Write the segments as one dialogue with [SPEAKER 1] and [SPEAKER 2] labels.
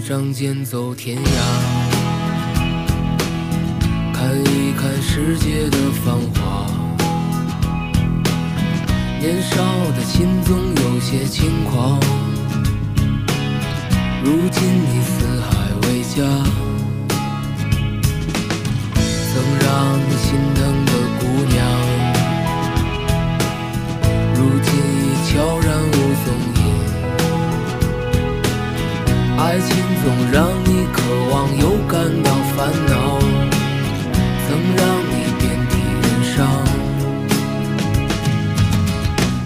[SPEAKER 1] 仗剑走天涯，看一看世界的繁华。年少的心总有些轻狂，如今已四海为家。曾让你心疼的姑娘，如今已悄然无踪影。爱情总让你渴望又感到烦恼，曾让你遍体鳞伤。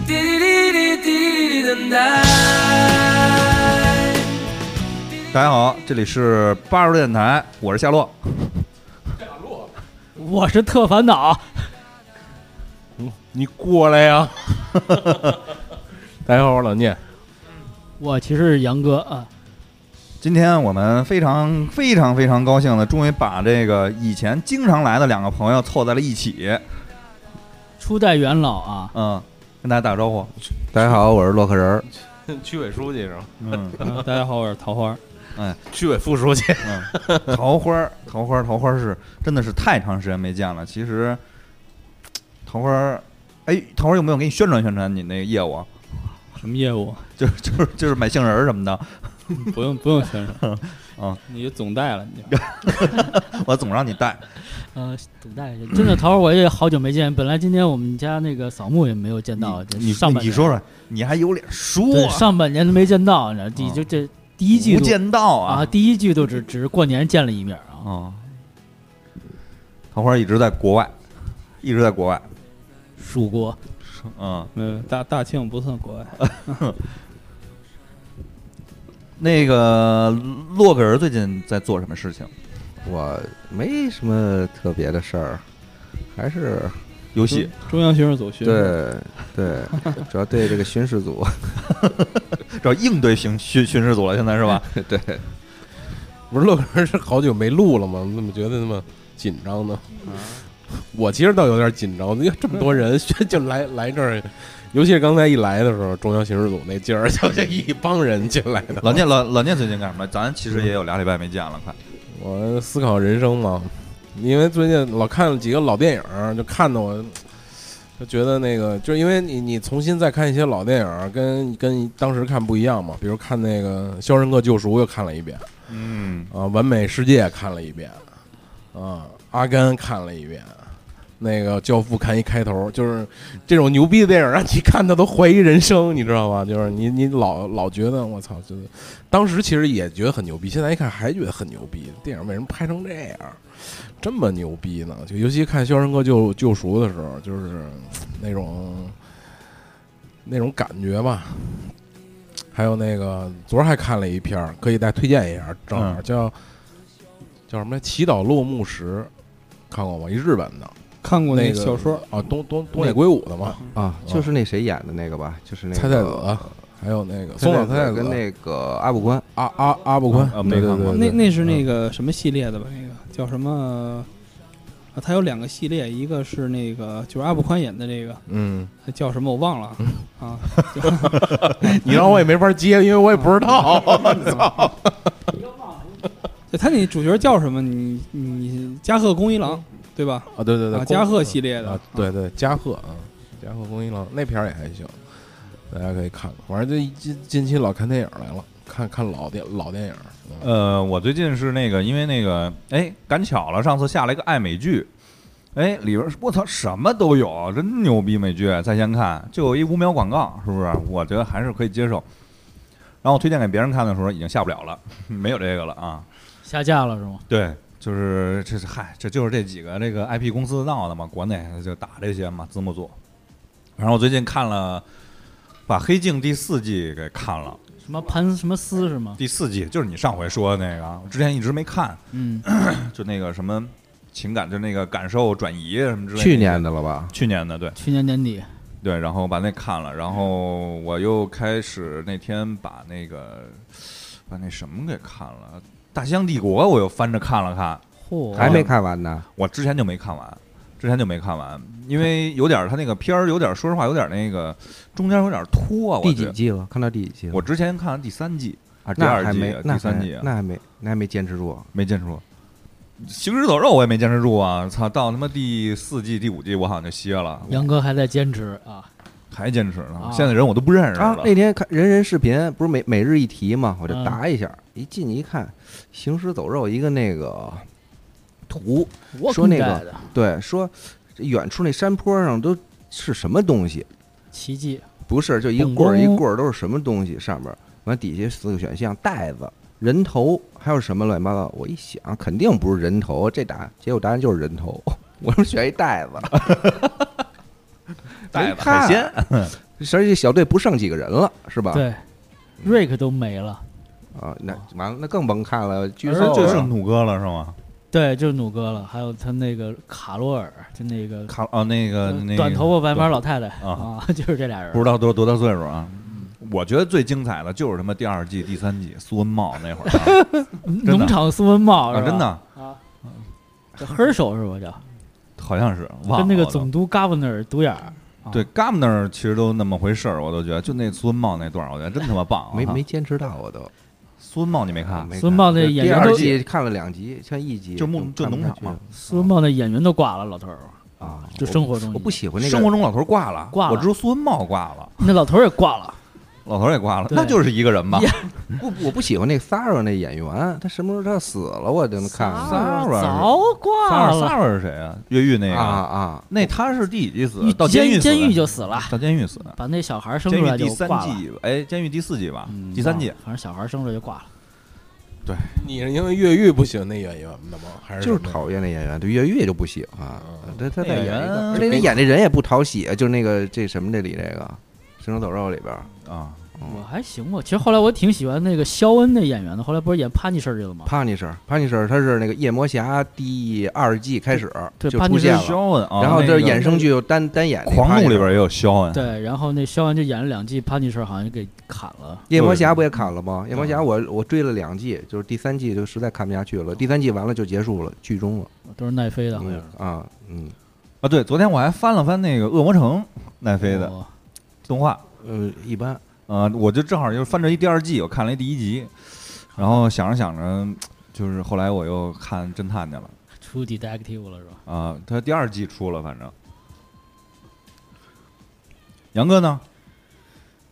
[SPEAKER 1] 滴滴滴滴滴滴的 night。
[SPEAKER 2] 大家好，这里是八十度电台，我是夏洛。
[SPEAKER 3] 我是特烦恼，
[SPEAKER 4] 你过来呀、 大家好，我是老聂。
[SPEAKER 3] 我其实是杨哥啊，
[SPEAKER 2] 今天我们非常非常非常高兴的，终于把这个以前经常来的两个朋友凑在了一起，
[SPEAKER 3] 初代元老啊，
[SPEAKER 2] 嗯，跟大家打个招呼，
[SPEAKER 5] 大家好，我是洛克人儿。
[SPEAKER 4] 区委书记是吧？
[SPEAKER 2] 嗯，
[SPEAKER 3] 大家好，我是桃花。
[SPEAKER 4] 区委副书记。
[SPEAKER 2] 桃花儿，桃花儿，桃花儿是真的是太长时间没见了。其实，桃花儿，哎，桃花儿有没有给你宣传宣传你那个业务啊？
[SPEAKER 3] 什么业务？
[SPEAKER 2] 就是就是就是买杏仁儿什么的，
[SPEAKER 6] 不用不用宣传
[SPEAKER 2] 啊，
[SPEAKER 6] 你就总带了，你就
[SPEAKER 2] 我总让你带。
[SPEAKER 3] 呃，总代理人真的桃花，我也好久没见。本来今天我们家那个扫墓也没有见到，这
[SPEAKER 2] 你
[SPEAKER 3] 上半
[SPEAKER 2] 你
[SPEAKER 3] 年
[SPEAKER 2] 说说，你还有脸说
[SPEAKER 3] 对
[SPEAKER 2] 啊
[SPEAKER 3] 上半年都没见到呢，这
[SPEAKER 2] 啊
[SPEAKER 3] 就这第一季
[SPEAKER 2] 无
[SPEAKER 3] 度
[SPEAKER 2] 间道
[SPEAKER 3] 啊，
[SPEAKER 2] 啊？
[SPEAKER 3] 第一季度只只是过年见了一面啊。
[SPEAKER 2] 啊，桃花儿一直在国外，一直在国外，
[SPEAKER 3] 蜀国
[SPEAKER 2] 嗯。
[SPEAKER 6] 嗯，大大庆不算国外，
[SPEAKER 2] 那个洛克人最近在做什么事情？
[SPEAKER 5] 我没什么特别的事儿，还是
[SPEAKER 2] 游戏，
[SPEAKER 6] 中央学生所学
[SPEAKER 5] 对对， 主要对这个巡视组，
[SPEAKER 2] 主要应对巡巡巡视组了，现在是 吧？
[SPEAKER 5] 对，
[SPEAKER 4] 不是乐哥儿是好久没录了吗？怎么觉得那么紧张呢？我其实倒有点紧张，因为这么多人 就来来这儿，尤其是刚才一来的时候，中央巡视组那劲儿， 就这一帮人进来的。
[SPEAKER 2] 老聂老老聂最近干什么？咱其实也有俩礼拜没见了，快。
[SPEAKER 4] 我思考人生嘛，因为最近老看了几个老电影儿，就看得我就觉得那个，就是因为你你重新再看一些老电影儿，跟跟当时看不一样嘛。比如看那个《肖申克救赎》又看了一遍
[SPEAKER 2] 嗯，
[SPEAKER 4] 啊，《完美世界》看了一遍啊，《阿甘》看了一遍。那个《教父》看一开头，就是这种牛逼的电影儿，让你看他都怀疑人生，你知道吗？就是你你老老觉得我操，就是当时其实也觉得很牛逼，现在一看还觉得很牛逼。电影为什么拍成这样，这么牛逼呢？就尤其看《肖申克救救赎》的时候，就是那种那种感觉吧。还有那个，昨儿还看了一片儿，可以再推荐一下，正好
[SPEAKER 2] 嗯
[SPEAKER 4] 叫、叫什么来？祈祷落幕时，看过吗？一日本的
[SPEAKER 6] 看过
[SPEAKER 4] 那
[SPEAKER 6] 那
[SPEAKER 4] 个
[SPEAKER 6] 小说，
[SPEAKER 4] 啊，东东东野圭吾的嘛，
[SPEAKER 5] 啊，就是那谁演的那个吧，就是那个
[SPEAKER 4] 蔡蔡啊子，还有那个松
[SPEAKER 5] 松岛
[SPEAKER 4] 岛
[SPEAKER 5] 菜
[SPEAKER 4] 菜
[SPEAKER 5] 菜
[SPEAKER 4] 子
[SPEAKER 5] 跟那个阿部宽，
[SPEAKER 4] 阿阿阿部宽
[SPEAKER 2] 啊没
[SPEAKER 4] 对对
[SPEAKER 2] 看过
[SPEAKER 4] 对
[SPEAKER 6] 那
[SPEAKER 4] 对
[SPEAKER 6] 那是那个什么系列的吧？那个叫什么？啊，它有两个系列，一个是那个就是阿部宽演的这个
[SPEAKER 4] 嗯，
[SPEAKER 6] 叫什么我忘
[SPEAKER 2] 嗯
[SPEAKER 6] 了啊，
[SPEAKER 4] 你让我也没法接，因为我也不知 道。啊
[SPEAKER 6] 就他那主角叫什么？你你加贺恭一郎对吧？
[SPEAKER 4] 啊，对对对，
[SPEAKER 6] 啊，
[SPEAKER 4] 宫
[SPEAKER 6] 加贺系列的
[SPEAKER 4] 啊，，对对，加贺啊，加贺恭一郎那片儿也还行，大家可以看看。反正这近近期老看电影来了，看看老电老电影。嗯
[SPEAKER 2] 呃，我最近是那个，因为那个，哎，赶巧了，上次下了一个爱美剧，哎，里边儿我操什么都有，啊真牛逼美剧，在线看就有一五秒广告，是不是？我觉得还是可以接受。然后我推荐给别人看的时候，已经下不了了， 没有这个了啊。
[SPEAKER 3] 下架了是吗？
[SPEAKER 2] 对，就是这是嗨，这就是这几个这个 IP 公司闹的嘛，国内就打这些嘛，字幕组。然后我最近看了，把《黑镜》第四季给看了，
[SPEAKER 3] 什么盘什么丝是吗？
[SPEAKER 2] 第四季就是你上回说的那个，我之前一直没看，
[SPEAKER 3] 嗯，
[SPEAKER 2] 就那个什么情感，就那个感受转移什么之类的。
[SPEAKER 5] 去年的了吧？
[SPEAKER 2] 去年的对
[SPEAKER 3] 去年年底
[SPEAKER 2] 对，然后把那看了，然后我又开始那天把那个把那什么给看了，《大西洋帝国》我又翻着看了看，
[SPEAKER 3] 嚯，
[SPEAKER 5] 还没看完呢。
[SPEAKER 2] 我之前就没看完，之前就没看完，因为有点儿他那个片儿有点儿，说实话有点儿那个中间有点儿拖，我觉
[SPEAKER 5] 第几
[SPEAKER 2] 得。
[SPEAKER 5] 季了？看到第几季了？
[SPEAKER 2] 我之前看了第三季，啊，第
[SPEAKER 5] 那
[SPEAKER 2] 二
[SPEAKER 5] 还
[SPEAKER 2] 季
[SPEAKER 5] 没
[SPEAKER 2] 啊、，
[SPEAKER 5] 那
[SPEAKER 2] 第三
[SPEAKER 5] 还
[SPEAKER 2] 季啊，
[SPEAKER 5] 那还没，那还没坚持住啊。
[SPEAKER 2] 没坚持住。行尸走肉我也没坚持住啊！操，到他妈第四季、第五季，我好像就歇了，
[SPEAKER 3] 杨哥还在坚持啊，
[SPEAKER 2] 还坚持呢。
[SPEAKER 3] 啊哎
[SPEAKER 2] 现在人我都不认识
[SPEAKER 5] 啊
[SPEAKER 2] 了，，
[SPEAKER 5] 那天看人人视频，不是每每日一题嘛，我就
[SPEAKER 3] 嗯
[SPEAKER 5] 答一下，一进去一看，行尸走肉一个那个图，
[SPEAKER 3] 我
[SPEAKER 5] 说那个对，说这远处那山坡上都是什么东西？
[SPEAKER 3] 奇迹，
[SPEAKER 5] 不是，就一
[SPEAKER 3] 蹦
[SPEAKER 5] 棍儿一
[SPEAKER 3] 弓
[SPEAKER 5] 棍儿都是什么东西？上面完底下四个选项，袋子、人头，还有什么乱七八糟？我一想，肯定不是人头，这答结果答案就是人头。 我说选一袋 子，
[SPEAKER 2] 带
[SPEAKER 5] 没
[SPEAKER 2] 子海
[SPEAKER 5] 看
[SPEAKER 2] 鲜，
[SPEAKER 5] 而且小队不剩几个人了，是吧？
[SPEAKER 3] 对，
[SPEAKER 5] 嗯
[SPEAKER 3] 瑞克都没了，
[SPEAKER 5] 啊，那完了，那更甭看了，啊剧
[SPEAKER 2] 而
[SPEAKER 5] 透
[SPEAKER 2] 就
[SPEAKER 5] 了
[SPEAKER 2] 剩。土哥了是吗？
[SPEAKER 3] 对，就是努哥了，还有他那个卡洛尔，就那个呃
[SPEAKER 2] 卡啊，那个那个
[SPEAKER 3] 嗯短头发白发老太太
[SPEAKER 2] 啊
[SPEAKER 3] 啊， 就是这俩人，
[SPEAKER 2] 不知道多多大岁数啊。
[SPEAKER 3] 嗯
[SPEAKER 2] 我觉得最精彩的就是他妈第二季、第三季苏文茂那会儿的
[SPEAKER 3] 农场苏文茂
[SPEAKER 2] 啊，
[SPEAKER 3] 是
[SPEAKER 2] 啊
[SPEAKER 3] 吧
[SPEAKER 2] 真的
[SPEAKER 3] 啊，叫黑手是 吧？叫
[SPEAKER 2] 好像是忘了
[SPEAKER 3] 跟那个
[SPEAKER 2] 我都
[SPEAKER 3] 总督 governor 独眼儿，啊
[SPEAKER 2] 对 g a m n e r 其实都那么回事儿，我都觉得就那苏文茂那段儿，我觉得真他妈棒啊！
[SPEAKER 5] 没没坚持到，我都啊
[SPEAKER 2] 苏文茂你没看，
[SPEAKER 5] 没
[SPEAKER 3] 苏文
[SPEAKER 5] 看
[SPEAKER 3] 茂那
[SPEAKER 5] 就
[SPEAKER 3] 演
[SPEAKER 5] 第
[SPEAKER 3] 员
[SPEAKER 5] 二
[SPEAKER 3] 都
[SPEAKER 5] 季看了两集，像一集
[SPEAKER 2] 就梦就
[SPEAKER 5] 看不
[SPEAKER 2] 农
[SPEAKER 5] 下
[SPEAKER 2] 场
[SPEAKER 5] 去
[SPEAKER 2] 嘛嗯
[SPEAKER 5] 了
[SPEAKER 3] 苏文茂那演员都挂了，老头儿
[SPEAKER 5] 啊，
[SPEAKER 3] 就
[SPEAKER 5] 我
[SPEAKER 3] 生活中
[SPEAKER 5] 我不喜欢那个
[SPEAKER 2] 生活中老头儿挂了，
[SPEAKER 3] 挂了
[SPEAKER 2] 我知道苏文茂挂了，
[SPEAKER 3] 那老头儿也挂 了，
[SPEAKER 2] 老头儿也挂了，
[SPEAKER 3] 对
[SPEAKER 2] 那就是一个人吧
[SPEAKER 3] 呀
[SPEAKER 5] 不，我不喜欢那 Sarah 那演员，他什么时候他死了我就能看
[SPEAKER 2] 萨 Sarah
[SPEAKER 3] 早挂
[SPEAKER 2] 萨
[SPEAKER 3] 了，
[SPEAKER 2] 萨是谁啊？越狱那
[SPEAKER 5] 啊
[SPEAKER 2] 个，
[SPEAKER 5] 啊！
[SPEAKER 2] 那他是第几季死
[SPEAKER 3] 你
[SPEAKER 2] 的？到监狱死的
[SPEAKER 3] 监狱就死了，
[SPEAKER 2] 到监狱死的，
[SPEAKER 3] 把那小孩生
[SPEAKER 2] 监
[SPEAKER 3] 出
[SPEAKER 2] 狱
[SPEAKER 3] 来就
[SPEAKER 2] 第三
[SPEAKER 3] 挂了。
[SPEAKER 2] 季哎，监狱第四季吧
[SPEAKER 3] 嗯，
[SPEAKER 2] 第三季，
[SPEAKER 3] 反正小孩生出来就挂了。
[SPEAKER 4] 你是因为越狱不喜欢那演员的吗？还是
[SPEAKER 5] 就是
[SPEAKER 4] 什么呀
[SPEAKER 5] 讨厌那演员，对越狱就不喜欢
[SPEAKER 4] 嗯。
[SPEAKER 5] 他他
[SPEAKER 2] 那演
[SPEAKER 5] 演
[SPEAKER 2] 员
[SPEAKER 5] 而且他演那人也不讨喜，就是那个这什么这里这个《神龙走肉》里边，
[SPEAKER 2] 啊，
[SPEAKER 3] 我还行吧，其实后来我挺喜欢那个肖恩那演员的，后来不是演叛逆事儿去了吗？
[SPEAKER 5] 帕尼什帕尼什他是那个夜魔侠第二季开始
[SPEAKER 3] 对
[SPEAKER 5] 就
[SPEAKER 3] 帕尼
[SPEAKER 5] 出
[SPEAKER 3] 什
[SPEAKER 5] 现
[SPEAKER 2] 肖恩
[SPEAKER 5] 了，
[SPEAKER 2] 啊，
[SPEAKER 5] 然后
[SPEAKER 2] 那
[SPEAKER 5] 这
[SPEAKER 2] 个
[SPEAKER 5] 衍生剧又单单演那帕
[SPEAKER 2] 狂
[SPEAKER 5] 尼
[SPEAKER 2] 怒
[SPEAKER 5] 什
[SPEAKER 2] 里边也有肖恩，
[SPEAKER 3] 对，然后那肖恩就演了两季叛逆事儿，好像给砍了。
[SPEAKER 5] 夜魔侠不也砍了吗？夜魔
[SPEAKER 2] 嗯
[SPEAKER 5] 侠我我追了两季，就是第三季就实在看不下去了，第三季完了就结束了，剧终了。
[SPEAKER 3] 都是奈飞的，好像
[SPEAKER 5] 嗯
[SPEAKER 3] 是
[SPEAKER 5] 啊，嗯
[SPEAKER 2] 啊，对，昨天我还翻了翻那个《恶魔城》奈飞的
[SPEAKER 3] 哦
[SPEAKER 2] 动画，
[SPEAKER 5] 呃，一般。
[SPEAKER 2] 呃，我就正好就是翻着一第二季，我看了一第一集，然后想着想着，就是后来我又看侦探去了
[SPEAKER 3] 出 detective 了是吧？
[SPEAKER 2] 啊、他第二季出了，反正。杨哥呢？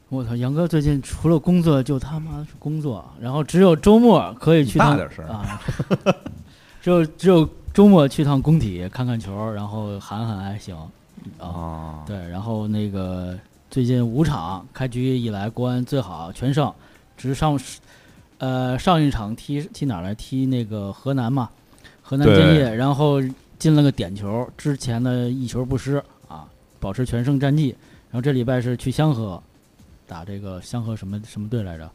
[SPEAKER 3] 我操，杨哥最近除了工作就他妈是工作，然后只有周末可以去
[SPEAKER 2] 大
[SPEAKER 3] 趟
[SPEAKER 2] 点声儿
[SPEAKER 3] 啊， 只有只有周末去趟工体看看球，然后喊喊还行啊。
[SPEAKER 2] 啊，
[SPEAKER 3] 对，然后那个最近五场开局以来，国安最好全胜，只上呃上一场踢踢哪儿来？踢那个河南嘛，河南建业，然后进了个点球，之前的一球不失啊，保持全胜战绩。然后这礼拜是去香河打这个香河什么什么队来着？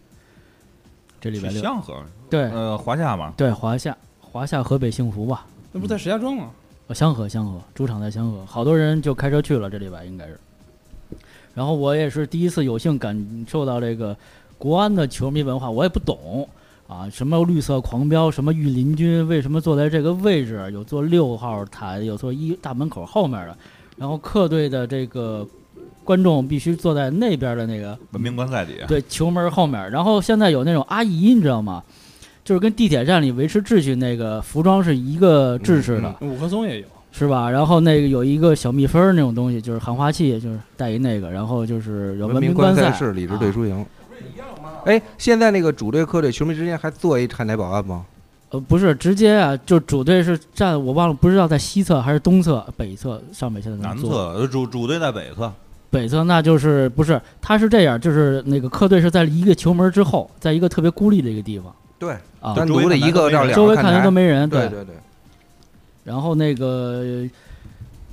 [SPEAKER 3] 这礼拜
[SPEAKER 2] 去
[SPEAKER 3] 六
[SPEAKER 2] 香河，
[SPEAKER 3] 对
[SPEAKER 2] 呃，华夏嘛，
[SPEAKER 3] 对华夏华夏河北幸福吧，
[SPEAKER 6] 那不是在石家庄吗？
[SPEAKER 3] 呃，香河，香河，主场在香河，好多人就开车去了，这礼拜应该是。然后我也是第一次有幸感受到这个国安的球迷文化，我也不懂啊，什么绿色狂飙，什么御林军，为什么坐在这个位置？有坐六号台，有坐一大门口后面的，然后客队的这个观众必须坐在那边的那个
[SPEAKER 2] 文明观赛
[SPEAKER 6] 嗯
[SPEAKER 2] 底，
[SPEAKER 3] 对，球门后面儿。然后现在有那种阿姨，你知道吗？就是跟地铁站里维持秩序那个服装是一个制式的，
[SPEAKER 6] 五棵松也有，
[SPEAKER 3] 是吧？然后那个有一个小蜜蜂儿那种东西，就是含花器，就是带一那个，然后就是有
[SPEAKER 5] 文
[SPEAKER 3] 明
[SPEAKER 5] 观
[SPEAKER 3] 赛
[SPEAKER 5] 事，理智
[SPEAKER 3] 啊
[SPEAKER 5] 对输赢。哎，现在那个主队客队球迷之间还做一看台保安吗？
[SPEAKER 3] 呃，不是直接啊，就主队是站，我忘了，不知道在西侧还是东侧、北侧，上北现在怎么
[SPEAKER 2] 南
[SPEAKER 3] 做
[SPEAKER 2] 侧呃主主队在北侧，
[SPEAKER 3] 北侧那就是不是，他是这样，就是那个客队是在一个球门之后，在一个特别孤立的一个地方
[SPEAKER 5] 对，
[SPEAKER 3] 啊，
[SPEAKER 5] 单独的一个到两
[SPEAKER 3] 周
[SPEAKER 5] 个
[SPEAKER 3] 围看
[SPEAKER 5] 台
[SPEAKER 3] 都。没人，
[SPEAKER 5] 对对对，
[SPEAKER 3] 然后那个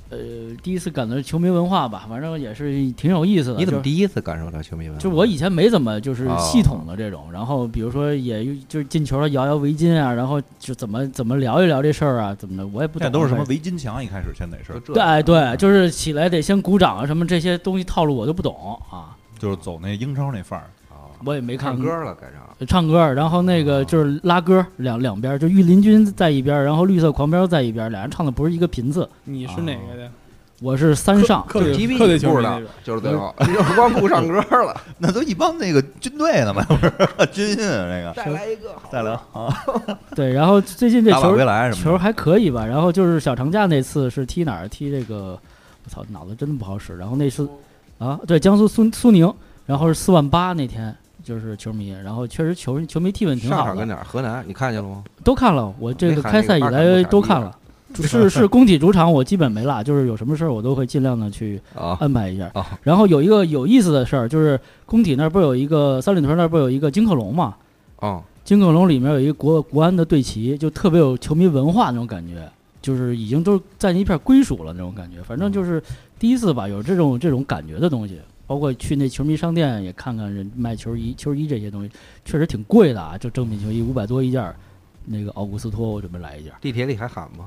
[SPEAKER 3] 呃，第一次感到球迷文化吧，反正也是挺有意思的。
[SPEAKER 5] 你怎么
[SPEAKER 3] 就
[SPEAKER 5] 第一次感受到球迷文化？
[SPEAKER 3] 就我以前没怎么就是
[SPEAKER 2] 啊
[SPEAKER 5] 哦
[SPEAKER 3] 系统的这种，然后比如说也就是进球了摇摇围巾啊，然后就怎么怎么聊一聊这事儿啊，怎么的我也不
[SPEAKER 2] 现在
[SPEAKER 3] 懂。
[SPEAKER 2] 都是什么？围巾墙，一开始先得是
[SPEAKER 5] 就，这
[SPEAKER 3] 对对，就是起来得先鼓掌啊，什么这些东西套路我都不懂啊，
[SPEAKER 2] 就是走那英超那范儿，
[SPEAKER 5] 啊
[SPEAKER 3] 我也没看
[SPEAKER 5] 唱
[SPEAKER 3] 过
[SPEAKER 5] 歌了，改成
[SPEAKER 3] 唱歌儿，然后那个就是拉歌儿，两两边儿就御林军在一边儿，然后绿色狂飙在一边儿，俩人唱的不是一个频次。
[SPEAKER 6] 你是哪个的？
[SPEAKER 3] 我是三
[SPEAKER 2] 啊
[SPEAKER 3] 上，
[SPEAKER 6] 客
[SPEAKER 5] 就
[SPEAKER 6] 队
[SPEAKER 5] GB
[SPEAKER 6] 客队球
[SPEAKER 5] 不
[SPEAKER 6] 迷
[SPEAKER 5] 知
[SPEAKER 6] 那
[SPEAKER 5] 道
[SPEAKER 6] 种，
[SPEAKER 5] 就是
[SPEAKER 3] 嗯
[SPEAKER 5] 最后， 就是光顾上歌了，
[SPEAKER 2] 那都一帮那个军队 呢嘛，不是军训啊那个。
[SPEAKER 5] 再来一个，
[SPEAKER 2] 再聊啊，
[SPEAKER 3] 对，然后最近这
[SPEAKER 2] 打
[SPEAKER 3] 球
[SPEAKER 2] 回来什
[SPEAKER 3] 球
[SPEAKER 2] 么的？
[SPEAKER 3] 还可以吧。然后就是小长假那次是踢哪儿？踢这个，我操，脑子真不好使。然后那次啊，对，江苏苏苏宁，然后是四万八那天。就是球迷，然后确实球球迷气 氛挺
[SPEAKER 5] 上
[SPEAKER 3] 好
[SPEAKER 5] 场
[SPEAKER 3] 的
[SPEAKER 5] 跟，哪儿？河南，你看见了吗？
[SPEAKER 3] 都看了。我这
[SPEAKER 5] 没
[SPEAKER 3] 个
[SPEAKER 5] 喊
[SPEAKER 3] 开
[SPEAKER 5] 那个
[SPEAKER 3] 赛以
[SPEAKER 5] 巴卡姆
[SPEAKER 3] 来
[SPEAKER 5] 傻
[SPEAKER 3] 都
[SPEAKER 5] 逼
[SPEAKER 3] 看
[SPEAKER 5] 吧
[SPEAKER 3] 了，是是工体主场，我基本没落，就是有什么事儿我都会尽量的去
[SPEAKER 5] 啊，
[SPEAKER 3] 安排一下
[SPEAKER 5] 哦。
[SPEAKER 3] 然后有一个有意思的事儿，就是工体那儿不是有一个三里屯那儿不是有一个金客隆嘛？
[SPEAKER 5] 哦，
[SPEAKER 3] 金客隆里面有一个国国安的队旗，就特别有球迷文化那种感觉，就是已经都是占一片归属了那种感觉。反正就是第一次吧，有这种这种感觉的东西。包括去那球迷商店也看看人卖球衣、球衣这些东西，确实挺贵的啊，就正品球衣五百多一件儿。那个奥古斯托，我准备来一件儿。
[SPEAKER 5] 地铁里还喊吗？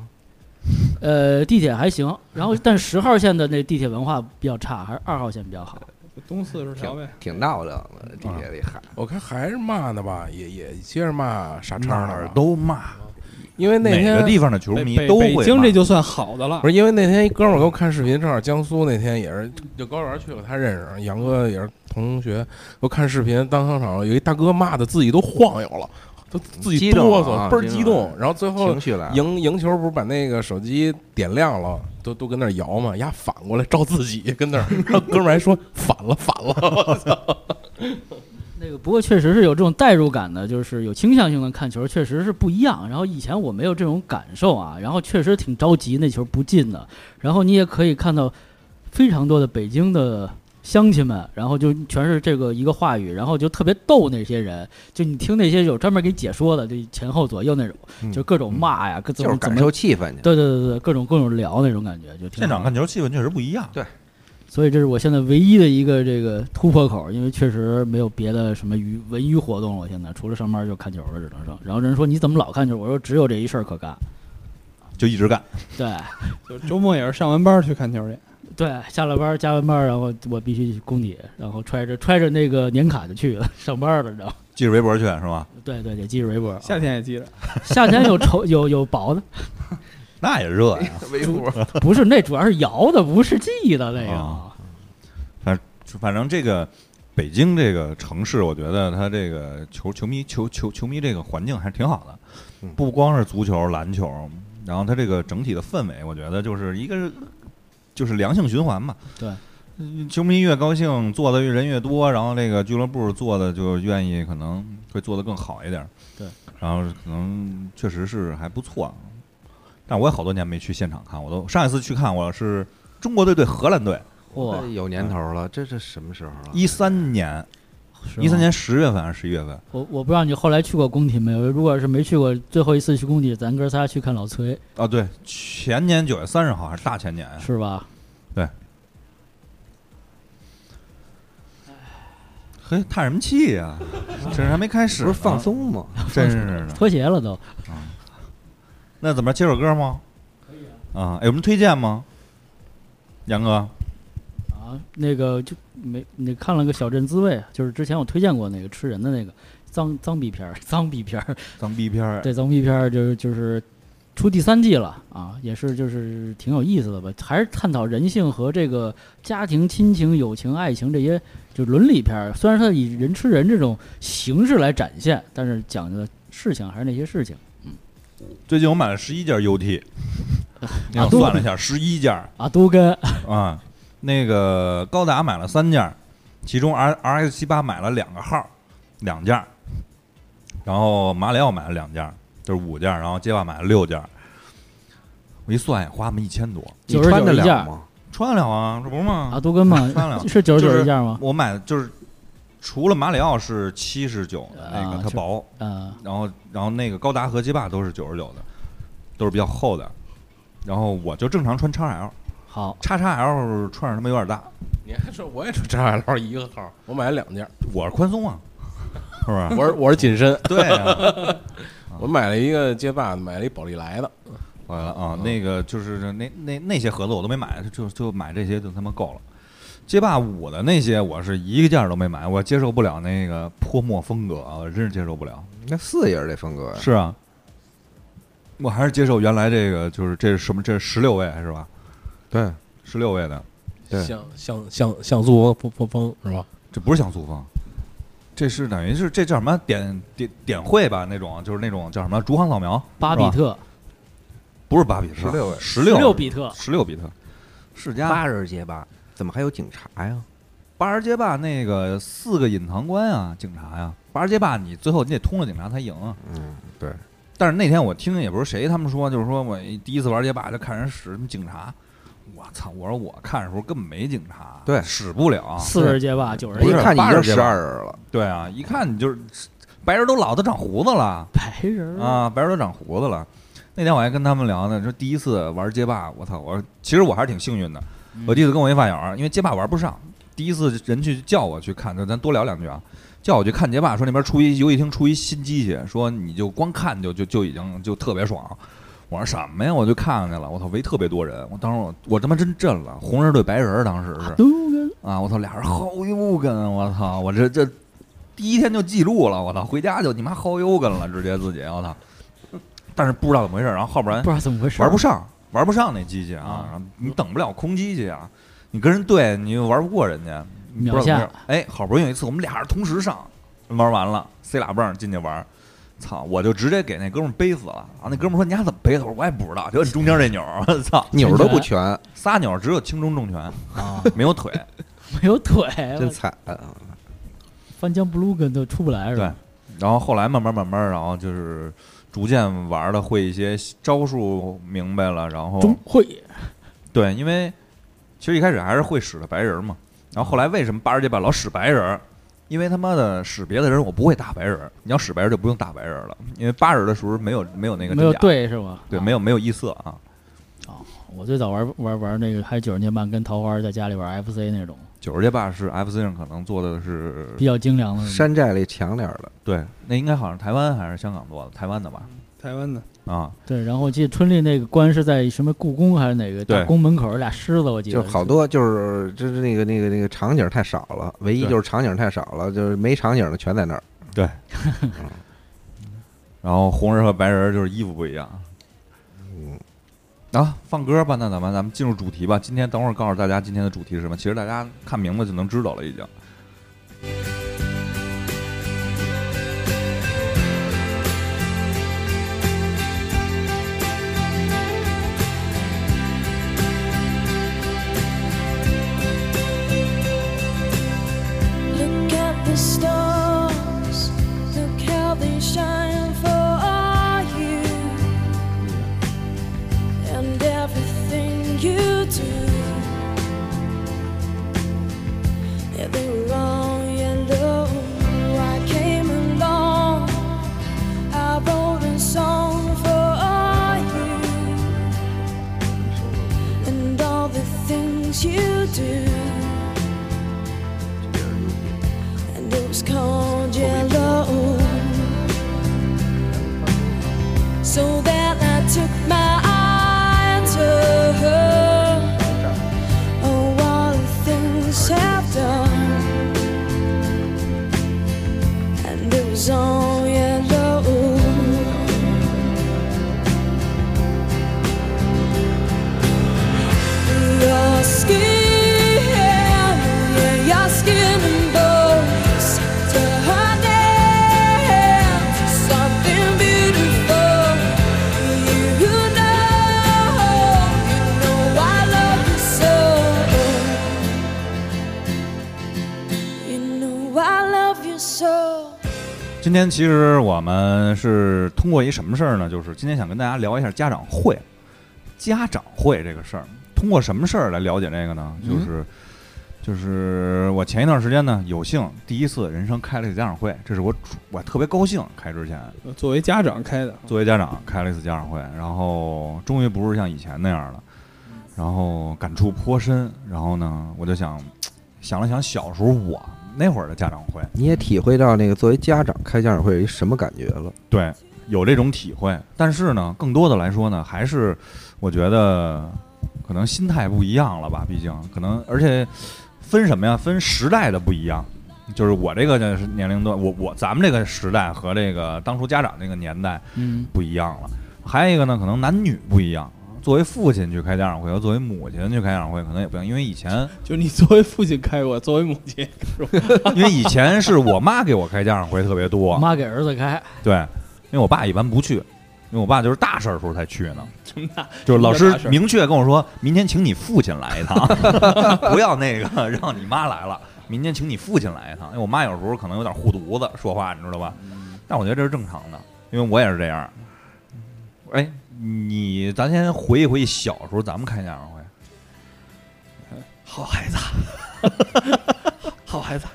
[SPEAKER 3] 呃，地铁还行，然后但十号线的那地铁文化比较差，还是二号线比较好。
[SPEAKER 6] 东四十条呗。
[SPEAKER 5] 挺闹腾的，地铁里喊。
[SPEAKER 3] 啊
[SPEAKER 4] 我看还是骂呢吧，也也接着骂傻叉
[SPEAKER 2] 哪
[SPEAKER 4] 呢
[SPEAKER 2] 儿
[SPEAKER 4] 吧，
[SPEAKER 2] 都骂，
[SPEAKER 4] 因为那
[SPEAKER 2] 哪
[SPEAKER 4] 天
[SPEAKER 2] 个地方的球
[SPEAKER 6] 北
[SPEAKER 2] 迷
[SPEAKER 6] 北
[SPEAKER 2] 都会
[SPEAKER 6] 北
[SPEAKER 2] 骂。
[SPEAKER 6] 京这就算好的了
[SPEAKER 4] 不，是因为那天一哥们儿给我看视频，正好江苏那天也是就高原去了，他认识杨哥也是同学，给我看视频，当当场有一大哥骂的自己都晃悠了，都自己
[SPEAKER 5] 激动
[SPEAKER 4] 哆
[SPEAKER 5] 啊
[SPEAKER 4] 嗦，倍儿
[SPEAKER 5] 这
[SPEAKER 4] 激
[SPEAKER 5] 种
[SPEAKER 4] 动，然后最后
[SPEAKER 5] 情绪啊来了，
[SPEAKER 4] 赢赢球不是把那个手机点亮了，都都跟那儿摇嘛，丫反过来照自己跟那儿，然后哥们儿还说反了反 了，
[SPEAKER 3] 那个不过确实是有这种代入感的，就是有倾向性的看球，确实是不一样。然后以前我没有这种感受啊，然后确实挺着急那球不进的。然后你也可以看到非常多的北京的乡亲们，然后就全是这个一个话语，然后就特别逗那些人。就你听那些有专门给解说的，就前后左右那种，就各种骂呀，各怎
[SPEAKER 5] 嗯就是
[SPEAKER 3] 么怎
[SPEAKER 5] 感
[SPEAKER 3] 么。
[SPEAKER 5] 受气氛去。
[SPEAKER 3] 对对对对，各种各种聊那种感觉，就挺好
[SPEAKER 2] 现场看球气氛确实不一样。
[SPEAKER 3] 所以这是我现在唯一的一个这个突破口，因为确实没有别的什么娱文娱活动了。我现在除了上班就看球了，只能说。然后人说你怎么老看球？我说只有这一事儿可干。
[SPEAKER 2] 就一直干。
[SPEAKER 3] 对
[SPEAKER 6] 就周末也是上完班去看球去。
[SPEAKER 3] 对，下了班加完班，然后我必须去工体，然后揣着揣着那个年卡就去了上班了，你知道吗？
[SPEAKER 2] 记着微博去是吧？
[SPEAKER 3] 对对，得记着围脖。
[SPEAKER 6] 夏天也记着，
[SPEAKER 3] 啊夏天有稠有有薄的，
[SPEAKER 2] 那也热呀。
[SPEAKER 5] 维护
[SPEAKER 3] 不是那主要是摇的，不是记的那个。
[SPEAKER 2] 哦就反正这个北京这个城市，我觉得它这个球球迷球球球迷这个环境还是挺好的
[SPEAKER 5] 嗯，
[SPEAKER 2] 不光是足球、篮球，然后它这个整体的氛围，我觉得就是一个是就是良性循环嘛。
[SPEAKER 3] 对
[SPEAKER 2] 嗯。球迷越高兴，做的人越多，然后这个俱乐部做的就愿意，可能会做得更好一点。
[SPEAKER 3] 对，
[SPEAKER 2] 然后可能确实是还不错，但我也好多年没去现场看，我都上一次去看我是中国队对荷兰
[SPEAKER 3] 啊
[SPEAKER 2] 队，
[SPEAKER 3] 哇、
[SPEAKER 5] 哎有年头了，这这什么时候了？
[SPEAKER 2] 一三年，
[SPEAKER 3] 是吗
[SPEAKER 2] 一三年十月份还是十一月份？
[SPEAKER 3] 我我不知道你后来去过工体没有？如果是没去过，最后一次去工体，咱哥仨去看老崔
[SPEAKER 2] 啊，对，前年九月三十号还是大前年呀？
[SPEAKER 3] 是吧？
[SPEAKER 2] 嘿，叹什么气 呀、真是还没开始，啊
[SPEAKER 5] 不是
[SPEAKER 3] 啊
[SPEAKER 5] 放，松吗？
[SPEAKER 2] 真是的。
[SPEAKER 3] 脱鞋了都。
[SPEAKER 2] 那怎么着接首歌吗？可以啊。有什么推荐吗？杨哥，
[SPEAKER 3] 啊，那个就没你看了个《小镇滋味》，就是之前我推荐过那个吃人的那个脏脏逼片儿， 脏逼片儿，
[SPEAKER 2] 咱逼片儿，
[SPEAKER 3] 对，脏逼片儿就是就是出第三季了啊，也是就是挺有意思的吧，还是探讨人性和这个家庭、亲情、友情、爱情这些就伦理片儿。虽然它以人吃人这种形式来展现，但是讲的事情还是那些事情
[SPEAKER 2] 最近我买了十一件 UT，
[SPEAKER 3] 啊
[SPEAKER 2] 我
[SPEAKER 3] 都
[SPEAKER 2] 算了一下，十一件儿
[SPEAKER 3] 啊，都跟
[SPEAKER 2] 啊。那个高达买了三件儿，其中 R R X 七八买了两个号儿，两件儿，然后马里奥买了两件儿，就是五件儿，然后街霸买了六件儿。我一算也花那么一千多，
[SPEAKER 5] 你
[SPEAKER 3] 九十
[SPEAKER 5] 穿
[SPEAKER 3] 九
[SPEAKER 5] 得
[SPEAKER 3] 一件
[SPEAKER 5] 了
[SPEAKER 3] 儿
[SPEAKER 5] 吗？
[SPEAKER 2] 穿得了啊，这不是吗？
[SPEAKER 3] 啊，都跟
[SPEAKER 2] 穿
[SPEAKER 3] 嘛
[SPEAKER 2] 了，
[SPEAKER 3] 是九十
[SPEAKER 2] 就
[SPEAKER 3] 九
[SPEAKER 2] 是
[SPEAKER 3] 一件儿吗？
[SPEAKER 2] 我买的就是除了马里奥是七十九的那
[SPEAKER 3] 啊
[SPEAKER 2] 个，它
[SPEAKER 3] 就是
[SPEAKER 2] 薄，
[SPEAKER 3] 呃，
[SPEAKER 2] 然后然后那个高达和街霸都是九十九的，都是比较厚的。然后我就正常穿 XL，
[SPEAKER 3] 好，
[SPEAKER 2] x XL 穿上他妈有点大，
[SPEAKER 4] 你还说我也说张海老师一个号，我买了两 件，
[SPEAKER 2] 我是宽松啊，是不是？
[SPEAKER 4] 我是我是紧身，
[SPEAKER 2] 对啊，
[SPEAKER 4] 我买了一个街霸，买了一宝丽来的，
[SPEAKER 2] 完了啊，那个就是那那那些盒子我都没买，就就买这些就他妈够了。街霸五的那些我是一个件儿都没买，我接受不了那个泼墨风格啊，我真是接受不了。
[SPEAKER 5] 那四也是这风格呀。
[SPEAKER 2] 是啊，我还是接受原来这个，就是这是什么？这是十六位是吧？
[SPEAKER 5] 对，
[SPEAKER 2] 十六位的，
[SPEAKER 5] 对
[SPEAKER 4] 像像像像素风风风风是吧？
[SPEAKER 2] 这不是像素风，这是等于是这叫什么点点点绘吧那种，就是那种叫什么逐行扫描，
[SPEAKER 3] 八比
[SPEAKER 2] 是吧
[SPEAKER 3] 特，
[SPEAKER 2] 不是八比特，
[SPEAKER 5] 十六位
[SPEAKER 2] 十
[SPEAKER 3] 十
[SPEAKER 2] 六
[SPEAKER 3] 六比特，
[SPEAKER 2] 十六比特，世嘉
[SPEAKER 5] 八人结巴，怎么还有警察呀？
[SPEAKER 2] 八十街霸那个四个隐藏关啊，警察呀、八十街霸你最后你得通了警察才赢啊。
[SPEAKER 5] 嗯，对，
[SPEAKER 2] 但是那天我听也不是谁他们说，就是说我第一次玩街霸就看人使什么警察，我操！我说我看的时候根本没警察，
[SPEAKER 5] 对
[SPEAKER 2] 使不了。
[SPEAKER 3] 四人街霸九人
[SPEAKER 5] 一
[SPEAKER 3] 街
[SPEAKER 2] 啊不
[SPEAKER 3] 霸
[SPEAKER 2] 是
[SPEAKER 5] 看你
[SPEAKER 2] 八
[SPEAKER 5] 就
[SPEAKER 2] 人
[SPEAKER 5] 十
[SPEAKER 2] 结巴
[SPEAKER 5] 二人了，
[SPEAKER 2] 对啊，一看你就是白人都老的长胡子了
[SPEAKER 3] 白人儿，
[SPEAKER 2] 啊，白人都长胡子了。那天我还跟他们聊呢，说第一次玩街霸，我操！我说其实我还是挺幸运的。
[SPEAKER 3] 嗯
[SPEAKER 2] 我第一次跟我一发小，因为街霸玩不上，第一次人去叫我去看，咱咱多聊两句啊。叫我去看街霸，说那边出一游戏厅出一新机器，说你就光看就就就已经就特别爽。我说什么呀？我就看上去了，我操，围特别多人，我当时我我他妈真震了，红人对白人儿，当时是
[SPEAKER 3] 都跟
[SPEAKER 2] 啊，我操，俩人薅油根，我操，我这这第一天就记录了，我操，回家就你妈薅油根了，直接自己，我操。但是不知道怎么回事，然后后边
[SPEAKER 3] 不知道怎么回事，
[SPEAKER 2] 玩不上，玩不上那机器啊
[SPEAKER 3] 啊，
[SPEAKER 2] 然后你等不了空机器啊，你跟人对，你又玩不过人家，你不知道怎么
[SPEAKER 3] 秒
[SPEAKER 2] 回事哎，好不容易有一次我们俩人同时上，玩完了塞俩泵进去玩。操！我就直接给那哥们儿背死了啊！那哥们儿说：“你俩怎么背的？”我说：“我也不知道，就你中间这钮儿。” 我操，
[SPEAKER 5] 钮儿都不全，
[SPEAKER 2] 仨钮儿只有轻中重拳，
[SPEAKER 3] 啊，
[SPEAKER 2] 没有腿。
[SPEAKER 3] 没有腿，
[SPEAKER 5] 真惨。嗯
[SPEAKER 3] 翻江不露根都出不来是吧？
[SPEAKER 2] 然后后来慢慢慢慢，然后就是逐渐玩的会一些招数明白了，然后
[SPEAKER 3] 中会
[SPEAKER 2] 对，因为其实一开始还是会使的白人嘛。然后后来为什么八十街霸老使白人？因为他妈的使别的人我不会打白人，你要使白人就不用打白人了，因为八人的时候没有没有那个
[SPEAKER 3] 没有
[SPEAKER 2] 真假
[SPEAKER 3] 对是吗？
[SPEAKER 2] 对
[SPEAKER 3] 啊
[SPEAKER 2] 没有没有异色啊，
[SPEAKER 3] 我最早玩玩玩那个还是九十年半，跟桃花在家里玩 FC 那种
[SPEAKER 2] 九十街霸是 FC 上可能做的是
[SPEAKER 3] 比较精良的。
[SPEAKER 5] 山寨里强点儿的，
[SPEAKER 2] 对，那应该好像台湾还是香港做的，台湾的吧？
[SPEAKER 6] 台湾的，
[SPEAKER 2] 啊，
[SPEAKER 3] 对，然后我记得春丽那个关是在什么故宫还是哪个
[SPEAKER 2] 对
[SPEAKER 3] 大宫门口有俩狮子，我记得
[SPEAKER 5] 就好多就是就是那个那个那个场景太少了，唯一
[SPEAKER 2] 对
[SPEAKER 5] 就是场景太少了，就是没场景的全在那儿。
[SPEAKER 2] 然后红人和白人就是衣服不一样。啊，放歌吧，那咱们咱们进入主题吧。今天等会儿告诉大家今天的主题是什么，其实大家看名字就能知道了，已经。
[SPEAKER 7] Look at the stars, look how they shine for you, and everything you do. Yeah, they were all yellow. I came along, I wrote a song for you, and all the things you do. And it was called yellow. So then I took my eye to her. Oh, what the things have done. And it was all yellow. Your skin, yeah, your skin and bones to her dance, something beautiful. You know, you know I love you so. You know I love you so.
[SPEAKER 2] 今天其实我们是通过一什么事儿呢？就是今天想跟大家聊一下家长会，家长会这个事儿，通过什么事儿来了解这个呢？就是、就是我前一段时间呢，有幸第一次人生开了一次家长会，这是我主我特别高兴开之前，
[SPEAKER 6] 呃作为家长开的，
[SPEAKER 2] 作为家长开了一次家长会，然后终于不是像以前那样了，然后感触颇深。然后呢，我就想想了想小时候我那会儿的家长会，
[SPEAKER 5] 你也体会到那个作为家长开家长会有一什么感觉了？
[SPEAKER 2] 对，有这种体会。但是呢，更多的来说呢，还是我觉得可能心态不一样了吧，毕竟可能而且分什么呀？分时代的不一样。就是我这个就是年龄段，我我咱们这个时代和这个当初家长那个年代，
[SPEAKER 3] 嗯，
[SPEAKER 2] 不一样了。还有一个呢，可能男女不一样。作为父亲去开家长会和作为母亲去开家长会可能也不一样，因为以前
[SPEAKER 6] 就你作为父亲开过，作为母亲，
[SPEAKER 2] 因为以前是我妈给我开家长会特别多，
[SPEAKER 3] 妈给儿子开，
[SPEAKER 2] 对，因为我爸一般不去，因为我爸就是大事儿的时候才去 呢。就是老师
[SPEAKER 6] 大事儿
[SPEAKER 2] 明确跟我说，明天请你父亲来 一趟， 不要那个让你妈来了。明天请你父亲来一趟，因为我妈有时候可能有点护犊子说话，你知道吧？
[SPEAKER 6] 嗯
[SPEAKER 2] 但我觉得这是正常的，因为我也是这样。哎，你咱先回忆回忆小时候咱们开家长会，
[SPEAKER 6] 好孩子，好孩子，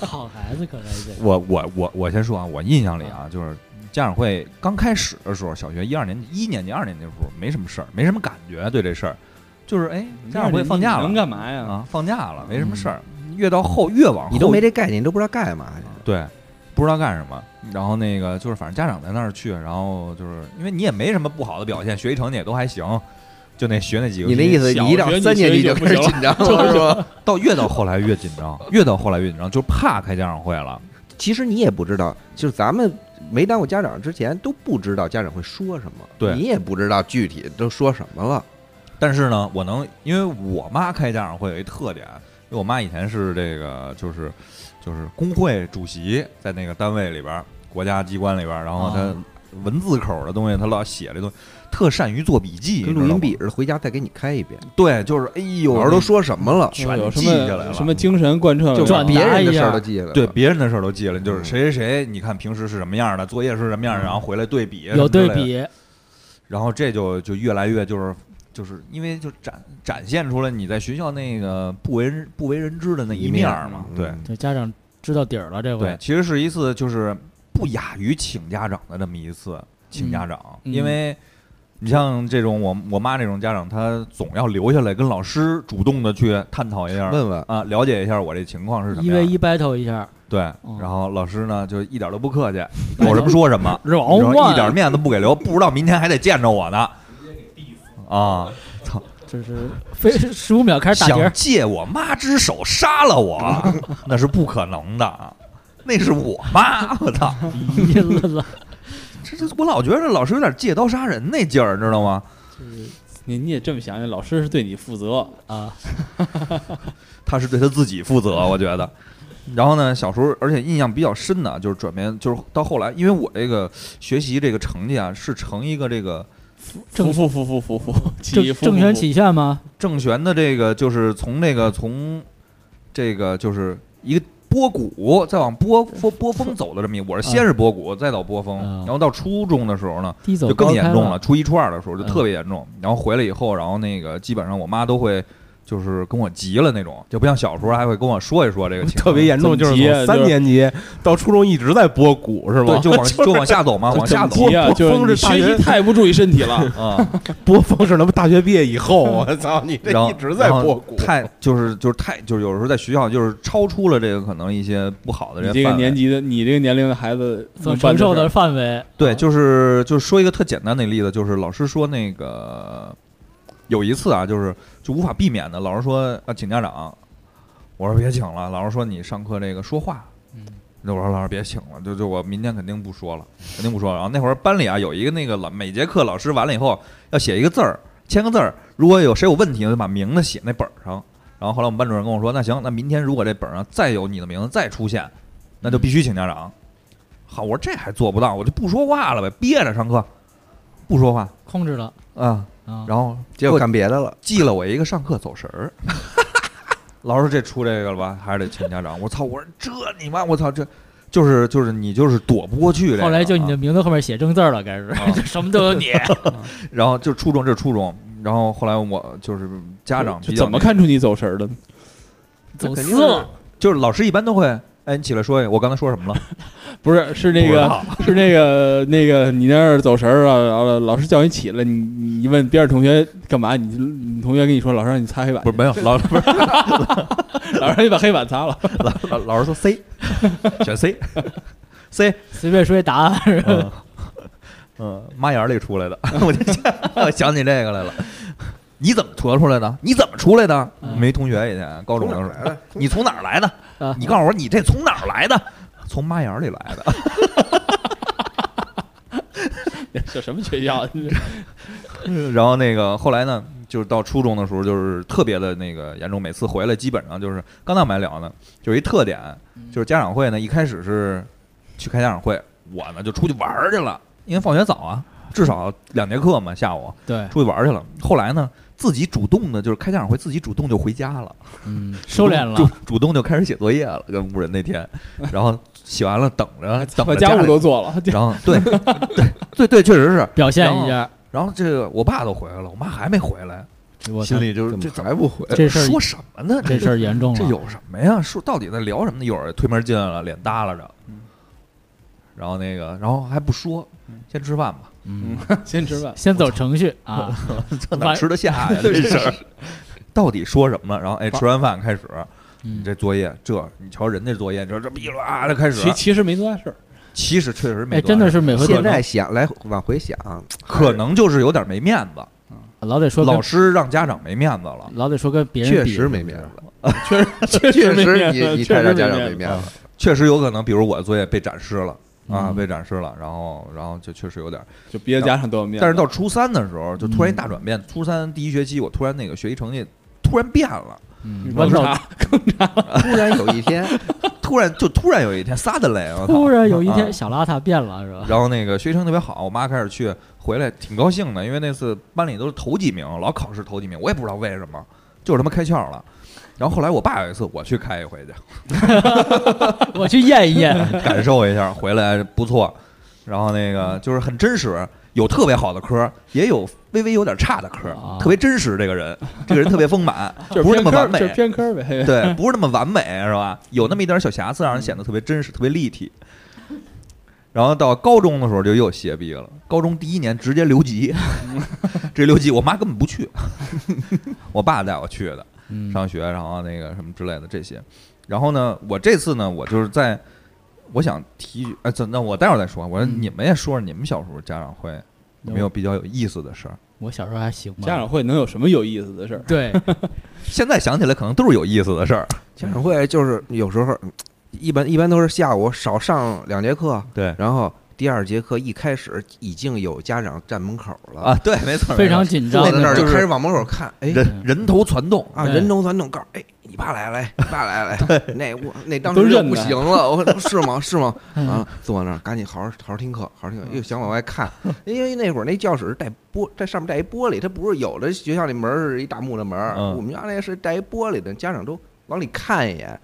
[SPEAKER 3] 好孩子可 是这个，
[SPEAKER 2] 我我我我先说啊，我印象里
[SPEAKER 5] 嗯
[SPEAKER 2] 啊，就是家长会刚开始的时候，小学一二年级、一年级、二年级的时候没什么事儿，没什么感觉对这事儿，就是哎，家长会放假
[SPEAKER 6] 你能
[SPEAKER 2] 了
[SPEAKER 6] 干嘛呀？
[SPEAKER 2] 啊，放假了，没什么事儿。越到后越往后，
[SPEAKER 5] 嗯你都没这概念，你都不知道干嘛去。
[SPEAKER 2] 对，不知道干什么。然后那个就是，反正家长在那儿去，然后就是因为你也没什么不好的表现，学习成绩也都还行，就那学那几个。
[SPEAKER 5] 你那意思，
[SPEAKER 6] 小
[SPEAKER 5] 你一到
[SPEAKER 6] 学你
[SPEAKER 5] 三年
[SPEAKER 6] 学
[SPEAKER 5] 级
[SPEAKER 6] 就
[SPEAKER 5] 就
[SPEAKER 6] 不
[SPEAKER 5] 开始
[SPEAKER 6] 行了
[SPEAKER 5] 紧张了，是吧？
[SPEAKER 2] 到越到后来越紧张，越到后来越紧张，就怕开家长会了。
[SPEAKER 5] 其实你也不知道，就是咱们没当过家长之前都不知道家长会说什么，
[SPEAKER 2] 对
[SPEAKER 5] 你也不知道具体都说什么了。
[SPEAKER 2] 但是呢，我能因为我妈开家长会有一特点，因为我妈以前是这个就是就是工会主席，在那个单位里边儿，国家机关里边儿，然后她
[SPEAKER 3] 哦
[SPEAKER 2] 文字口的东西，她老写这东西，特善于做笔记，
[SPEAKER 5] 跟
[SPEAKER 2] 你知
[SPEAKER 5] 录
[SPEAKER 2] 道
[SPEAKER 5] 音
[SPEAKER 2] 吗
[SPEAKER 5] 笔似的，回家再给你开一遍，嗯
[SPEAKER 2] 对，就是哎呦，
[SPEAKER 5] 老师都说什么了，
[SPEAKER 2] 全
[SPEAKER 6] 嗯有
[SPEAKER 2] 记
[SPEAKER 6] 什
[SPEAKER 2] 下来了
[SPEAKER 6] 么什么精神贯彻了？
[SPEAKER 3] 就转达
[SPEAKER 5] 嗯别人的
[SPEAKER 3] 一
[SPEAKER 5] 事
[SPEAKER 3] 下
[SPEAKER 5] 儿都记下来了。
[SPEAKER 2] 对别人的事儿都记了，就是
[SPEAKER 5] 嗯
[SPEAKER 2] 谁谁谁，你看平时是什么样的，作业是什么样的，然后回来对比，啊
[SPEAKER 3] 有对，比，
[SPEAKER 2] 然后这就就越来越就是就是因为就展展现出了你在学校那个不为人不为人知的那一面儿嘛，
[SPEAKER 5] 嗯
[SPEAKER 2] 对
[SPEAKER 3] 这家长知道底儿了，这
[SPEAKER 2] 对，
[SPEAKER 3] 回
[SPEAKER 2] 其实是一次就是不亚于请家长的这么一次请家长，
[SPEAKER 6] 嗯
[SPEAKER 2] 因为。你像这种我我妈这种家长，她总要留下来跟老师主动的去探讨一下，
[SPEAKER 5] 问问
[SPEAKER 2] 啊，了解一下我这情况是什么
[SPEAKER 3] 一
[SPEAKER 2] 样
[SPEAKER 3] 对
[SPEAKER 2] 的。
[SPEAKER 3] 一 battle 一下，
[SPEAKER 2] 对，
[SPEAKER 3] 哦
[SPEAKER 2] 然后老师呢就一点都不客气，有什么说什么，
[SPEAKER 3] 然
[SPEAKER 2] 然后
[SPEAKER 3] 后
[SPEAKER 2] 一点面子不给留，不知道明天还得见着我呢。啊！
[SPEAKER 3] 这是非十五秒开始打碟
[SPEAKER 2] 想
[SPEAKER 3] 儿，
[SPEAKER 2] 借我妈之手杀了 我，那是不可能的。那是我妈，我操！
[SPEAKER 3] 意思了，
[SPEAKER 2] 这这，我老觉得老师有点借刀杀人那劲儿，知道吗？
[SPEAKER 6] 你你也这么想，老师是对你负责
[SPEAKER 3] 啊，
[SPEAKER 2] 他是对他自己负责，我觉得。然后呢，小时候，而且印象比较深的就是转变，就是到后来，因为我这个学习这个成绩啊，是成一个这个
[SPEAKER 3] 正
[SPEAKER 6] 服服服服服服，
[SPEAKER 3] 正
[SPEAKER 6] 起服
[SPEAKER 3] 正
[SPEAKER 6] 服
[SPEAKER 3] 权
[SPEAKER 6] 服
[SPEAKER 3] 起下吗？
[SPEAKER 2] 郑玄的这个就是从那个从这个就是一个波谷，再往波波波峰走的这么一，我是先是波谷，再到波峰
[SPEAKER 3] 啊，
[SPEAKER 2] 然后到初中的时候呢，
[SPEAKER 3] 低走
[SPEAKER 2] 就更
[SPEAKER 3] 高
[SPEAKER 2] 严
[SPEAKER 3] 开
[SPEAKER 2] 重
[SPEAKER 3] 了
[SPEAKER 2] 了，，初一初二的时候就
[SPEAKER 3] 嗯
[SPEAKER 2] 特别严重，然后回来以后，然后那个基本上我妈都会。就是跟我急了那种，就不像小时候还会跟我说一说这个情况，
[SPEAKER 4] 特别严重，就是
[SPEAKER 6] 怎么急啊
[SPEAKER 4] 从三年级到初中一直在拨鼓，是
[SPEAKER 2] 对，
[SPEAKER 4] 吗？
[SPEAKER 2] 就 往就往下走嘛，往下走。
[SPEAKER 6] 急啊，
[SPEAKER 4] 我
[SPEAKER 6] 就是
[SPEAKER 4] 疯
[SPEAKER 6] 你
[SPEAKER 4] 是大
[SPEAKER 6] 学
[SPEAKER 4] 学
[SPEAKER 6] 习太不注意身体了
[SPEAKER 2] 啊。
[SPEAKER 4] 拨风是他妈大学毕业以后，我操，你这
[SPEAKER 2] 嗯然后
[SPEAKER 4] 一直在
[SPEAKER 2] 然后
[SPEAKER 4] 拨鼓，
[SPEAKER 2] 太就是就是太就是有时候在学校就是超出了这个可能一些不好的
[SPEAKER 6] 你
[SPEAKER 2] 这
[SPEAKER 6] 这
[SPEAKER 2] 些
[SPEAKER 6] 个
[SPEAKER 2] 范围
[SPEAKER 6] 年级的，你这个年龄的孩子
[SPEAKER 3] 所
[SPEAKER 6] 能办
[SPEAKER 3] 承受
[SPEAKER 6] 事
[SPEAKER 3] 的
[SPEAKER 6] 儿
[SPEAKER 3] 范围，
[SPEAKER 2] 对，就是就是说一个特简单的例子，就是老师说那个有一次啊，就是就无法避免的，老师说啊请家长，我说别请了，老师说你上课这个说话，
[SPEAKER 3] 嗯
[SPEAKER 2] 那我说老师别请了，就就我明天肯定不说了，肯定不说了。然后那会儿班里啊有一个那个老每节课老师完了以后要写一个字儿，签个字儿，如果有谁有问题呢，就把名字写那本儿上。然后后来我们班主任跟我说，那行，那明天如果这本儿上再有你的名字再出现，那就必须请家长。好，我说这还做不到，我就不说话了呗，憋着上课，不说话
[SPEAKER 3] 控制了
[SPEAKER 2] 啊。
[SPEAKER 3] 啊，
[SPEAKER 2] 然后
[SPEAKER 5] 结果干别的了，
[SPEAKER 2] 记了我一个上课走神儿。 老师这出这个了吧，还是得请家长。我操！我说这你妈！我操！这就是就是你就是躲不过去这个啊。啊
[SPEAKER 3] 后来就你的名字后面写正字儿了，开始 就什么都 有你，
[SPEAKER 2] 然后就初中这是初中，然后后来我就是家长
[SPEAKER 6] 就
[SPEAKER 2] 比较
[SPEAKER 6] 怎么看出你走神儿的？
[SPEAKER 3] 走
[SPEAKER 5] 肯定
[SPEAKER 3] 私了，
[SPEAKER 2] 就是老师一般都会，哎，你起来说一，我刚才说什么了？
[SPEAKER 6] 不是，是那
[SPEAKER 2] 不知
[SPEAKER 6] 个
[SPEAKER 2] 道
[SPEAKER 6] 是那个那个，你那儿走神儿了，然后老师叫你起来，你你一问边上同学干嘛，你就你同学跟你说老师让你擦黑板
[SPEAKER 2] 不，是没有老不是
[SPEAKER 6] 老师让你把黑板擦了，
[SPEAKER 2] 老 老老师说 C，选 C，C
[SPEAKER 3] 随便说一答案，
[SPEAKER 2] 嗯， 嗯，妈眼儿里出来的， 我就想我想起这个来了。你怎么得出来的？你怎么出来的？
[SPEAKER 3] 嗯
[SPEAKER 2] 没同学以前高中的时
[SPEAKER 5] 从哪儿来
[SPEAKER 2] 候
[SPEAKER 5] 的，
[SPEAKER 2] 你从哪儿来的？
[SPEAKER 3] 啊
[SPEAKER 2] 你告诉我，你这从哪儿来的？从妈眼儿里来的。
[SPEAKER 8] 这什么学校？
[SPEAKER 6] 啊
[SPEAKER 2] 然后那个后来呢，就是到初中的时候，就是特别的那个严重，每次回来基本上就是刚到买了呢，就有一特点，就是家长会呢，一开始是去开家长会，我呢就出去玩儿去了，因为放学早啊，至少两节课嘛，下午
[SPEAKER 3] 对，
[SPEAKER 2] 出去玩儿去了。后来呢，自己主动的，就是开家长会，自己主动就回家了，
[SPEAKER 3] 嗯，收敛
[SPEAKER 2] 就
[SPEAKER 3] 了，
[SPEAKER 2] 主动就开始写作业了，跟屋人那天，然后写完了等着等
[SPEAKER 8] 把
[SPEAKER 2] 着
[SPEAKER 8] 家
[SPEAKER 2] 里
[SPEAKER 8] 务都做了，
[SPEAKER 2] 然后对 对对对，确实是。
[SPEAKER 3] 表现一下。
[SPEAKER 2] 然后这个我爸都回来了，我妈还没回来，
[SPEAKER 3] 我操
[SPEAKER 2] 心里就是
[SPEAKER 5] 怎
[SPEAKER 2] 这
[SPEAKER 5] 么
[SPEAKER 2] 怎
[SPEAKER 5] 还不回？
[SPEAKER 3] 这事儿
[SPEAKER 2] 说什么呢？
[SPEAKER 3] 这 事儿严重了，
[SPEAKER 2] 这有什么呀？说到底在聊什么呢？一会儿推门进来了，脸耷拉着，
[SPEAKER 3] 嗯
[SPEAKER 2] 然后那个，然后还不说，先吃饭吧，
[SPEAKER 3] 嗯，
[SPEAKER 6] 先吃饭，
[SPEAKER 3] 先走程序啊，
[SPEAKER 2] 这哪吃得下呀？这事儿到底说什么了？然后哎，吃完饭开始，你
[SPEAKER 3] 嗯，
[SPEAKER 2] 这作业，这你瞧人家作业，你说这逼了啊，这开始
[SPEAKER 6] 其，其实没多大事儿，
[SPEAKER 2] 其实确实没
[SPEAKER 3] 哎，
[SPEAKER 2] 多大
[SPEAKER 3] 真的
[SPEAKER 2] 事
[SPEAKER 3] 是每回
[SPEAKER 5] 现
[SPEAKER 3] 都
[SPEAKER 5] 在想来往回想，
[SPEAKER 2] 可能就是有点没面子，
[SPEAKER 3] 老得说跟
[SPEAKER 2] 老师让家长没面子了。
[SPEAKER 3] 老得说跟别人
[SPEAKER 5] 确
[SPEAKER 3] 比
[SPEAKER 5] 实没面子，
[SPEAKER 6] 确
[SPEAKER 5] 确
[SPEAKER 6] 没
[SPEAKER 5] 实
[SPEAKER 6] 面
[SPEAKER 5] 你
[SPEAKER 6] 子
[SPEAKER 5] 你
[SPEAKER 6] 确
[SPEAKER 5] 太
[SPEAKER 6] 实
[SPEAKER 5] 让家
[SPEAKER 6] 没啊
[SPEAKER 5] 长
[SPEAKER 6] 面
[SPEAKER 5] 没面子。
[SPEAKER 2] 确实有可能，比如我的作业被展示了啊，
[SPEAKER 3] 嗯
[SPEAKER 2] 被展示了，然后然后就确实有点儿。
[SPEAKER 8] 就别的家长都有面子。
[SPEAKER 2] 但是到初三的时候，就突然一
[SPEAKER 3] 嗯
[SPEAKER 2] 大转变。初三第一学期，我突然那个学习成绩突然变了，
[SPEAKER 3] 嗯，
[SPEAKER 6] 弯
[SPEAKER 3] 弯
[SPEAKER 6] 道
[SPEAKER 3] 道
[SPEAKER 5] 突然有一天，
[SPEAKER 2] 突然就突然有一天撒的雷，我操
[SPEAKER 3] 突然有一天
[SPEAKER 2] 啊
[SPEAKER 3] 小邋遢变了是吧？
[SPEAKER 2] 然后那个学习成绩特别好，我妈开始去回来挺高兴的，因为那次班里都是头几名，老考试头几名，我也不知道为什么，就是他妈开窍了。然后后来我爸有一次我去开一回去，
[SPEAKER 3] 我去验一验，
[SPEAKER 2] 感受一下，回来不错。然后那个就是很真实，有特别好的科，也有微微有点差的科
[SPEAKER 3] 啊，
[SPEAKER 2] 特别真实。这个人，这个人特别丰满，
[SPEAKER 6] 就是
[SPEAKER 2] 不是那
[SPEAKER 6] 偏
[SPEAKER 2] 么
[SPEAKER 6] 科
[SPEAKER 2] 完
[SPEAKER 6] 儿，就是
[SPEAKER 2] 美，
[SPEAKER 6] 偏科儿 呗。
[SPEAKER 2] 对，不是那么完美，是吧？有那么一点小瑕疵，让人显得特别真实，特别立体。然后到高中的时候就又歇逼了，高中第一年直接留 级，这留级我妈根本不去，我爸带我去的。
[SPEAKER 3] 嗯
[SPEAKER 2] 上学，然后那个什么之类的这些。然后呢，我这次呢，我就是在我想提，呃，这那我待会儿再说。我说
[SPEAKER 3] 嗯
[SPEAKER 2] 你们也说说你们小时候家长会有没有比较有意思的事儿？
[SPEAKER 3] 我小时候还行吧，
[SPEAKER 6] 家长会能有什么有意思的事儿？
[SPEAKER 3] 对，
[SPEAKER 2] 现在想起来可能都是有意思的事儿。
[SPEAKER 5] 家长会就是有时候，嗯一般一般都是下午少上两节课，
[SPEAKER 2] 对
[SPEAKER 5] 然后第二节课一开始已经有家长站门口了
[SPEAKER 2] 啊，，对，没错，
[SPEAKER 3] 非常
[SPEAKER 2] 没错
[SPEAKER 3] 紧张
[SPEAKER 5] 坐
[SPEAKER 3] 的
[SPEAKER 5] 在那儿
[SPEAKER 3] 那
[SPEAKER 5] 就
[SPEAKER 3] 种。
[SPEAKER 5] 开始往门口看，哎。
[SPEAKER 2] 人人头攒动。
[SPEAKER 5] 啊，
[SPEAKER 3] 对
[SPEAKER 5] 人头攒动，告诉哎，你爸来了，哎你爸来了，哎那我那当时
[SPEAKER 6] 都
[SPEAKER 5] 就
[SPEAKER 6] 认
[SPEAKER 5] 不
[SPEAKER 6] 得
[SPEAKER 5] 行了，我说是吗？是吗？
[SPEAKER 3] 嗯
[SPEAKER 5] 啊，坐那儿赶紧好好好好听课，好好听课，又想往外看，因为那会儿那教室带玻，在上面带一玻璃，它不是有的学校那门儿是一大木的门儿，
[SPEAKER 2] 嗯
[SPEAKER 5] 我们家那是带一玻璃的，家长都往里看一眼，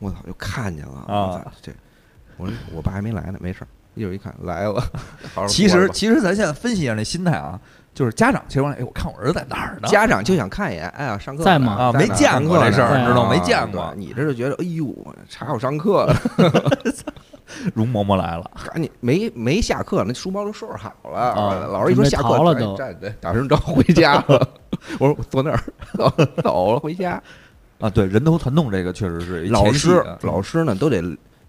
[SPEAKER 5] 我操，就看见了，我
[SPEAKER 2] 啊
[SPEAKER 5] 操，这我说我爸还没来呢，没事儿，一会儿一看来了，好好
[SPEAKER 2] 其
[SPEAKER 5] 坐着
[SPEAKER 2] 实
[SPEAKER 5] 吧
[SPEAKER 2] 其实咱现在分析一下那心态啊，就是家长其实往里，哎，我看我儿子在哪儿呢？
[SPEAKER 5] 家长就想看一眼，哎呀，上课
[SPEAKER 3] 在
[SPEAKER 5] 呢
[SPEAKER 3] 吗
[SPEAKER 2] 啊
[SPEAKER 5] 在
[SPEAKER 2] 没
[SPEAKER 5] 呢
[SPEAKER 2] 见
[SPEAKER 5] 上
[SPEAKER 2] 过
[SPEAKER 5] 课
[SPEAKER 2] 这
[SPEAKER 5] 呢
[SPEAKER 2] 事儿
[SPEAKER 5] 啊
[SPEAKER 2] 知道没见过
[SPEAKER 5] 对你这就觉得，哎呦，查我上课 了，
[SPEAKER 2] 容嬷嬷来了，
[SPEAKER 5] 赶紧没没下课，那书包都收拾好了。
[SPEAKER 2] 啊
[SPEAKER 5] 老师一说下
[SPEAKER 3] 准备
[SPEAKER 5] 课，
[SPEAKER 3] 逃了
[SPEAKER 5] 站
[SPEAKER 3] 都
[SPEAKER 5] 站着打声招呼回家了。 我说我坐那儿， 走走了回家。
[SPEAKER 2] 啊，对，人头攒动这个确实是一
[SPEAKER 5] 老
[SPEAKER 2] 前戏
[SPEAKER 5] 师
[SPEAKER 2] 啊
[SPEAKER 5] 老师呢都得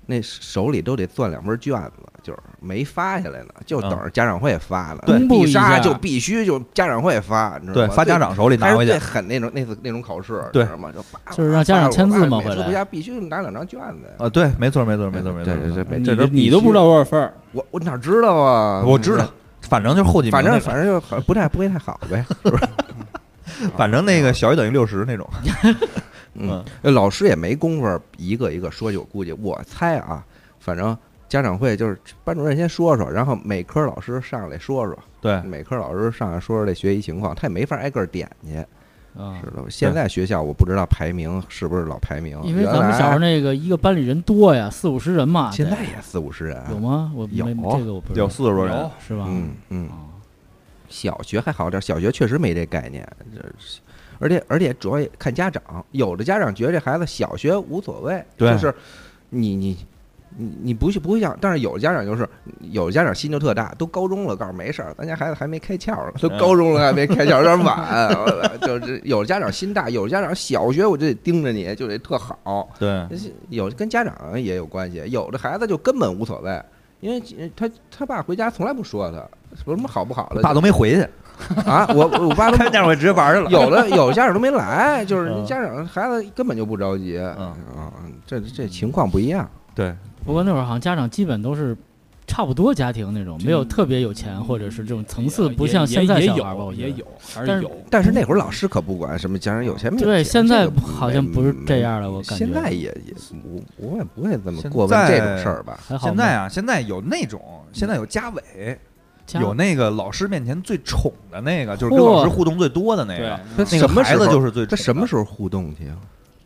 [SPEAKER 5] 那手里都得攥两份卷子，就是没发下来呢，就等着家长会发呢。
[SPEAKER 3] 公布
[SPEAKER 5] 必
[SPEAKER 3] 一下
[SPEAKER 5] 杀就必须就家长会发，你知道
[SPEAKER 2] 对
[SPEAKER 5] 吗？
[SPEAKER 2] 发家长手里
[SPEAKER 5] 还
[SPEAKER 2] 拿
[SPEAKER 5] 是
[SPEAKER 2] 回去
[SPEAKER 5] 最，狠那种那次那种考试，
[SPEAKER 2] 对
[SPEAKER 5] 知道吗？就叭
[SPEAKER 3] 就是让家长签字嘛
[SPEAKER 5] 我爸每
[SPEAKER 3] 回
[SPEAKER 5] 次
[SPEAKER 3] 来
[SPEAKER 5] 回家必须拿两张卷子呀。
[SPEAKER 2] 啊，对，没错没错没错没错，
[SPEAKER 5] 对对
[SPEAKER 2] 没
[SPEAKER 5] 对
[SPEAKER 2] 错
[SPEAKER 5] 没
[SPEAKER 6] 你
[SPEAKER 5] 这
[SPEAKER 6] 都
[SPEAKER 5] 都
[SPEAKER 6] 你都不知道多少分儿，
[SPEAKER 5] 我我哪知道啊？
[SPEAKER 2] 我知道，反正就是后几名
[SPEAKER 5] 反
[SPEAKER 2] 那
[SPEAKER 5] 正
[SPEAKER 2] 个
[SPEAKER 5] 反正就好不太不会太好 呗。
[SPEAKER 2] 反正那个小于等于六十那种，
[SPEAKER 5] 嗯，老师也没工夫一个一个说去，我估计我猜啊，反正家长会就是班主任先说说，然后每科老师上来说说，
[SPEAKER 2] 对，
[SPEAKER 5] 每科老师上来说说这学习情况，他也没法挨个儿点去，
[SPEAKER 3] 嗯
[SPEAKER 5] 知道吧？现在学校我不知道排名是不是老排名，
[SPEAKER 3] 因为咱们
[SPEAKER 5] 哦原来
[SPEAKER 3] 小时候那个一个班里人多呀，四五十人嘛，
[SPEAKER 5] 现
[SPEAKER 3] 得
[SPEAKER 5] 在也四五十人，
[SPEAKER 3] 有吗？我
[SPEAKER 5] 有
[SPEAKER 3] 没这个我不知道
[SPEAKER 2] 有四十多人，
[SPEAKER 3] 是吧？
[SPEAKER 5] 嗯嗯。
[SPEAKER 3] 啊，
[SPEAKER 5] 小学还好点儿，小学确实没这概念，这而且而且主要也看家长，有的家长觉得这孩子小学无所谓，
[SPEAKER 2] 对
[SPEAKER 5] 就是你你你你不去不会想，但是有的家长就是有的家长心就特大，都高中了，告诉没事儿，咱家孩子还没开窍呢，都
[SPEAKER 2] 嗯
[SPEAKER 5] 高中了还没开窍，有点晚，我操就是有的家长心大，有的家长小学我就得盯着你，就得特好，
[SPEAKER 2] 对，
[SPEAKER 5] 有跟家长也有关系，有的孩子就根本无所谓，因为呃他他爸回家从来不说他有什么好不好的，
[SPEAKER 2] 爸都没回去，
[SPEAKER 5] 啊，我我 我爸都
[SPEAKER 2] 开家长会直接玩去了。
[SPEAKER 5] 有的有的家长都没 来，就是
[SPEAKER 2] 嗯
[SPEAKER 5] 家长孩子根本就不着急，
[SPEAKER 2] 嗯
[SPEAKER 5] 啊，这这情况不一样，
[SPEAKER 2] 对，
[SPEAKER 3] 不过那会儿好像家长基本都是差不多家庭那种，没有特别有钱，或者是这种层次不像现在
[SPEAKER 8] 也
[SPEAKER 3] 小
[SPEAKER 8] 也
[SPEAKER 3] 孩儿吧，我
[SPEAKER 8] 有
[SPEAKER 3] 觉
[SPEAKER 8] 也
[SPEAKER 3] 得。
[SPEAKER 8] 有，还
[SPEAKER 3] 但
[SPEAKER 8] 是
[SPEAKER 3] 是
[SPEAKER 8] 有。
[SPEAKER 5] 但是那会儿老师可不管什么家人有钱没有
[SPEAKER 3] 对
[SPEAKER 5] 钱
[SPEAKER 3] 现在
[SPEAKER 5] 这个
[SPEAKER 3] 好像不是
[SPEAKER 5] 没
[SPEAKER 3] 这样了我感觉
[SPEAKER 5] 嗯现在也也我我也不会这么
[SPEAKER 2] 现
[SPEAKER 5] 过问这
[SPEAKER 2] 在
[SPEAKER 5] 种事儿吧？
[SPEAKER 3] 还好
[SPEAKER 2] 现在啊，现在有那种，现在有家委，
[SPEAKER 3] 家
[SPEAKER 2] 有那个老师面前最宠的那个，就是跟老师互动最多的那
[SPEAKER 8] 对
[SPEAKER 2] 个，，
[SPEAKER 5] 这
[SPEAKER 2] 那个
[SPEAKER 5] 什么
[SPEAKER 2] 孩
[SPEAKER 5] 时
[SPEAKER 2] 子
[SPEAKER 5] 候
[SPEAKER 2] 就是最
[SPEAKER 5] 这什么
[SPEAKER 2] 时
[SPEAKER 5] 时候互动去啊？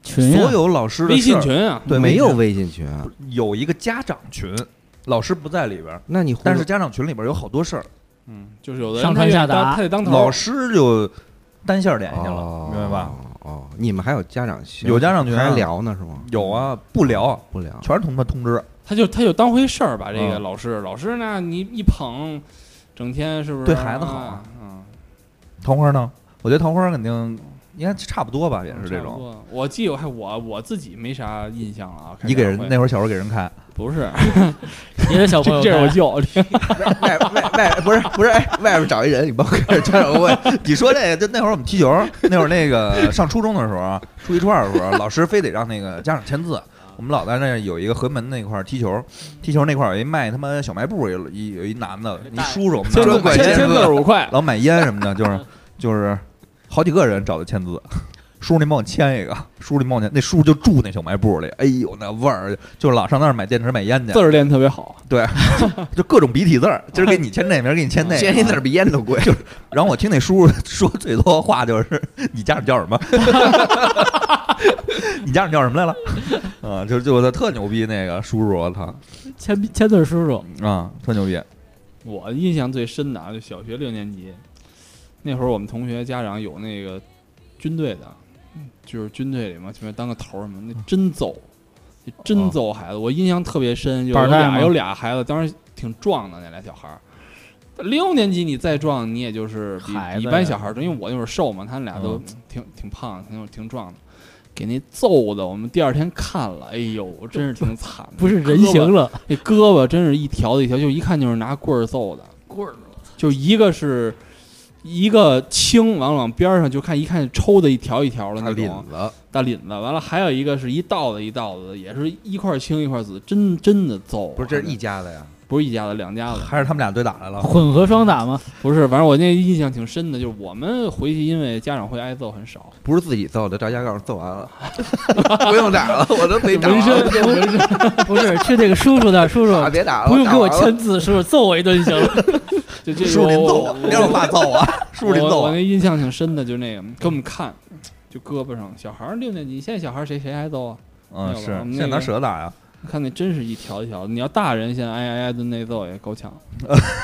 [SPEAKER 3] 群呀
[SPEAKER 2] 所有老师的
[SPEAKER 8] 微信
[SPEAKER 2] 事
[SPEAKER 8] 群
[SPEAKER 2] 儿
[SPEAKER 8] 啊，
[SPEAKER 2] 对
[SPEAKER 5] 没有
[SPEAKER 2] 微
[SPEAKER 5] 微信群啊？
[SPEAKER 2] 有一个家长群，老师不在里边儿，
[SPEAKER 5] 那你互
[SPEAKER 2] 但是家长群里边儿有好多事儿，
[SPEAKER 8] 嗯，就是有的人
[SPEAKER 3] 上
[SPEAKER 8] 他
[SPEAKER 3] 传
[SPEAKER 8] 愿
[SPEAKER 3] 下
[SPEAKER 8] 意当
[SPEAKER 3] 达
[SPEAKER 8] 他得当头儿，
[SPEAKER 2] 老师就单线儿联系
[SPEAKER 5] 哦
[SPEAKER 2] 了，明白吧？？
[SPEAKER 5] 哦，你们还有家长群？
[SPEAKER 2] 有家长群啊
[SPEAKER 5] 还聊呢是吗？
[SPEAKER 2] 有啊，不聊，
[SPEAKER 5] 不聊？
[SPEAKER 2] 全是通过通知，
[SPEAKER 8] 他就他就当回事儿吧。这个
[SPEAKER 2] 嗯
[SPEAKER 8] 老师，老师呢，你一捧，整天是不是
[SPEAKER 2] 对孩子好啊
[SPEAKER 8] 啊？嗯，
[SPEAKER 2] 桃花呢？我觉得桃花肯定应该差不多吧，也是这
[SPEAKER 8] 差不
[SPEAKER 2] 种。
[SPEAKER 8] 多。我记得还我我自己没啥印象了啊。开
[SPEAKER 2] 你给
[SPEAKER 8] 家
[SPEAKER 2] 人
[SPEAKER 8] 会
[SPEAKER 2] 那会儿小时候给人看，
[SPEAKER 8] 不是，
[SPEAKER 3] 别的小朋友
[SPEAKER 8] 这这是我
[SPEAKER 3] 看
[SPEAKER 8] 舅，
[SPEAKER 5] 外外外不是不是，哎，外边找一人，你帮我开始家长问。
[SPEAKER 2] 你说这个，就那会儿我们踢球，那会儿那 个上初中的时候啊，初一初二的时候，老师非得让那个家长签字。我们老在那儿有一个河门那块儿踢球，踢球那块儿有一卖他妈小卖部，有一有一男的，一叔叔，我们
[SPEAKER 8] 签
[SPEAKER 2] 拿着
[SPEAKER 8] 字
[SPEAKER 2] 管
[SPEAKER 8] 签
[SPEAKER 2] 签
[SPEAKER 8] 签字
[SPEAKER 2] 字，
[SPEAKER 8] 五块，
[SPEAKER 2] 老买烟什么的， 就是就是好几个人找他签字。叔，你帮我签一个。叔，你帮我签。那叔就住那小卖部里，哎呦那味儿，就老上那儿买电池买烟去
[SPEAKER 8] 字，儿练特别好。
[SPEAKER 2] 就各种笔体字儿，今儿给你签这，明儿给你签那个。
[SPEAKER 5] 现在字儿比烟都贵，
[SPEAKER 2] 然后我听那叔叔说最多的话就是：“你家长叫什么？ 你家长叫什么来了？”啊，就就他特牛逼那个叔叔，我操
[SPEAKER 3] 签签字叔叔，
[SPEAKER 2] 啊，特牛逼。
[SPEAKER 8] 我印象最深的啊，就小学六年级那会儿，我们同学家长有那个军队的，就是军队里嘛，前面当个头儿什么，那真揍，那真揍孩子。我印象特别深，有
[SPEAKER 3] 板儿
[SPEAKER 8] 有
[SPEAKER 3] 带吗
[SPEAKER 8] 俩有俩孩子，当时挺壮的那俩小孩儿。六年级你再壮，你也就是比
[SPEAKER 3] 孩子
[SPEAKER 8] 比一
[SPEAKER 3] 呀嗯
[SPEAKER 8] 般小孩儿壮，因为我那会儿瘦嘛，他们俩都挺挺胖，挺挺壮的，给那揍的。我们第二天看了，哎呦，真是挺惨的，
[SPEAKER 3] 不是人
[SPEAKER 8] 胳膊
[SPEAKER 3] 形了，
[SPEAKER 8] 那胳膊真是一条的一条，就一看就是拿棍儿揍的。棍儿，就一个是一个轻，完了往边儿上就看一看抽的一条一条的那
[SPEAKER 5] 领
[SPEAKER 8] 种
[SPEAKER 5] 子。
[SPEAKER 8] 大领子，完了还有一个是一道子一道子的，也是一块青一块紫，真真的揍。啊
[SPEAKER 5] 不是，这是一家子呀？
[SPEAKER 8] 不是一家子两家子，
[SPEAKER 2] 还是他们俩对打 来了，
[SPEAKER 3] 混合双打吗？
[SPEAKER 8] 不是，反正我那印象挺深的，就是我们回去因为家长会挨揍很少，
[SPEAKER 5] 不是自己揍的，照家告诉揍完了， 不用 打了，我都没打完
[SPEAKER 8] 纹
[SPEAKER 5] 了，
[SPEAKER 8] 身纹身，
[SPEAKER 3] 不是，去那个叔叔那儿，叔叔
[SPEAKER 5] 打别打了，
[SPEAKER 3] 不用给我
[SPEAKER 5] 打完了
[SPEAKER 3] 签字，叔叔揍我一顿行了。
[SPEAKER 8] 就这
[SPEAKER 2] 叔
[SPEAKER 8] 个
[SPEAKER 2] 您
[SPEAKER 8] 哎我
[SPEAKER 2] 揍我，啊别让我爸揍我，叔您揍啊
[SPEAKER 8] 我。我
[SPEAKER 2] 我。
[SPEAKER 8] 那印象挺深的，就是那个给我们看，就胳膊上，小孩儿六年级，现在小孩儿谁谁挨揍啊？
[SPEAKER 2] 嗯，是
[SPEAKER 8] 我们那个
[SPEAKER 2] 现在拿舌头打呀，
[SPEAKER 8] 看那真是一条一条的。你要大人现在挨挨挨顿内揍也够呛。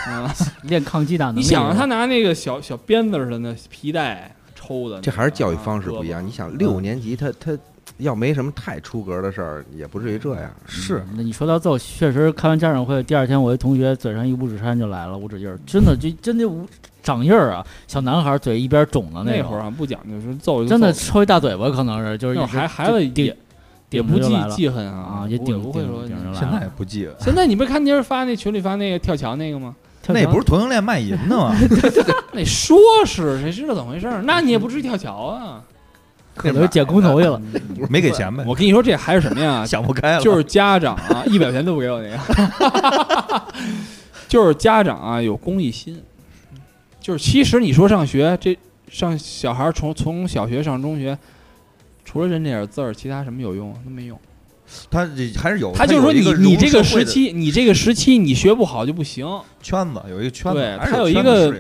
[SPEAKER 8] 啊
[SPEAKER 3] 练抗击打能力，
[SPEAKER 8] 你想啊，他拿那个小小鞭子似的那皮带抽的那个啊，
[SPEAKER 5] 这还是教育方式不一样。
[SPEAKER 8] 胳膊
[SPEAKER 5] 你想，六年级他他要没什么太出格的事儿，也不至于这样。
[SPEAKER 2] 是
[SPEAKER 3] 那你说到揍，确实开完家长会，第二天我一同学嘴上一五指山就来了，五指印儿，真的就真的五长印儿啊！小男孩嘴一边肿的
[SPEAKER 8] 那
[SPEAKER 3] 种
[SPEAKER 8] 会儿，啊不讲究，是揍就揍
[SPEAKER 3] 真的抽一大嘴巴，可能是就是
[SPEAKER 8] 那
[SPEAKER 3] 一
[SPEAKER 8] 会儿
[SPEAKER 3] 直
[SPEAKER 8] 孩孩子
[SPEAKER 3] 顶
[SPEAKER 8] 也也不
[SPEAKER 3] 顶着
[SPEAKER 8] 记
[SPEAKER 3] 来了
[SPEAKER 8] 记恨
[SPEAKER 3] 啊
[SPEAKER 8] 啊，
[SPEAKER 3] 也
[SPEAKER 8] 不
[SPEAKER 3] 顶
[SPEAKER 8] 不会
[SPEAKER 3] 顶
[SPEAKER 8] 说
[SPEAKER 3] 顶着来
[SPEAKER 8] 你。
[SPEAKER 3] 了
[SPEAKER 2] 现在也不记了。
[SPEAKER 8] 现在你没看今儿发那群里发那个跳桥那个吗？
[SPEAKER 3] 跳
[SPEAKER 2] 那
[SPEAKER 3] 墙
[SPEAKER 2] 不是同性恋卖淫的 吗？
[SPEAKER 8] 那说是谁知道怎么回事儿？那你也不至于跳桥啊！
[SPEAKER 3] 可能是捡空投去了，
[SPEAKER 2] 没给钱呗，
[SPEAKER 8] 我跟你说，这还是什么 呀？
[SPEAKER 2] 想不开了。
[SPEAKER 8] 就是家长 啊，一百块钱都不给我那个， 就是家长啊有公益心，就是其实你说上学这上小孩儿从从小学上中学，除了认这点字儿，其他什么有用啊都没用。
[SPEAKER 2] 他这还是有，
[SPEAKER 8] 他就是
[SPEAKER 2] 哦有
[SPEAKER 8] 说
[SPEAKER 2] 一
[SPEAKER 8] 你你这
[SPEAKER 2] 个
[SPEAKER 8] 个
[SPEAKER 2] 融社会的
[SPEAKER 8] 时期，你这个时期你学不好就不行，
[SPEAKER 2] 圈子有一个圈子，
[SPEAKER 8] 对
[SPEAKER 2] 还是
[SPEAKER 8] 他有一
[SPEAKER 2] 圈子
[SPEAKER 8] 个
[SPEAKER 2] 适应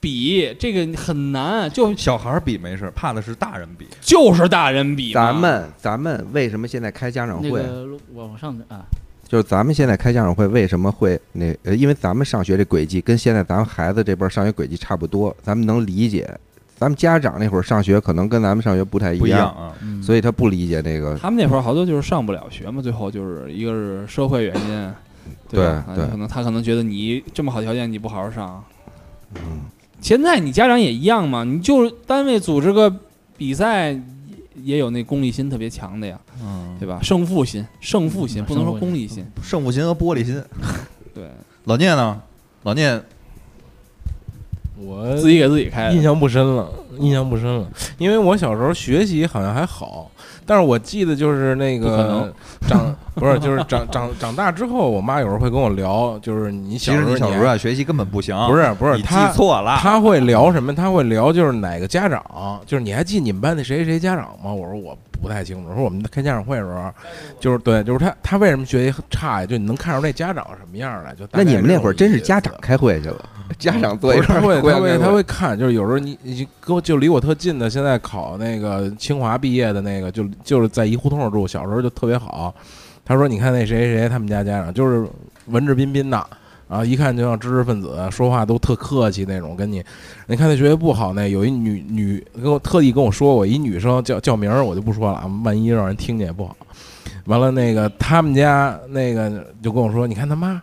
[SPEAKER 8] 比这个很难，就
[SPEAKER 2] 小孩儿比没事，怕的是大人比。
[SPEAKER 8] 就是大人比嘛
[SPEAKER 5] 咱们咱们为什么现在开家长
[SPEAKER 3] 嗯那
[SPEAKER 5] 会？
[SPEAKER 3] 个往上的啊，
[SPEAKER 5] 就是咱们现在开家长会为什么会那？呃，因为咱们上学这轨迹跟现在咱们孩子这辈儿上学轨迹差不多，咱们能理解。咱们家长那会儿上学可能跟咱们上学不太一
[SPEAKER 2] 不一样啊，
[SPEAKER 3] 嗯
[SPEAKER 5] 所以他不理解那个。
[SPEAKER 8] 他们那会儿好多就是上不了学嘛，最后就是一个是社会原因，吧？
[SPEAKER 5] 对
[SPEAKER 8] 啊
[SPEAKER 5] 对
[SPEAKER 8] 可能他可能觉得你这么好条件你不好好上，
[SPEAKER 5] 嗯，
[SPEAKER 8] 现在你家长也一样嘛，你就单位组织个比赛，也也有那功利心特别强的呀，
[SPEAKER 2] 嗯，
[SPEAKER 8] 对吧？胜负心，胜负心
[SPEAKER 3] 嗯
[SPEAKER 8] 不能说
[SPEAKER 3] 胜负心
[SPEAKER 8] 功利心，
[SPEAKER 2] 胜负心和玻璃心。
[SPEAKER 8] 对，
[SPEAKER 2] 老聂呢？老聂
[SPEAKER 4] 我
[SPEAKER 8] 自己给自己开的
[SPEAKER 4] 印。象不深了，印象不深了，因为我小时候学习好像还好，但是我记得就是那
[SPEAKER 8] 不可
[SPEAKER 4] 个
[SPEAKER 8] 能
[SPEAKER 4] 长不是就是长长长大之后，我妈有时候会跟我聊，就是你
[SPEAKER 2] 其
[SPEAKER 4] 小时
[SPEAKER 2] 实
[SPEAKER 4] 候
[SPEAKER 2] 你小时候
[SPEAKER 4] 还
[SPEAKER 2] 啊，学习根本不行，
[SPEAKER 4] 不是不是
[SPEAKER 2] 你记
[SPEAKER 4] 她
[SPEAKER 2] 错了，
[SPEAKER 4] 他会聊什么？他会聊就是哪个家长，就是你还记你们班那谁谁家长吗？我说我不太清楚。我说我们开家长会的时候，就是对，就是他他为什么学习差呀？就你能看出那家长什么样来。就大
[SPEAKER 5] 那
[SPEAKER 4] 概
[SPEAKER 5] 你们那会儿真是家
[SPEAKER 4] 这种意思。啊
[SPEAKER 5] 长开会 去了，家长坐一
[SPEAKER 4] 不是
[SPEAKER 5] 块
[SPEAKER 4] 他
[SPEAKER 5] 儿
[SPEAKER 4] 会，
[SPEAKER 5] 互
[SPEAKER 4] 他
[SPEAKER 5] 相
[SPEAKER 4] 会，
[SPEAKER 5] 开
[SPEAKER 4] 他
[SPEAKER 5] 会
[SPEAKER 4] 会看，就是有时候你你跟我就离我特近的，现在考那个清华毕业的那个，就就是在一胡同住，小时候就特别好。他说：“你看那谁谁谁他们家家长，就是文质彬彬的，然后一看就像知识分子，啊说话都特客气那种。跟你，你看他学习不好呢，有一女女跟我特意跟我说过，一女生叫叫名儿我就不说了，啊，万一让人听见也不好。完了那个他们家那个就跟我说，你看他妈。”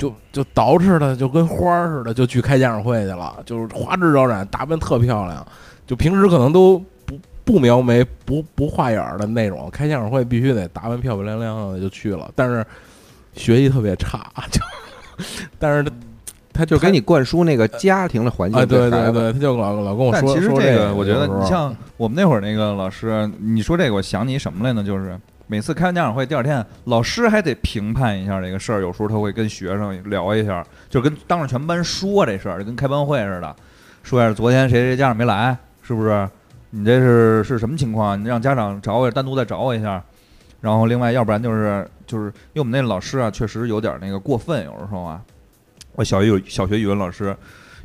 [SPEAKER 4] 就就捯饬的就跟花儿似的，就去开家长会去了，就是花枝招展，打扮特漂亮。就平时可能都不不描眉、不不画眼儿的那种，开家长会必须得打扮漂漂亮亮的就去了。但是学习特别差，就但是他他
[SPEAKER 5] 就给
[SPEAKER 4] 他
[SPEAKER 5] 你灌输那个家庭的环
[SPEAKER 4] 啊，
[SPEAKER 5] 境
[SPEAKER 4] 对
[SPEAKER 5] 孩
[SPEAKER 4] 对
[SPEAKER 5] 子
[SPEAKER 4] 对，他就老老跟我
[SPEAKER 2] 但
[SPEAKER 4] 说
[SPEAKER 2] 其实
[SPEAKER 4] 说
[SPEAKER 2] 这
[SPEAKER 4] 个，
[SPEAKER 2] 我觉得
[SPEAKER 4] 有时候啊
[SPEAKER 2] 你像我们那会儿那个老师，你说这个，我想起什么来呢？就是每次开完家长会，第二天老师还得评判一下这个事儿，有时候他会跟学生聊一下，就跟当着全班说这事儿，就跟开班会似的，说一下昨天谁谁家长没来，是不是？你这是是什么情况？你让家长找我，单独再找我一下。然后另外，要不然就是就是因为我们那老师啊，确实有点那个过分，有时候啊，我小学有小学语文老师，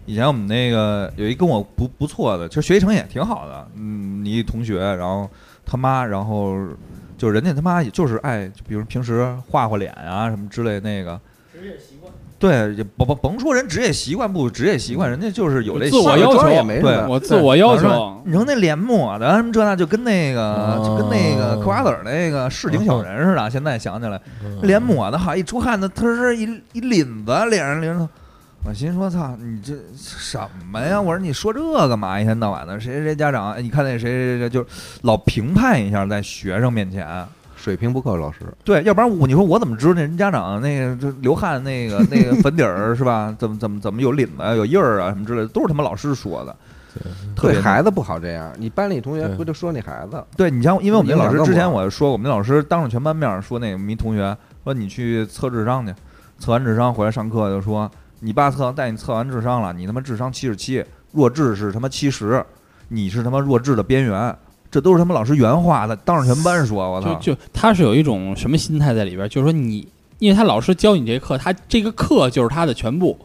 [SPEAKER 2] 以前我们那个有一跟我不不错的，其实学习成绩也挺好的，嗯，你一同学，然后他妈，然后就人家他妈也就是爱，就比如平时画画脸啊什么之类那个。职业习惯。对，嗯也甭甭甭说人职业习惯不职业习惯，人家就是有这
[SPEAKER 8] 自我
[SPEAKER 2] 习
[SPEAKER 8] 要
[SPEAKER 2] 惯
[SPEAKER 5] 装
[SPEAKER 8] 求
[SPEAKER 5] 也没什
[SPEAKER 2] 对
[SPEAKER 5] 么，
[SPEAKER 8] 我自我要求，
[SPEAKER 2] 你说那脸抹的什么这那，就跟那个就跟那个
[SPEAKER 4] 哦
[SPEAKER 2] 嗑瓜子儿那个市井小人似的。现在想起来，脸抹的好，一出汗的，他是一一领子，脸上淋着。我心说：“操，你这什么呀？”我说：“你说这干嘛？一天到晚的，谁谁谁家长，哎你看那谁谁谁，就是老评判一下在学生面前。
[SPEAKER 5] 水平不够，老师
[SPEAKER 4] 嗯
[SPEAKER 2] 对，要不然我你说我怎么知道那人家长那个这流汗那个那个粉底儿是吧？怎么怎么怎么有领子啊，有印儿啊什么之类的，都是他妈老师说的。特别
[SPEAKER 5] 对孩子不好这样，你班里同学
[SPEAKER 4] 对
[SPEAKER 5] 不就说那孩子
[SPEAKER 2] 对你像，因为我们那
[SPEAKER 5] 影响
[SPEAKER 2] 老师
[SPEAKER 5] 更
[SPEAKER 2] 之前
[SPEAKER 5] 广
[SPEAKER 2] 我说，我们那老师当着全班面儿说那个迷同学说你去测智商去，测完智商回来上课就说你爸测带你测完智商了，你他妈智商七十七，弱智是他妈七十，你是他妈弱智的边缘，这都是他妈老师原话的，当着全班说，我操！
[SPEAKER 8] 就就他是有一种什么心态在里边儿，就是说你，因为他老师教你这课，他这个课就是他的全部，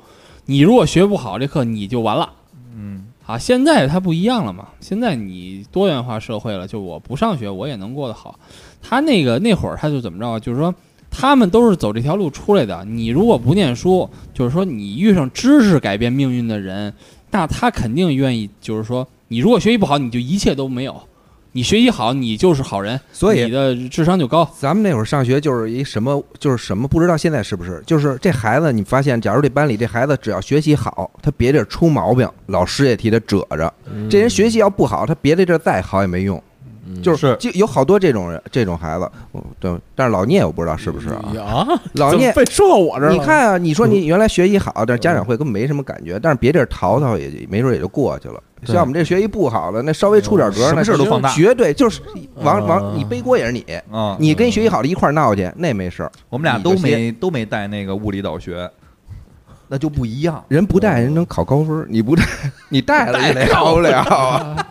[SPEAKER 8] 你如果学不好这课，你就完了。
[SPEAKER 2] 嗯，
[SPEAKER 8] 啊，现在他不一样了嘛，现在你多元化社会了，就我不上学我也能过得好。他那个那会儿他就怎么着啊，就是说他们都是走这条路出来的。你如果不念书，就是说你遇上知识改变命运的人，那他肯定愿意，就是说你如果学习不好，你就一切都没有；你学习好，你就是好人，
[SPEAKER 5] 所以
[SPEAKER 8] 你的智商就高。
[SPEAKER 5] 咱们那会儿上学就是一什么，就是什么，不知道现在是不是？就是这孩子，你发现，假如这班里这孩子只要学习好，他别地儿出毛病，老师也替他褶着。
[SPEAKER 4] 嗯
[SPEAKER 5] 这人学习要不好，他别的地儿再好也没用。就是
[SPEAKER 2] 是
[SPEAKER 5] 就有好多这种人，这种孩子，嗯对。但是老聂我不知道是不是啊？
[SPEAKER 4] 啊，
[SPEAKER 5] 老
[SPEAKER 4] 怎么
[SPEAKER 5] 聂，
[SPEAKER 4] 被说到我这儿了，
[SPEAKER 5] 你看啊，你说你原来学习好，但是家长会根本没什么感觉，但是别地儿淘淘也也没准也就过去了。
[SPEAKER 4] 对
[SPEAKER 5] 像我们这学习不好的，那稍微出点
[SPEAKER 2] 嗯
[SPEAKER 5] 格儿，
[SPEAKER 2] 什么
[SPEAKER 5] 那
[SPEAKER 2] 事儿都放大
[SPEAKER 5] 绝对就是往往
[SPEAKER 4] 嗯
[SPEAKER 5] 你背锅也是你，
[SPEAKER 2] 啊，
[SPEAKER 5] 你跟学习好的一块儿闹去，那没事儿。
[SPEAKER 2] 我们俩
[SPEAKER 5] 你
[SPEAKER 2] 都
[SPEAKER 5] 就
[SPEAKER 2] 没都没带那个物理导学，那就不一样。
[SPEAKER 5] 人不带人能考高分儿，你不带你带了 也考不了啊。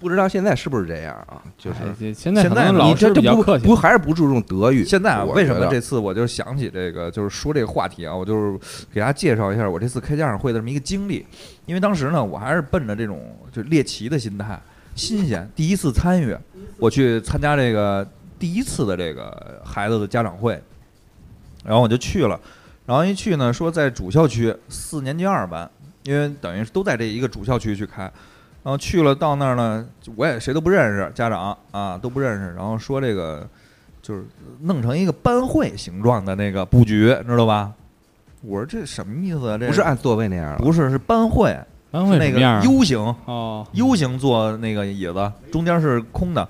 [SPEAKER 5] 不知道现在是不是这样啊？就是
[SPEAKER 8] 哎这现在可
[SPEAKER 2] 现在
[SPEAKER 8] 能
[SPEAKER 2] 呢
[SPEAKER 8] 老
[SPEAKER 5] 你
[SPEAKER 8] 师
[SPEAKER 5] 这这
[SPEAKER 8] 比较
[SPEAKER 5] 不
[SPEAKER 8] 客气
[SPEAKER 5] 不，还是不注重德育？
[SPEAKER 2] 现在啊，
[SPEAKER 5] 我
[SPEAKER 2] 为什么
[SPEAKER 5] 觉得
[SPEAKER 2] 这次我就想起这个，就是说这个话题啊，我就是给大家介绍一下我这次开家长会的这么一个经历。因为当时呢，我还是奔着这种就猎奇的心态，新鲜，第一次参与，我去参加这个第一次的这个孩子的家长会，然后我就去了，然后一去呢，说在主校区四年级二班，因为等于是都在这一个主校区去开，然后去了到那儿呢，我也谁都不认识，家长啊都不认识，然后说这个就是弄成一个班会形状的那个布局，知道吧？我说这什么意思啊？这
[SPEAKER 5] 不是按座位那样啊了，
[SPEAKER 2] 不是是班会，
[SPEAKER 8] 班
[SPEAKER 2] 是
[SPEAKER 8] 会
[SPEAKER 2] 那
[SPEAKER 8] 什
[SPEAKER 2] 个
[SPEAKER 8] 么样啊？
[SPEAKER 2] U 型
[SPEAKER 8] 哦，
[SPEAKER 2] ，U 型坐那个椅子，中间是空的。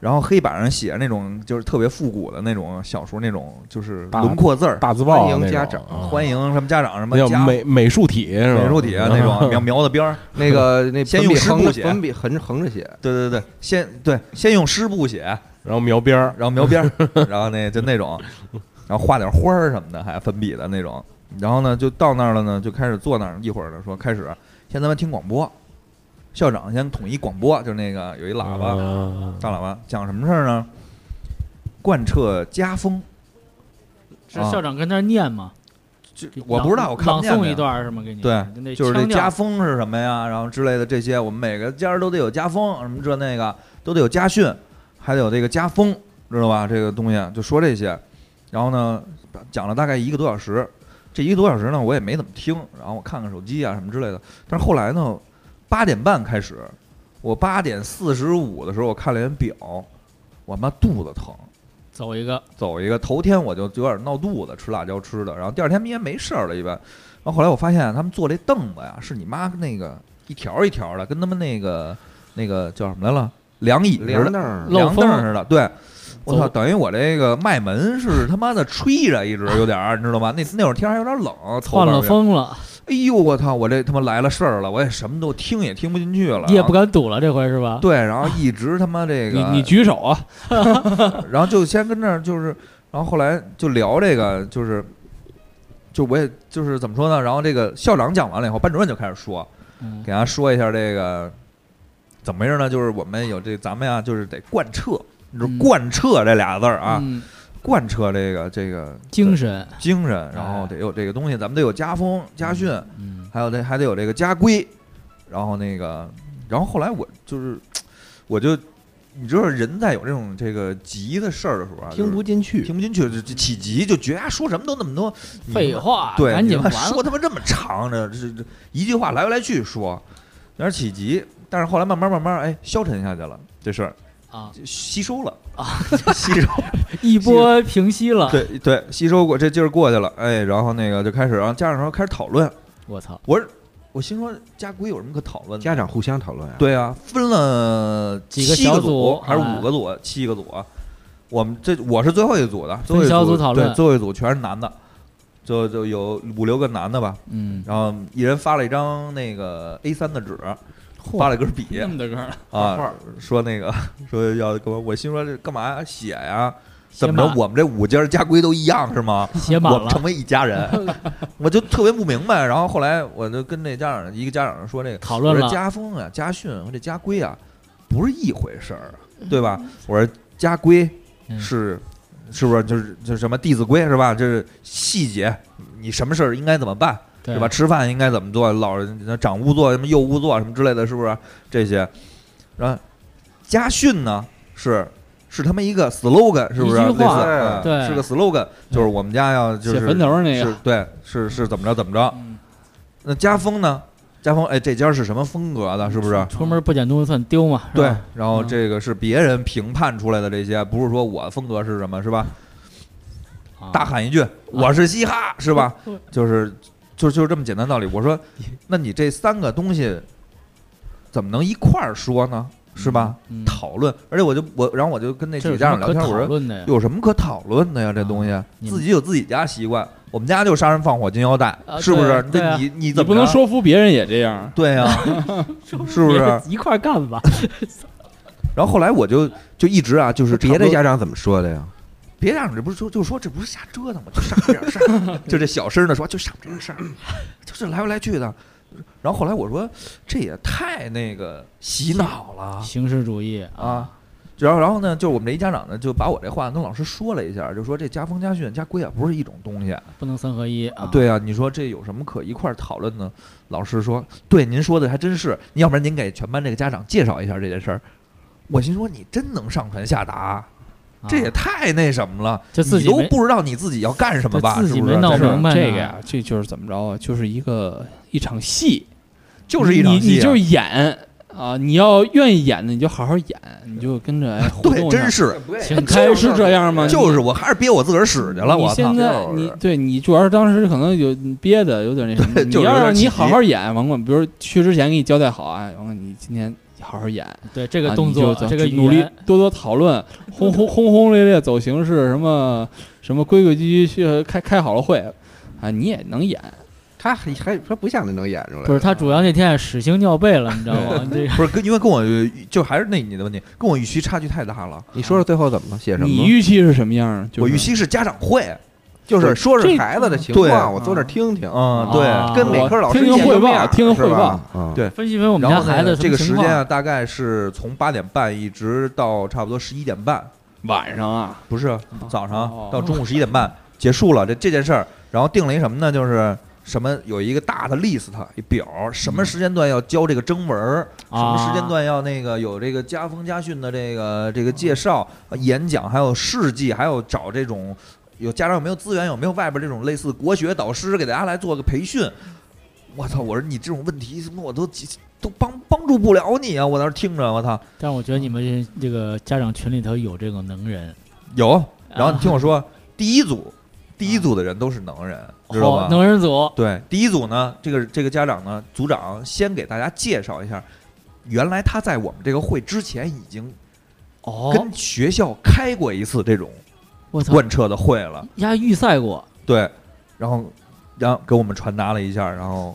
[SPEAKER 2] 然后黑板上写那种就是特别复古的那种小时候那种就是
[SPEAKER 4] 大
[SPEAKER 2] 轮廓字儿，
[SPEAKER 4] 大字报
[SPEAKER 5] 欢迎
[SPEAKER 4] 那种
[SPEAKER 5] 家长
[SPEAKER 4] 啊
[SPEAKER 2] 欢迎什么家长什么
[SPEAKER 4] 那
[SPEAKER 2] 家
[SPEAKER 4] 叫美美术体是吧？
[SPEAKER 2] 美术体啊那 种描描的边儿，
[SPEAKER 5] 那 个那
[SPEAKER 2] 先
[SPEAKER 5] 粉
[SPEAKER 2] 用
[SPEAKER 5] 笔
[SPEAKER 2] 湿布
[SPEAKER 5] 横着
[SPEAKER 2] 写
[SPEAKER 5] 粉笔横着横着写，
[SPEAKER 2] 对对对，先对先用湿布写，
[SPEAKER 4] 然后描边儿，
[SPEAKER 2] 然后描边 儿，然后那就那种，然后画点花儿什么的，还粉笔的那种。然后呢，就到那儿了呢，就开始坐那儿一会儿呢，说开始，先咱们听广播，校长先统一广播，就是那个有一喇叭，
[SPEAKER 4] 嗯
[SPEAKER 2] 大喇叭讲什么事儿呢？贯彻家风，
[SPEAKER 3] 是校长跟那儿念吗？
[SPEAKER 2] 就
[SPEAKER 3] 给
[SPEAKER 2] 啊我不知道，我看
[SPEAKER 3] 朗
[SPEAKER 2] 不
[SPEAKER 3] 朗
[SPEAKER 2] 见
[SPEAKER 3] 诵
[SPEAKER 2] 那
[SPEAKER 3] 一
[SPEAKER 2] 个
[SPEAKER 3] 段儿是吗？给你
[SPEAKER 2] 对
[SPEAKER 3] 那
[SPEAKER 2] 就是这
[SPEAKER 3] 腔调
[SPEAKER 2] 家风是什么呀，然后之类的这些，我们每个家都得有家风，什么这那个都得有家训，还得有这个家风，知道吧？这个东西就说这些，然后呢，讲了大概一个多小时，这一个多小时呢，我也没怎么听，然后我看看手机啊什么之类的。但是后来呢，八点半开始，我八点四十五的时候，我看了眼表，我妈肚子疼。
[SPEAKER 3] 走一个，
[SPEAKER 2] 走一个，头天我就有点闹肚子，吃辣椒吃的，然后第二天应该没事儿了，一般。然后后来我发现他们坐这凳子呀，是你妈那个一条一条的，跟他们那个那个叫什么来了，凉椅似
[SPEAKER 5] 凉
[SPEAKER 2] 的，
[SPEAKER 5] 凳儿
[SPEAKER 3] 漏
[SPEAKER 2] 凉
[SPEAKER 3] 风
[SPEAKER 2] 凳儿似的，对。我操，
[SPEAKER 3] 走
[SPEAKER 2] 等于我这个脉门是他妈的吹着，一直有点儿，你知道吗？那那会儿天还有点冷，头
[SPEAKER 3] 换
[SPEAKER 2] 发
[SPEAKER 3] 了
[SPEAKER 2] 也。
[SPEAKER 3] 风了，
[SPEAKER 2] 哎呦，我操，我这他妈来了事儿了，我也什么都听也听不进去了，
[SPEAKER 3] 你也不敢堵了，这回是吧？
[SPEAKER 2] 啊对，然后一直他妈这
[SPEAKER 8] 你
[SPEAKER 2] 个
[SPEAKER 8] 你举手啊！
[SPEAKER 2] 然后就先跟那儿就是，然后后来就聊这个，就是，就我也就是怎么说呢？然后这个校长讲完了以后，班主任就开始说，
[SPEAKER 3] 嗯
[SPEAKER 2] 给大家说一下这个怎么回事呢？就是我们有这咱们呀，就是得贯彻，就是
[SPEAKER 3] 嗯
[SPEAKER 2] 贯彻这俩字儿啊，
[SPEAKER 3] 嗯
[SPEAKER 2] 贯彻这个这个
[SPEAKER 3] 精神，
[SPEAKER 2] 精神，然后得有这个东西，咱们得有家风家训，
[SPEAKER 3] 哎嗯，
[SPEAKER 2] 还有这还得有这个家规，然后那个，然后后来我就是，我就你知道人在有这种这个急的事儿的时候啊，
[SPEAKER 5] 听不
[SPEAKER 2] 进
[SPEAKER 5] 进去，
[SPEAKER 2] 听不进去，就就起急就觉得啊说什么都那么多你
[SPEAKER 3] 废
[SPEAKER 2] 他妈，
[SPEAKER 3] 话，
[SPEAKER 2] 嗯对，
[SPEAKER 3] 赶
[SPEAKER 2] 你
[SPEAKER 3] 紧
[SPEAKER 2] 他
[SPEAKER 3] 完
[SPEAKER 2] 妈
[SPEAKER 3] 了
[SPEAKER 2] 说他妈这么长的，这这一句话来回来去说，有点起急，但是后来慢慢慢慢哎消沉下去了，这事儿
[SPEAKER 3] 啊，
[SPEAKER 2] 就吸收了啊， 吸收
[SPEAKER 3] 一波平息了。
[SPEAKER 2] 对对吸收过这劲儿过去了，哎，然后那个就开始，然后家长说开始讨论，
[SPEAKER 3] 我操，
[SPEAKER 2] 我我心说家规有什么可讨论的？
[SPEAKER 5] 家长互相讨论啊。
[SPEAKER 2] 对啊，分了
[SPEAKER 3] 几个
[SPEAKER 2] 七
[SPEAKER 3] 小
[SPEAKER 2] 组
[SPEAKER 3] 组
[SPEAKER 2] 还是
[SPEAKER 3] 哎
[SPEAKER 2] 五个组？七个组啊，我们这我是最后一组的，最后一
[SPEAKER 3] 小
[SPEAKER 2] 组
[SPEAKER 3] 组讨
[SPEAKER 2] 对，
[SPEAKER 3] 论
[SPEAKER 2] 最后一组全是男的，就就有五六个男的吧，
[SPEAKER 3] 嗯，
[SPEAKER 2] 然后一人发了一张那个 A 三的纸，发了一根笔
[SPEAKER 8] 那么大个儿，
[SPEAKER 2] 啊，说那个说要跟我，我心说这干嘛呀？写呀？
[SPEAKER 3] 写
[SPEAKER 2] 怎么着
[SPEAKER 3] 满？
[SPEAKER 2] 我们这五家家规都一样是吗？
[SPEAKER 3] 写满
[SPEAKER 2] 我们成
[SPEAKER 3] 了，
[SPEAKER 2] 为一家人， 我就特别不明白。然后后来我就跟那家长一个家长说这个
[SPEAKER 3] 讨论
[SPEAKER 2] 我
[SPEAKER 3] 了
[SPEAKER 2] 说，家风啊、家训和这家规啊，不是一回事儿，啊对吧？我说家规
[SPEAKER 3] 嗯
[SPEAKER 2] 是、是不是就是就是什么《弟子规》是吧？就是细节，你什么事儿应该怎么办，
[SPEAKER 3] 对
[SPEAKER 2] 吧？？吃饭应该怎么做，老人长勿坐，什么幼勿坐，什么之类的，是不是这些？然后家训呢是。是他们一个 slogan，是不是？
[SPEAKER 3] 一句话
[SPEAKER 2] 类似嗯
[SPEAKER 3] 对
[SPEAKER 2] 是个 slogan，就是我们家要就是
[SPEAKER 8] 写坟头儿那
[SPEAKER 2] 是
[SPEAKER 8] 个，
[SPEAKER 2] 对，是是怎么着怎么着。
[SPEAKER 3] 嗯
[SPEAKER 2] 那家风呢？家风，哎，这家是什么风格的？是不是？
[SPEAKER 3] 出门不捡东西算丢嘛？是
[SPEAKER 2] 对
[SPEAKER 3] 吧，
[SPEAKER 2] 然后
[SPEAKER 3] 嗯
[SPEAKER 2] 这个是别人评判出来的这些，不是说我风格是什么，是吧？
[SPEAKER 3] 啊
[SPEAKER 2] 大喊一句“我是嘻哈”，是吧？就是，就就是这么简单道理。我说，那你这三个东西怎么能一块儿说呢？是吧？
[SPEAKER 3] 嗯
[SPEAKER 2] 讨论，而且我就我，然后我就跟那几
[SPEAKER 3] 这
[SPEAKER 2] 个
[SPEAKER 3] 有
[SPEAKER 2] 家
[SPEAKER 3] 什
[SPEAKER 2] 长
[SPEAKER 3] 么
[SPEAKER 2] 聊
[SPEAKER 3] 可
[SPEAKER 2] 天，
[SPEAKER 3] 讨
[SPEAKER 2] 我说
[SPEAKER 3] 论的呀？啊
[SPEAKER 2] 有什么可讨论的呀？这东西
[SPEAKER 3] 你们
[SPEAKER 2] 自己有自己家习惯，我们家就杀人放火、金腰带，
[SPEAKER 3] 啊
[SPEAKER 2] 是不是？
[SPEAKER 3] 对
[SPEAKER 2] 那
[SPEAKER 3] 啊
[SPEAKER 2] 你你
[SPEAKER 8] 你
[SPEAKER 2] 怎么
[SPEAKER 8] 不能
[SPEAKER 2] 着？
[SPEAKER 8] 说服别人也这样。
[SPEAKER 2] 对啊呀、是不是？
[SPEAKER 3] 一块儿干吧？
[SPEAKER 2] 然后后来我就就一直啊，就是
[SPEAKER 5] 是别
[SPEAKER 2] 差不
[SPEAKER 5] 的
[SPEAKER 2] 多
[SPEAKER 5] 家长怎么说的呀？
[SPEAKER 2] 别让这不是就就说这不是瞎折腾吗？就上这点事儿，就这小声的说就上这点事儿，就是来回来去的。然后后来我说这也太那个洗脑了
[SPEAKER 3] 形式主义
[SPEAKER 2] 啊！。然后然后呢，就是我们这一家长呢，就把我这话跟老师说了一下，就说这家风家训家规啊不是一种东西。
[SPEAKER 3] 不能三合一啊！，
[SPEAKER 2] 对啊，你说这有什么可一块儿讨论呢？老师说，对，您说的还真是，要不然您给全班这个家长介绍一下这件事儿。我心说你真能上传下达，这也太那什么了，
[SPEAKER 3] 啊就自己
[SPEAKER 2] 你都
[SPEAKER 3] 没
[SPEAKER 2] 不知道你自己要干什么
[SPEAKER 3] 对
[SPEAKER 2] 吧？
[SPEAKER 3] 自
[SPEAKER 2] 是
[SPEAKER 3] 己
[SPEAKER 2] 不
[SPEAKER 3] 没
[SPEAKER 2] 是
[SPEAKER 3] 闹
[SPEAKER 2] 这
[SPEAKER 8] 但
[SPEAKER 2] 是
[SPEAKER 8] 是
[SPEAKER 3] 明白呢
[SPEAKER 8] 这个呀，这就是怎么着啊？就是一个一场戏，
[SPEAKER 2] 就是一场戏啊
[SPEAKER 8] 你你就是演啊，你要愿意演的，你就好好演，你就 跟着哎互动
[SPEAKER 5] 对，
[SPEAKER 8] 一下
[SPEAKER 5] 真是，
[SPEAKER 3] 嗯
[SPEAKER 8] 请开是这样吗？
[SPEAKER 5] 就是我还是憋我自个儿使去了，
[SPEAKER 8] 你
[SPEAKER 5] 我操
[SPEAKER 8] 现！在你对你主要是当时可能有你憋的有点那什么，
[SPEAKER 5] 对 就是有
[SPEAKER 8] 你要
[SPEAKER 5] 点
[SPEAKER 8] 让你
[SPEAKER 5] 起
[SPEAKER 8] 好好演，王冠，比如去之前给你交代好啊，王冠，你今天好好演，
[SPEAKER 3] 对这个
[SPEAKER 8] 啊
[SPEAKER 3] 动
[SPEAKER 8] 你
[SPEAKER 3] 作，
[SPEAKER 8] 就
[SPEAKER 3] 这个语
[SPEAKER 8] 努力
[SPEAKER 3] 言
[SPEAKER 8] 多多 讨论，轰轰轰轰烈烈走形式，什么什么规规矩矩去开开好了会啊，你也能演，
[SPEAKER 5] 他还还他不像那能演出来
[SPEAKER 3] 不，是他主要那天屎性尿背了，你知道吗？这个
[SPEAKER 2] 不是跟因为跟我就还是那你的问题，跟我预期差距太大了。
[SPEAKER 5] 你说说最后怎么了？写什么
[SPEAKER 8] 你
[SPEAKER 5] 了？
[SPEAKER 8] 预期是什么样儿？就是、
[SPEAKER 2] 我预期是家长会，
[SPEAKER 5] 就是说
[SPEAKER 8] 这
[SPEAKER 5] 说孩子的情
[SPEAKER 2] 对
[SPEAKER 5] 况，我坐那儿听听，
[SPEAKER 2] 嗯，
[SPEAKER 3] 啊
[SPEAKER 2] 对，
[SPEAKER 5] 跟每科老师
[SPEAKER 8] 听听
[SPEAKER 5] 见个
[SPEAKER 8] 汇报
[SPEAKER 5] 面儿
[SPEAKER 8] 听
[SPEAKER 5] 是吧
[SPEAKER 8] 汇报
[SPEAKER 5] 嗯
[SPEAKER 2] 对
[SPEAKER 3] 分析分析我们
[SPEAKER 2] 然
[SPEAKER 3] 家
[SPEAKER 2] 后呢
[SPEAKER 3] 孩子什
[SPEAKER 2] 这
[SPEAKER 3] 么
[SPEAKER 2] 个
[SPEAKER 3] 情
[SPEAKER 2] 时
[SPEAKER 3] 况
[SPEAKER 2] 间啊，大概是从八点半一直到差不多十一点半，
[SPEAKER 8] 晚上啊，
[SPEAKER 2] 不是早
[SPEAKER 8] 哦
[SPEAKER 2] 上到中午十一点半结束了这这件事儿，然后定了一什么呢？就是什么有一个大的 list 一表，什
[SPEAKER 3] 嗯
[SPEAKER 2] 么时间段要交这个征文儿，
[SPEAKER 3] 啊
[SPEAKER 2] 什么时间段要那个有这个家风家训的这个这个介绍、呃演讲，还有事迹，还有找这种有家长有没有资源，有没有外边这种类似国学导师给大家来做个培训。我操！我说你这种问题什么我都都帮帮助不了你啊！我在那儿听着，我操，
[SPEAKER 3] 但我觉得你们这这个家长群里头有这种能人，
[SPEAKER 2] 有。然后你听我说，第一组，第一组的人都是能人，知道
[SPEAKER 3] 好
[SPEAKER 2] 吧？
[SPEAKER 3] 哦能人组
[SPEAKER 2] 对，第一组呢，这个这个家长呢，组长先给大家介绍一下，原来他在我们这个会之前已经
[SPEAKER 3] 哦，
[SPEAKER 2] 跟学校开过一次这种
[SPEAKER 3] 我操，
[SPEAKER 2] 贯彻的会了，
[SPEAKER 3] 压预赛过，
[SPEAKER 2] 对，然后然后给我们传达了一下，然后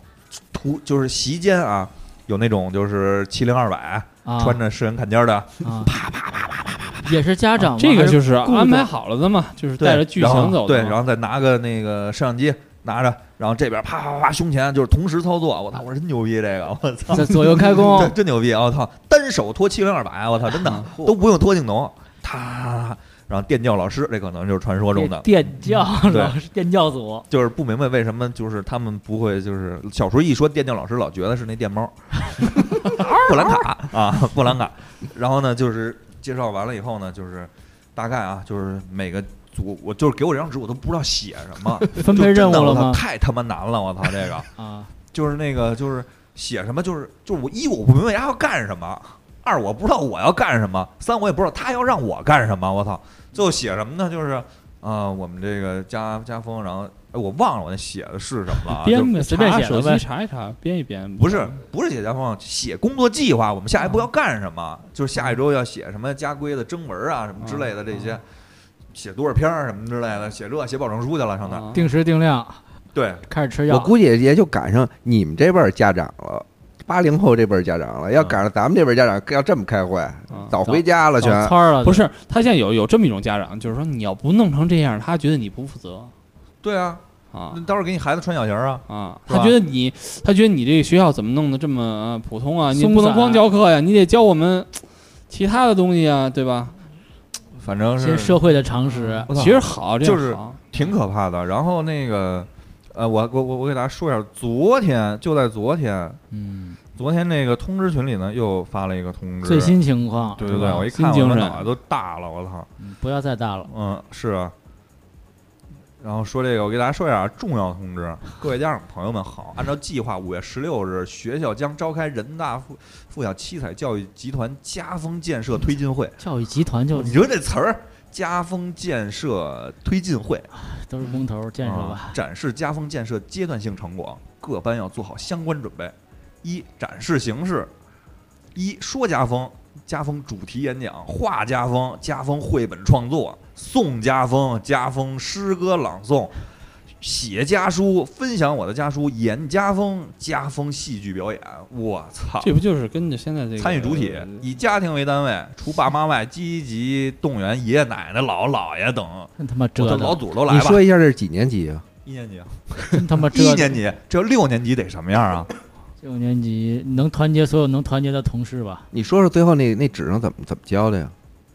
[SPEAKER 2] 图就是席间啊，有那种就是七零二百
[SPEAKER 3] 啊
[SPEAKER 2] 穿着诗人坎肩儿的，
[SPEAKER 3] 啊，啪啪啪啪啪啊啪，也是家长吗，
[SPEAKER 8] 这个
[SPEAKER 3] 还是
[SPEAKER 8] 就是
[SPEAKER 3] 故意的
[SPEAKER 8] 安排好了的嘛，就是
[SPEAKER 2] 对
[SPEAKER 8] 带着剧
[SPEAKER 2] 然后
[SPEAKER 8] 情走的啊
[SPEAKER 2] 对，
[SPEAKER 8] 嘛
[SPEAKER 2] 然后再拿个那个摄像机拿着，然后这边啪啪啪啪胸前就是同时操作，我操，我说真牛逼这个，我操，
[SPEAKER 3] 在左右开 弓
[SPEAKER 2] 对，，真牛逼！啊我操，单手拖七零二百，我操，真的都不用拖镜头，他，然后电教老师，这可能就是传说中的，
[SPEAKER 3] 电教
[SPEAKER 2] 对
[SPEAKER 3] 老师，电教组
[SPEAKER 2] 就是不明白为什么就是他们不会，就是小时候一说电教老师，老觉得是那电 猫，布兰卡啊，布兰卡。然后呢，就是介绍完了以后呢，就是大概啊，就是每个组，我就是给我这张纸，我都不知道写什 么，
[SPEAKER 3] 分
[SPEAKER 2] 就真
[SPEAKER 3] 配任务
[SPEAKER 2] 的我
[SPEAKER 3] 了
[SPEAKER 2] 操
[SPEAKER 3] 吗？
[SPEAKER 2] 太他妈难了，我操，这个。
[SPEAKER 3] 啊，
[SPEAKER 2] 就是那个就是写什么就是就是我一我不明白他要干什么，二我不知道我要干什么，三我也不知道他要让我干什么，我操！最后写什么呢？就是啊、呃我们这个家家风，然后哎我忘了我那写的是什么了啊，就是
[SPEAKER 8] 编呗，
[SPEAKER 3] 随便
[SPEAKER 8] 查
[SPEAKER 3] 写
[SPEAKER 8] 手
[SPEAKER 3] 了呗
[SPEAKER 8] 机查一查，编一编。
[SPEAKER 2] 不是不是写家风，写工作计划，我们下一步要干什么？就是下一周要写什么家规的征文啊什么之类的这些，写多少篇儿什么之类的，写这写保证书去了上那儿，
[SPEAKER 8] 啊，
[SPEAKER 3] 定时定量
[SPEAKER 2] 对，
[SPEAKER 3] 开始吃
[SPEAKER 5] 我
[SPEAKER 3] 药，
[SPEAKER 5] 估计也就赶上你们这辈儿家长了，八零后这辈儿家长了。要赶上咱们这辈儿家长，要这么开会，
[SPEAKER 8] 啊
[SPEAKER 5] 嗯早回家了
[SPEAKER 3] 早
[SPEAKER 5] 全。
[SPEAKER 3] 窜了，
[SPEAKER 8] 不是，他现在有有这么一种家长，就是说你要不弄成这样，他觉得你不负责
[SPEAKER 2] 对啊，
[SPEAKER 8] 啊
[SPEAKER 2] 那到时候给你孩子穿小鞋儿啊，
[SPEAKER 8] 啊，
[SPEAKER 2] 是吧
[SPEAKER 8] 他觉得你他觉得你这个学校怎么弄得这么呃普通啊？你
[SPEAKER 3] 松
[SPEAKER 8] 不能
[SPEAKER 3] 散
[SPEAKER 8] 光教课呀，你得教我们其他的东西啊，对吧？
[SPEAKER 2] 反正
[SPEAKER 3] 一
[SPEAKER 2] 是
[SPEAKER 3] 些社会的常识，
[SPEAKER 2] 我操
[SPEAKER 8] 其实好，这样
[SPEAKER 2] 就是
[SPEAKER 8] 好
[SPEAKER 2] 挺可怕的。然后那个，呃，我我我我给大家说一下，昨天就在昨天，
[SPEAKER 3] 嗯，
[SPEAKER 2] 昨天那个通知群里呢又发了一个通知，
[SPEAKER 3] 最新情况，
[SPEAKER 2] 对
[SPEAKER 3] 是
[SPEAKER 2] 对对，
[SPEAKER 3] 吧
[SPEAKER 2] 我一
[SPEAKER 8] 新
[SPEAKER 2] 看
[SPEAKER 8] 精
[SPEAKER 2] 我的
[SPEAKER 8] 神
[SPEAKER 2] 脑袋都大了，我操，
[SPEAKER 3] 嗯不要再大了，
[SPEAKER 2] 嗯，是啊。然后说这个，我给大家说一下啊重要通知，各位家长朋友们好。按照计划，五月十六日，学校将召开人大附附小七彩教育集团家风建设推进会。
[SPEAKER 3] 教育集团就
[SPEAKER 2] 你说这词儿，家风建设推进会，
[SPEAKER 3] 都是工头建设吧，
[SPEAKER 2] 啊 展示家风建设阶段性成果，各班要做好相关准备。一、展示形式：一、说家风，家风主题演讲、画家风、家风绘本创作、诵家风、家风诗歌朗诵、写家书、分享我的家书、演家风、家风戏剧表演。我操！
[SPEAKER 8] 这不就是跟着现在这个
[SPEAKER 2] 参与主体以家庭为单位，除爸妈外，积极动员爷爷奶奶、姥姥姥爷等，
[SPEAKER 3] 真他妈
[SPEAKER 2] 我的
[SPEAKER 3] 折
[SPEAKER 2] 老
[SPEAKER 3] 腾，
[SPEAKER 2] 祖都
[SPEAKER 5] 你
[SPEAKER 2] 来吧。
[SPEAKER 5] 说一下这是几年级啊？
[SPEAKER 2] 一年级啊。
[SPEAKER 3] 真他妈
[SPEAKER 2] 一
[SPEAKER 3] 折腾
[SPEAKER 2] 年。级，这六年级得什么样啊？
[SPEAKER 3] 六年级能团结所有能团结的同事吧？
[SPEAKER 5] 你说说最后那那纸上怎么怎么交的呀？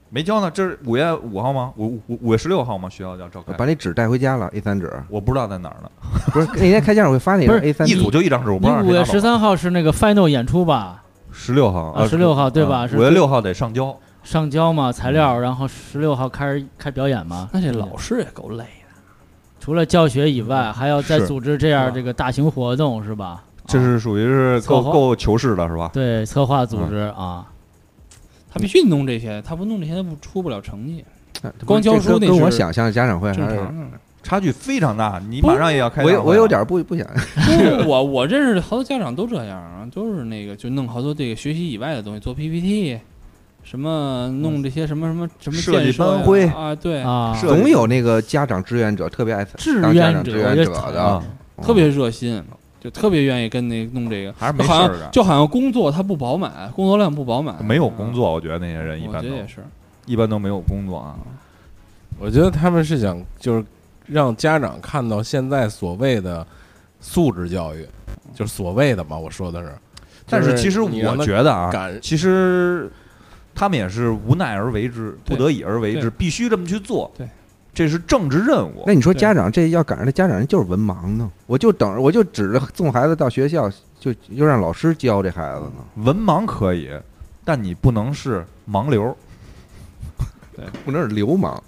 [SPEAKER 2] 没交呢，这是五月五号吗？五五五月十六号吗？学校要召开
[SPEAKER 5] 把，那纸带回家了，A 三纸。
[SPEAKER 2] 我不知道在哪儿呢。
[SPEAKER 5] 不是那天开家长会发那
[SPEAKER 3] 不
[SPEAKER 5] 张
[SPEAKER 3] 是
[SPEAKER 5] A 三
[SPEAKER 2] 一
[SPEAKER 5] 纸，
[SPEAKER 2] 组就一张纸，我不
[SPEAKER 3] 你
[SPEAKER 2] 知道
[SPEAKER 3] 五月十
[SPEAKER 2] 谁拿到。
[SPEAKER 3] 三号是那个 final 演出吧？
[SPEAKER 2] 十六号呃
[SPEAKER 3] 啊，十六号对吧？是
[SPEAKER 2] 五月六号得上交，
[SPEAKER 3] 上交嘛材料，然后十六号开始开表演嘛。
[SPEAKER 8] 嗯那这老师也够累的，
[SPEAKER 3] 除了教学以外，还要再
[SPEAKER 2] 是
[SPEAKER 3] 组织这样
[SPEAKER 8] 是
[SPEAKER 3] 这个大型活动是吧？
[SPEAKER 2] 这是属于是够
[SPEAKER 3] 策划
[SPEAKER 2] 够求是的是吧？
[SPEAKER 3] 对策划组织
[SPEAKER 8] 嗯
[SPEAKER 3] 啊，
[SPEAKER 8] 他必须弄这些，他不弄这些，他不出不了成绩。
[SPEAKER 5] 哎这
[SPEAKER 8] 光教书
[SPEAKER 5] 跟
[SPEAKER 8] 那
[SPEAKER 5] 跟我
[SPEAKER 8] 是
[SPEAKER 5] 想象的家长会
[SPEAKER 8] 正
[SPEAKER 5] 还是，
[SPEAKER 8] 常，啊
[SPEAKER 2] 差距非常大，你马上也要开大
[SPEAKER 5] 我
[SPEAKER 2] 会
[SPEAKER 5] 有
[SPEAKER 2] 了。
[SPEAKER 5] 我有点不不想，
[SPEAKER 8] 不，我我认识的好多家长都这样啊，都是那个就弄好多这个学习以外的东西，做 PPT，什么弄这些什么什么什么
[SPEAKER 2] 设计
[SPEAKER 8] 建设呀
[SPEAKER 2] 班会
[SPEAKER 8] 啊，对，
[SPEAKER 3] 啊，
[SPEAKER 2] 是
[SPEAKER 5] 总有那个家长志愿者特别爱
[SPEAKER 3] 志
[SPEAKER 5] 当家
[SPEAKER 3] 愿
[SPEAKER 5] 长
[SPEAKER 3] 者
[SPEAKER 5] 志愿
[SPEAKER 3] 我觉得
[SPEAKER 5] 者
[SPEAKER 3] 惨
[SPEAKER 2] 啊
[SPEAKER 5] 的，
[SPEAKER 8] 特别热心，就特别愿意跟那弄这个，
[SPEAKER 2] 还是没事
[SPEAKER 8] 好
[SPEAKER 2] 儿
[SPEAKER 8] 像
[SPEAKER 2] 干，
[SPEAKER 8] 就好像工作他不饱满，工作量不饱满，啊
[SPEAKER 2] 没有工作，我觉得那些人一
[SPEAKER 8] 我
[SPEAKER 2] 般
[SPEAKER 8] 觉
[SPEAKER 2] 都
[SPEAKER 8] 得也是，
[SPEAKER 2] 一般都没有工作啊。
[SPEAKER 4] 我觉得他们是想就是让家长看到现在所谓的素质教育，就是所谓的嘛，我说的是。
[SPEAKER 2] 但
[SPEAKER 4] 就是
[SPEAKER 2] 其实
[SPEAKER 4] 你让
[SPEAKER 2] 我
[SPEAKER 4] 他
[SPEAKER 2] 觉得啊，
[SPEAKER 4] 感
[SPEAKER 2] 其实他们也是无奈而为之，不
[SPEAKER 8] 对
[SPEAKER 2] 得已而为之，
[SPEAKER 8] 对
[SPEAKER 2] 必须这么去做。
[SPEAKER 8] 对，
[SPEAKER 2] 这是政治任务
[SPEAKER 5] 那。你说
[SPEAKER 8] 对
[SPEAKER 5] 家长这要赶上这家长人就是文盲呢，我就等着我就指着送孩子到学校，就就让老师教这孩子呢。
[SPEAKER 2] 文盲可以，但你不能是盲流。
[SPEAKER 5] 不能是流氓。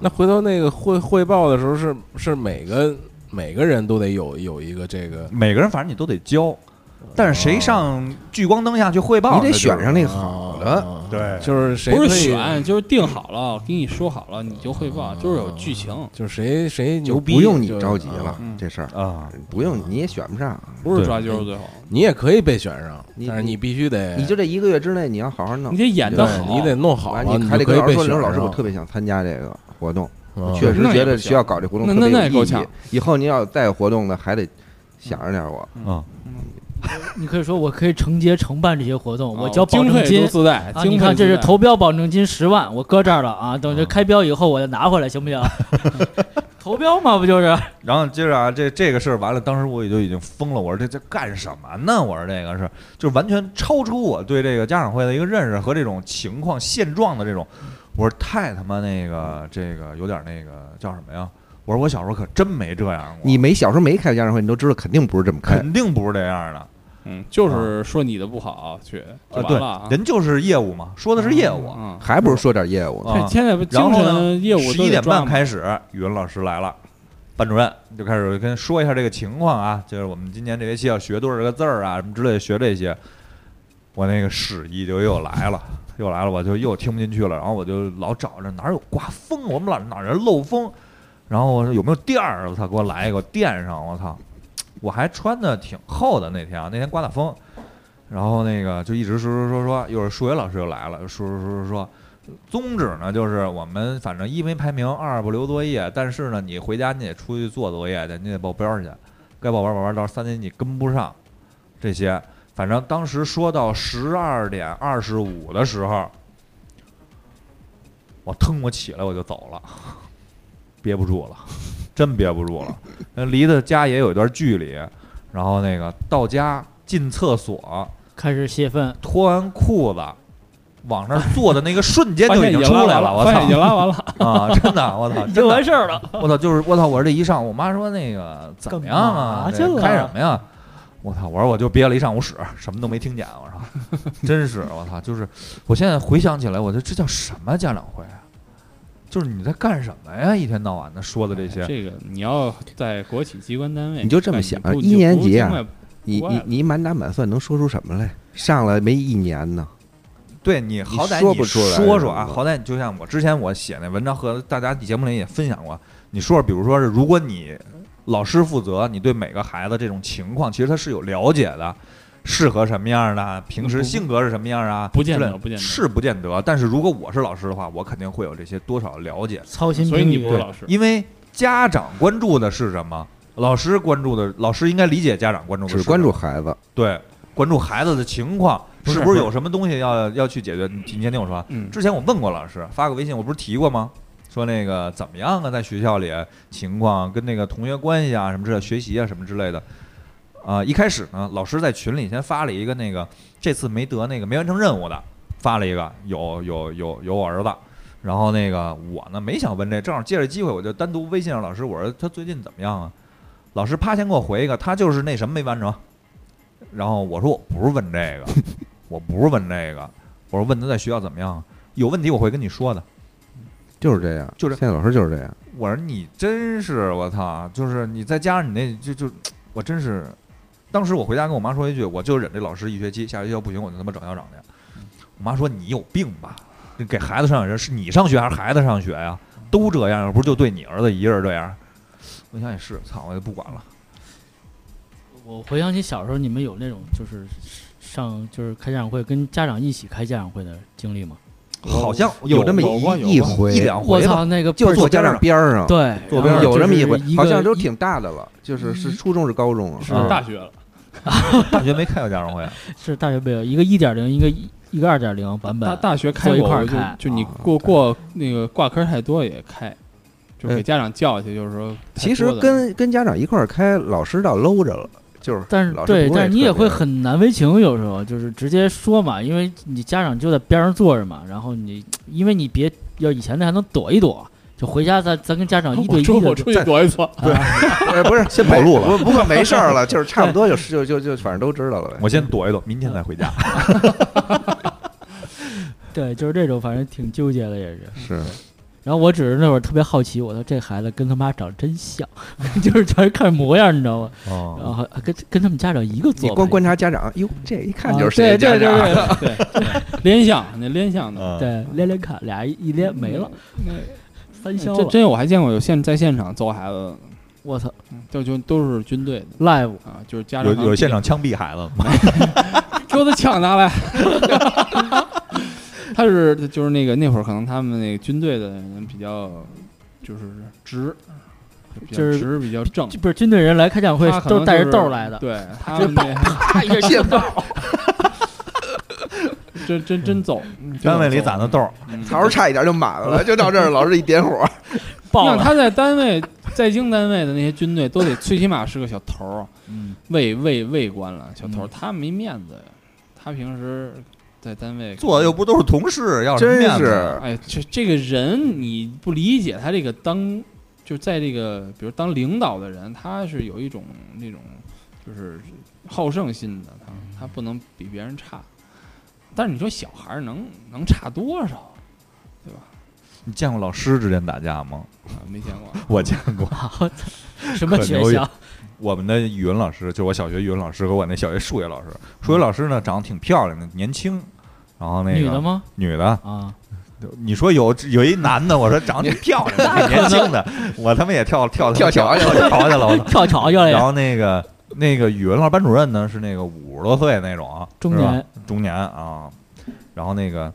[SPEAKER 4] 那回头那个汇汇报的时候是是每个每个人都得有有一个这个
[SPEAKER 2] 每个人反正你都得教，但是谁上聚光灯下去汇报，
[SPEAKER 5] 你得选哦上那哦个
[SPEAKER 4] 好
[SPEAKER 5] 好
[SPEAKER 4] 的
[SPEAKER 5] 的，，
[SPEAKER 2] 对
[SPEAKER 4] 啊就是谁
[SPEAKER 8] 不是
[SPEAKER 4] 可以
[SPEAKER 3] 啊
[SPEAKER 8] 选，就是定好了，跟你说好了，你就汇
[SPEAKER 2] 啊
[SPEAKER 8] 报，就是有剧情，
[SPEAKER 4] 就是谁谁牛
[SPEAKER 5] 就哦嗯
[SPEAKER 4] 逼，
[SPEAKER 5] 不用你
[SPEAKER 4] 就
[SPEAKER 5] 着急了
[SPEAKER 4] 啊，
[SPEAKER 5] 这事儿
[SPEAKER 2] 这种啊。
[SPEAKER 5] 不用你也选不上，
[SPEAKER 8] 不是
[SPEAKER 2] 对哎
[SPEAKER 8] 抓阄最后，
[SPEAKER 4] 你也可以被选上，
[SPEAKER 5] 你
[SPEAKER 4] 但是
[SPEAKER 5] 你
[SPEAKER 4] 你必须得，
[SPEAKER 5] 你就这一个月之内你要好好
[SPEAKER 8] 你
[SPEAKER 5] 弄。
[SPEAKER 8] 得演得
[SPEAKER 4] 对
[SPEAKER 8] 好，
[SPEAKER 4] 你得弄好
[SPEAKER 5] 完
[SPEAKER 4] 了，
[SPEAKER 5] 还得
[SPEAKER 4] 就可以
[SPEAKER 5] 跟老师
[SPEAKER 4] 被
[SPEAKER 5] 说，
[SPEAKER 4] 选
[SPEAKER 5] 刘
[SPEAKER 4] 上。
[SPEAKER 5] 老师，我特别想参加这个活动，
[SPEAKER 4] 嗯
[SPEAKER 5] 确实
[SPEAKER 8] 那也
[SPEAKER 5] 觉
[SPEAKER 8] 不
[SPEAKER 5] 得
[SPEAKER 8] 行
[SPEAKER 5] 学校搞这活动
[SPEAKER 8] 那
[SPEAKER 5] 特别
[SPEAKER 8] 那那也
[SPEAKER 5] 有
[SPEAKER 8] 够
[SPEAKER 5] 意义
[SPEAKER 8] 呛。
[SPEAKER 5] 以后您要带活动的，还得想着点我。
[SPEAKER 2] 啊，
[SPEAKER 3] 你可以说我可以承接承办这些活动，我交保
[SPEAKER 8] 哦经
[SPEAKER 3] 证
[SPEAKER 8] 费
[SPEAKER 3] 金
[SPEAKER 8] 啊都。嗯自带，
[SPEAKER 3] 啊，
[SPEAKER 8] 经
[SPEAKER 3] 你
[SPEAKER 8] 费
[SPEAKER 3] 看这
[SPEAKER 8] 自
[SPEAKER 3] 是
[SPEAKER 8] 带
[SPEAKER 3] 投标保证金十万，我搁这儿了啊，等着开标以后我再拿回来，行 不行？投标嘛，不就是？
[SPEAKER 2] 然后接着啊，这这个事儿完了，当时我也就已经疯了。我说这这干什么呢？我说这个是就完全超出我对这个家长会的一个认识和这种情况现状的这种。我说太他妈那个这个有点那个叫什么呀？我说我小时候可真没这样过，啊
[SPEAKER 5] 你
[SPEAKER 8] 啊
[SPEAKER 5] 没小时候没开家长会，你都知道肯定不是这么开。
[SPEAKER 2] 肯定不是这样的。
[SPEAKER 8] 嗯，就是说你的不好去就
[SPEAKER 2] 呃，
[SPEAKER 8] 完
[SPEAKER 2] 对
[SPEAKER 8] 了啊，，
[SPEAKER 2] 人就是业务嘛，说的是业务。
[SPEAKER 8] 嗯，
[SPEAKER 5] 还不如说点业务呢。
[SPEAKER 2] 啊
[SPEAKER 8] 这现在不精
[SPEAKER 2] 然后呢
[SPEAKER 8] 神业务
[SPEAKER 2] 十一点半开始，语文老师来了，班主任就开始跟说一下这个情况啊，就是我们今年这学期要学多少个字儿啊，什么之类的，学这些。我那个屎意就又来了，又来了，我就又听不进去了，然后我就老找着哪儿有刮风，我们老哪儿漏风，然后我说有没有垫儿，啊我操，给我来一个，我垫上，我操，我还穿的挺厚的那天啊，那天刮大风，然后那个就一直说说说说，一会儿数学老师又来了，说说说说说，宗旨呢，就是我们反正一没排名，二不留作业，但是呢，你回家你得出去做作业去，你得报班去，该报班报班，到时候三年级跟不上这些。反正当时说到十二点二十五的时候，我腾我起来我就走了， 憋不住了，真憋不住了。 那离的家也有一段距离，然后那个到家进厕所，
[SPEAKER 3] 开始泄愤，
[SPEAKER 2] 脱完裤子，往那儿坐的那个瞬间
[SPEAKER 8] 发
[SPEAKER 2] 就已
[SPEAKER 8] 现
[SPEAKER 2] 经
[SPEAKER 8] 已
[SPEAKER 2] 出
[SPEAKER 8] 经
[SPEAKER 2] 来
[SPEAKER 8] 拉完
[SPEAKER 2] 了，
[SPEAKER 8] 了，
[SPEAKER 2] 我
[SPEAKER 8] 发现已经
[SPEAKER 2] 操
[SPEAKER 8] 拉 完了，
[SPEAKER 2] 啊！真的，我操，真
[SPEAKER 3] 就
[SPEAKER 2] 的
[SPEAKER 3] 完，事儿了。
[SPEAKER 2] 我操，就是我操，我这一上，我妈说那个怎么样啊？
[SPEAKER 3] 干嘛
[SPEAKER 2] 这
[SPEAKER 3] 去了
[SPEAKER 2] 开什么呀？我操！我说我就憋了一上午屎，什么都没听见。我操， 真是我操！就是我现在回想起来，我说这叫什么家长会啊？就是你在干什么呀？一天到晚的说的这些，
[SPEAKER 8] 这个你要在国企机关单位，
[SPEAKER 5] 你就这么想
[SPEAKER 8] 干你不
[SPEAKER 5] 一年级啊，你
[SPEAKER 8] 你就不怪
[SPEAKER 5] 你
[SPEAKER 8] 了
[SPEAKER 5] 你满打满算能说出什么来？上来没一年呢，
[SPEAKER 2] 对你好歹
[SPEAKER 5] 说
[SPEAKER 2] 你
[SPEAKER 5] 不出来
[SPEAKER 2] 说
[SPEAKER 5] 是
[SPEAKER 2] 说啊，
[SPEAKER 5] 吗
[SPEAKER 2] 好歹你就像我之前我写那文章和大家节目里也分享过，你说说，比如说是如果你老师负责，你对每个孩子这种情况，其实他是有了解的，适合什么样的，平时
[SPEAKER 8] 不
[SPEAKER 2] 性格是什么样啊，
[SPEAKER 8] 不见得
[SPEAKER 2] 之类
[SPEAKER 8] 不见得
[SPEAKER 2] 是不见得。但是如果我是老师的话，我肯定会有这些多少了解，
[SPEAKER 3] 操心
[SPEAKER 8] 所以
[SPEAKER 3] 评
[SPEAKER 8] 你
[SPEAKER 3] 语
[SPEAKER 8] 不是老师，
[SPEAKER 2] 因为家长关注的是什么，老师关注的，老师应该理解家长关嗯注的是
[SPEAKER 5] 只
[SPEAKER 2] 什么
[SPEAKER 5] 关注孩子。
[SPEAKER 2] 对关注孩子的情况，
[SPEAKER 8] 不是
[SPEAKER 2] 是不是有什么东西要要去解决？你你先听我说啊，
[SPEAKER 8] 嗯，
[SPEAKER 2] 之前我问过老师，发个微信，我不是提过吗？说那个怎么样啊，在学校里情况跟那个同学关系啊，什么之类，学习啊什么之类的。啊、一开始呢，老师在群里先发了一个那个这次没得那个没完成任务的，发了一个有有有有我儿子。然后那个我呢没想问这，正好借着机会我就单独微信上老师，我说他最近怎么样啊？老师啪先给我回一个，他就是那什么没完成。啊然后我说我不是问这个，我不是问这个，我说问他在学校怎么样啊，有问题我会跟你说的。
[SPEAKER 5] 就是这样，
[SPEAKER 2] 就是
[SPEAKER 5] 现在老师就是这样，
[SPEAKER 2] 我说你真是我操，就是你再加上你那就就我真是，当时我回家跟我妈说一句，我就忍这老师一学期，下学期要不行我就他妈找校长去。我妈说你有病吧？给孩子上学是你上学还是孩子上学呀？都这样，不是就对你儿子一人这样？我想也是，操，我就不管了。
[SPEAKER 3] 我回想起小时候，你们有那种就是上就是开家长会，跟家长一起开家长会的经历吗？
[SPEAKER 2] 好像
[SPEAKER 5] 有这么
[SPEAKER 2] 哦有过有
[SPEAKER 5] 一一
[SPEAKER 2] 过
[SPEAKER 5] 回
[SPEAKER 2] 一，两
[SPEAKER 3] 我
[SPEAKER 2] 回吧，
[SPEAKER 3] 操，那个
[SPEAKER 5] 就
[SPEAKER 2] 坐
[SPEAKER 5] 坐家
[SPEAKER 2] 边
[SPEAKER 5] 长
[SPEAKER 2] 上
[SPEAKER 5] 边儿上，
[SPEAKER 3] 对，
[SPEAKER 2] 坐
[SPEAKER 3] 然
[SPEAKER 2] 边上
[SPEAKER 3] 后
[SPEAKER 5] 有这么
[SPEAKER 3] 就是
[SPEAKER 5] 回
[SPEAKER 3] 一，
[SPEAKER 5] 好
[SPEAKER 3] 个
[SPEAKER 5] 像都挺大的了，就是是初中是高中了，啊
[SPEAKER 3] 是
[SPEAKER 2] 嗯
[SPEAKER 8] 大学了，
[SPEAKER 2] 大学没开过家长会，啊
[SPEAKER 3] 是大学没有一个一点零，一个一一个二点零版
[SPEAKER 8] 大
[SPEAKER 3] 本，
[SPEAKER 8] 大学开
[SPEAKER 3] 坐一
[SPEAKER 8] 过
[SPEAKER 3] 块儿
[SPEAKER 8] 我就
[SPEAKER 3] 开
[SPEAKER 8] 就你
[SPEAKER 5] 啊
[SPEAKER 8] 过
[SPEAKER 5] 对
[SPEAKER 8] 过那个挂科太多也开，就
[SPEAKER 2] 呃
[SPEAKER 5] 哎
[SPEAKER 8] 给家长叫去，就是说太
[SPEAKER 5] 其实
[SPEAKER 8] 多的
[SPEAKER 5] 跟跟家长一块儿开，老师倒搂着了，就是
[SPEAKER 3] 但是
[SPEAKER 5] 老师
[SPEAKER 3] 对，
[SPEAKER 5] 不会
[SPEAKER 3] 但是你也
[SPEAKER 5] 特别
[SPEAKER 3] 会很难为情，有时候就是直接说嘛，因为你家长就在边上坐着嘛，然后你因为你别要以前那还能躲一躲，就回家咱咱跟家长一对
[SPEAKER 8] 我
[SPEAKER 3] 一
[SPEAKER 8] 说
[SPEAKER 3] 的
[SPEAKER 8] 我出去啊躲一啊躲，
[SPEAKER 5] 呃不是先
[SPEAKER 2] 暴露了
[SPEAKER 5] 不不过没事儿了，就是差不 多就是就就就反正都知道了呗。
[SPEAKER 2] 我先躲一躲，明天再回家。
[SPEAKER 3] 对，就是这种，反正挺纠结的也是。
[SPEAKER 5] 是
[SPEAKER 3] 然后我只是那会儿特别好奇，我说这孩子跟他妈长真像，就是全是看模样，你知道吗？然
[SPEAKER 2] 哦，
[SPEAKER 3] 后还跟跟他们家长一个
[SPEAKER 5] 你
[SPEAKER 3] 做法，
[SPEAKER 5] 光观察家长，哟，这一看就是
[SPEAKER 3] 啊
[SPEAKER 5] 谁家
[SPEAKER 3] 对对
[SPEAKER 5] 长。
[SPEAKER 3] 对对
[SPEAKER 8] 对，联想那联 想的嗯
[SPEAKER 2] 嗯
[SPEAKER 3] 对，连连看，俩一连没了，三消
[SPEAKER 8] 这
[SPEAKER 3] 了。
[SPEAKER 8] 真有我还见过有现在现场揍孩子的，
[SPEAKER 3] 我操
[SPEAKER 8] 嗯就就都是军队的
[SPEAKER 3] ，live
[SPEAKER 8] 啊，就是家
[SPEAKER 2] 有
[SPEAKER 8] 长
[SPEAKER 2] 有现场枪毙孩子 吗？
[SPEAKER 8] 给我的枪拿来。 他是就是那个那会儿可能他们那个军队的人比较就是直，比较
[SPEAKER 3] 就是
[SPEAKER 8] 直比较正，
[SPEAKER 3] 这不是军队人来开家长会
[SPEAKER 8] 他可
[SPEAKER 3] 都是
[SPEAKER 8] 能
[SPEAKER 3] 带着
[SPEAKER 8] 就是
[SPEAKER 3] 豆儿来的，
[SPEAKER 8] 对他们那
[SPEAKER 3] 啪一下
[SPEAKER 5] 现在
[SPEAKER 8] 真真真走，
[SPEAKER 2] 嗯
[SPEAKER 8] 嗯
[SPEAKER 2] 单位里攒的豆儿，
[SPEAKER 5] 槽儿差一点就满了，就到这儿，老师一点火，
[SPEAKER 8] 你
[SPEAKER 3] 爆
[SPEAKER 8] 想
[SPEAKER 3] 了。
[SPEAKER 8] 他在单位在京单位的那些军队都得最起码是个小头儿，
[SPEAKER 3] 嗯
[SPEAKER 8] 卫卫卫官了，小头儿
[SPEAKER 3] 嗯
[SPEAKER 8] 他没面子呀，他平时在单位
[SPEAKER 2] 坐的又不都是同事，要什么
[SPEAKER 5] 真
[SPEAKER 2] 面子？啊
[SPEAKER 5] 是
[SPEAKER 8] 哎，这这个人你不理解他这个当，就在这个比如当领导的人，他是有一种那种就是好胜心的，他
[SPEAKER 2] 嗯
[SPEAKER 8] 他不能比别人差。但是你说小孩儿能能差多少啊
[SPEAKER 2] 你见过老师之间打架吗？
[SPEAKER 8] 啊？没见过，
[SPEAKER 2] 我见过，
[SPEAKER 3] 什么
[SPEAKER 2] 可
[SPEAKER 3] 学
[SPEAKER 2] 牛逼
[SPEAKER 3] 校？
[SPEAKER 2] 我们的语文老师就是我小学语文老师和我那小学数学老师，数学老师呢长得挺漂亮的，年轻，然后那个
[SPEAKER 3] 女的？吗？
[SPEAKER 2] 女的，
[SPEAKER 3] 啊，
[SPEAKER 2] 你说有有一男的，我说长得挺漂 亮的，挺年轻的，我他妈也跳跳
[SPEAKER 5] 跳
[SPEAKER 2] 桥
[SPEAKER 5] 桥
[SPEAKER 2] 去了，跳桥去了，我 操！
[SPEAKER 3] 跳桥去了
[SPEAKER 2] 然
[SPEAKER 3] 呀，
[SPEAKER 2] 后那个那个语文老师班主任呢是那个五十多岁那种
[SPEAKER 3] 中
[SPEAKER 2] 是吧
[SPEAKER 3] 年
[SPEAKER 2] 中年啊，然后那个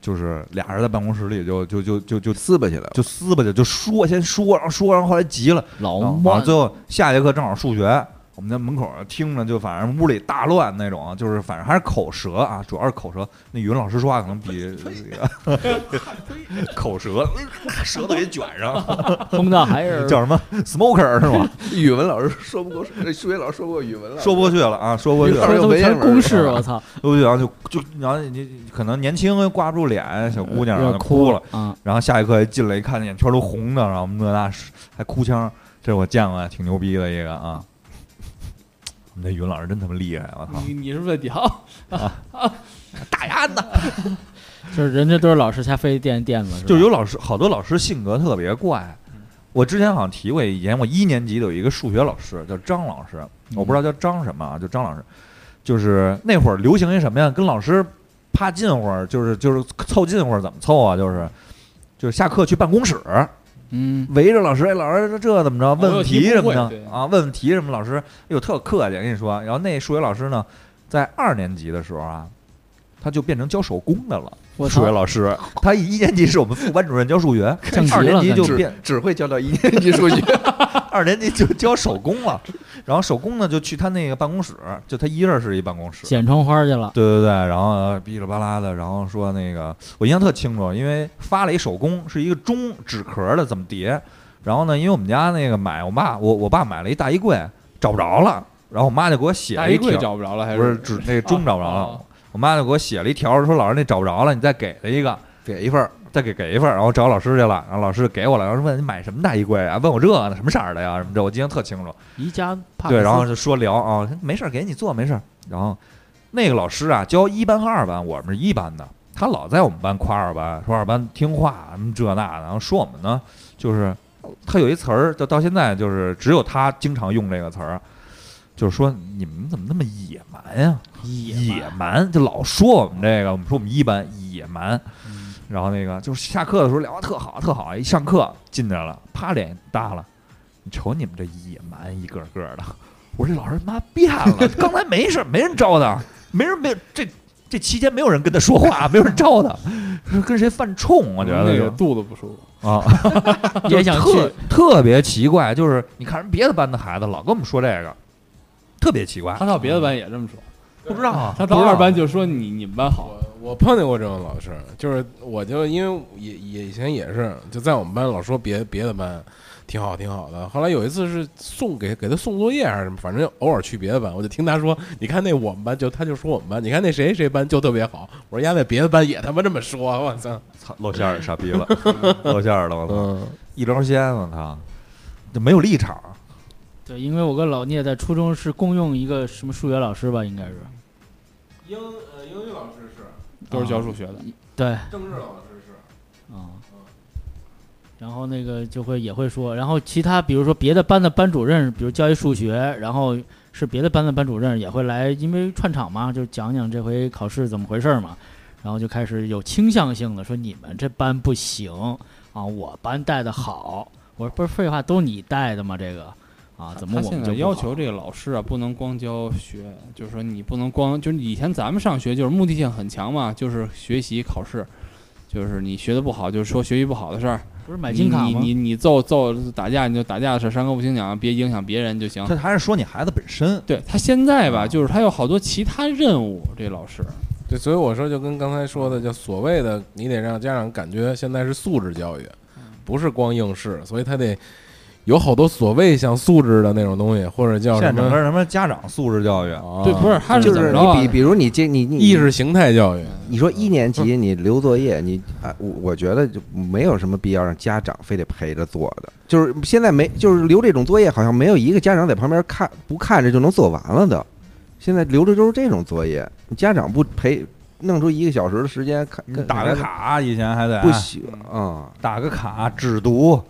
[SPEAKER 2] 就是俩人在办公室里就就就就就
[SPEAKER 5] 撕巴起来了。
[SPEAKER 2] 就撕巴去，就说先说，然后说，然后后来急了，
[SPEAKER 3] 老
[SPEAKER 2] 然后然后
[SPEAKER 3] 慢
[SPEAKER 2] 最后下节课正好数学，我们在门口听着就反正屋里大乱那种，啊就是反正还是口舌啊，主要是口舌。那语文老师说话可能 比这 个口 舌，舌头给卷上了，
[SPEAKER 3] 风的还是
[SPEAKER 2] 叫什么 smoker 是 吗？
[SPEAKER 5] 语文老师说不过，数学老师说不过语文老师，
[SPEAKER 2] 说不过去了啊，说不过去
[SPEAKER 5] 语文
[SPEAKER 2] 了
[SPEAKER 5] 老师。
[SPEAKER 3] 说他们全是公式，我操，
[SPEAKER 2] 陆局长就就然后你你可能年轻挂不住脸，小姑娘然后就哭了，
[SPEAKER 3] 啊！
[SPEAKER 2] 然后下一课一进来一看眼圈都红的，然后那那是还哭腔，这是我见过的挺牛逼的一个啊。 我们这语文老师真他妈厉害，我操！
[SPEAKER 8] 你你是不是在屌？
[SPEAKER 3] 就是人家都是老师瞎费垫垫子，
[SPEAKER 2] 就是
[SPEAKER 3] 吧
[SPEAKER 2] 有老师，好多老师性格特别怪。
[SPEAKER 8] 嗯
[SPEAKER 2] 我之前好像提过，以前我一年级的有一个数学老师叫张老师，
[SPEAKER 8] 嗯
[SPEAKER 2] 我不知道叫张什么啊，就张老师，就是那会儿流行一什么呀？跟老师怕近乎儿，就是就是凑近乎儿，怎么凑啊？就是就是下课去办公室，
[SPEAKER 8] 嗯，
[SPEAKER 2] 围着老师，哎，老师这这怎么着？问问题什么
[SPEAKER 8] 我有
[SPEAKER 2] 的
[SPEAKER 8] 题不会对
[SPEAKER 2] 啊？问问题什么？老师又特客气，跟你说。然后那数学老师呢，在二年级的时候啊，他就变成教手工的了。
[SPEAKER 3] 我
[SPEAKER 2] 数学
[SPEAKER 3] 操，
[SPEAKER 2] 老师，他一年级是我们副班主任教数学，
[SPEAKER 3] 降级
[SPEAKER 2] 二年
[SPEAKER 3] 了
[SPEAKER 2] 级
[SPEAKER 3] 感
[SPEAKER 2] 就
[SPEAKER 3] 觉
[SPEAKER 2] 变
[SPEAKER 5] 只会教到一年级数学，
[SPEAKER 2] 二年级就教手工了。然后手工呢，就去他那个办公室，就他一人是一办公室。
[SPEAKER 3] 剪窗花去了，
[SPEAKER 2] 对对对，然后呃哔哩吧啦的，然后说那个我印象特清楚，因为发了一手工，是一个钟纸壳的，怎么叠？然后呢，因为我们家那个买我爸我我爸买了一大衣柜，找不着了，然后我妈就给我写
[SPEAKER 8] 大
[SPEAKER 2] 了一
[SPEAKER 8] 衣柜
[SPEAKER 2] 条，
[SPEAKER 8] 找不着了，还
[SPEAKER 2] 不是纸那钟找不着了，
[SPEAKER 8] 啊
[SPEAKER 2] 我妈就给我写了一条，说老师那找不着了，你再给他一个。
[SPEAKER 5] 给一份儿。
[SPEAKER 2] 再给给一份儿，然后找老师去了，然后老师给我了，然后问你买什么大衣柜啊？问我这个呢什么色儿的呀？什么这我记得特清楚。
[SPEAKER 3] 宜家帕克
[SPEAKER 2] 对，
[SPEAKER 3] 斯
[SPEAKER 2] 然后就说聊啊，没事儿给你做没事儿。然后那个老师啊，教一班和二班，我们是一班的，他老在我们班夸二班，说二班听话，什么这那的，然后说我们呢就是他有一词儿，就到现在就是只有他经常用这个词儿，啊就是说你们怎么那么野蛮呀、
[SPEAKER 3] 野
[SPEAKER 2] 野蛮，就老说我们这个，我们说我们一班野蛮。
[SPEAKER 3] 嗯
[SPEAKER 2] 然后那个就是下课的时候聊得特好特好，一上课进来了，啪脸耷了，你瞅你们这野蛮一个个的。我说这老师妈变了，刚才没事，没人招他，没人没有这这期间没有人跟他说话，没有人招他，是跟谁犯冲？啊我觉得
[SPEAKER 8] 嗯那
[SPEAKER 2] 就
[SPEAKER 8] 个肚子不舒服。
[SPEAKER 2] 啊，
[SPEAKER 3] 也想
[SPEAKER 2] 特
[SPEAKER 3] 去，
[SPEAKER 2] 特别奇怪，就是你看人别的班的孩子老跟我们说这个，特别奇怪
[SPEAKER 8] 他，到别的班也这么说，
[SPEAKER 2] 不知道啊，
[SPEAKER 8] 他到
[SPEAKER 2] 不知道
[SPEAKER 8] 二班就说你你们班好，
[SPEAKER 4] 我我碰见过这种老师，就是我就因为也也以前也是，就在我们班老说别别的班挺好挺好的。后来有一次是送给给他送作业还是什么，反正偶尔去别的班，我就听他说，你看那我们班就他就说我们班，你看那谁谁班就特别好。我说丫在别的班也他妈这么说，我操！
[SPEAKER 2] 操露馅儿傻逼了，露馅儿了，我操！
[SPEAKER 4] 嗯，
[SPEAKER 2] 一溜烟，我操，就没有立场。
[SPEAKER 3] 对，因为我跟老聂在初中是共用一个什么数学老师吧，应该是
[SPEAKER 4] 英呃英语老师是，
[SPEAKER 8] 都是教数学的。
[SPEAKER 2] 啊
[SPEAKER 3] 对，
[SPEAKER 4] 政治老师是，
[SPEAKER 3] 啊，然后那个就会也会说，然后其他比如说别的班的班主任，比如教一数学，然后是别的班的班主任也会来，因为串场嘛，就讲讲这回考试怎么回事儿嘛，然后就开始有倾向性的说你们这班不行啊，我班带的好，我说不是废话，都你带的吗？这个啊，怎么
[SPEAKER 8] 他
[SPEAKER 3] 我
[SPEAKER 8] 现
[SPEAKER 3] 们
[SPEAKER 8] 在
[SPEAKER 3] 就
[SPEAKER 8] 要
[SPEAKER 3] 不好
[SPEAKER 8] 求这个老师啊，不能光教学，就是说你不能光就是以前咱们上学就是目的性很强嘛，就是学习考试，就是你学的不好，就是说学习不好的事儿，
[SPEAKER 3] 不是买金卡
[SPEAKER 8] 你
[SPEAKER 3] 吗？
[SPEAKER 8] 你你你揍揍打架你就打架的事儿，伤口不轻讲，别影响别人就行。
[SPEAKER 2] 他还是说你孩子本身，
[SPEAKER 8] 对他现在
[SPEAKER 3] 啊
[SPEAKER 8] 吧，就是他有好多其他任务，这老师
[SPEAKER 4] 对，所以我说就跟刚才说的，就所谓的你得让家长感觉现在是素质教育，不是光应试，所以他得。有好多所谓像素质的那种东西，或者叫
[SPEAKER 2] 现
[SPEAKER 4] 什
[SPEAKER 2] 在
[SPEAKER 4] 么
[SPEAKER 2] 整个什么家长素质教育，
[SPEAKER 4] 啊
[SPEAKER 8] 对不是他
[SPEAKER 5] 就
[SPEAKER 8] 怎
[SPEAKER 5] 是
[SPEAKER 8] 么着
[SPEAKER 5] 你比，
[SPEAKER 8] 啊？
[SPEAKER 5] 比如你这你你
[SPEAKER 4] 意识形态教育，
[SPEAKER 5] 你说一年级你留作业，你啊，我我觉得就没有什么必要让家长非得陪着做的。就是现在没，就是留这种作业，好像没有一个家长在旁边看不看着就能做完了的。现在留着都是这种作业，家长不陪，弄出一个小时的时间看，跟
[SPEAKER 2] 打个卡，啊以前还得
[SPEAKER 5] 不行啊。
[SPEAKER 2] 打个卡止毒，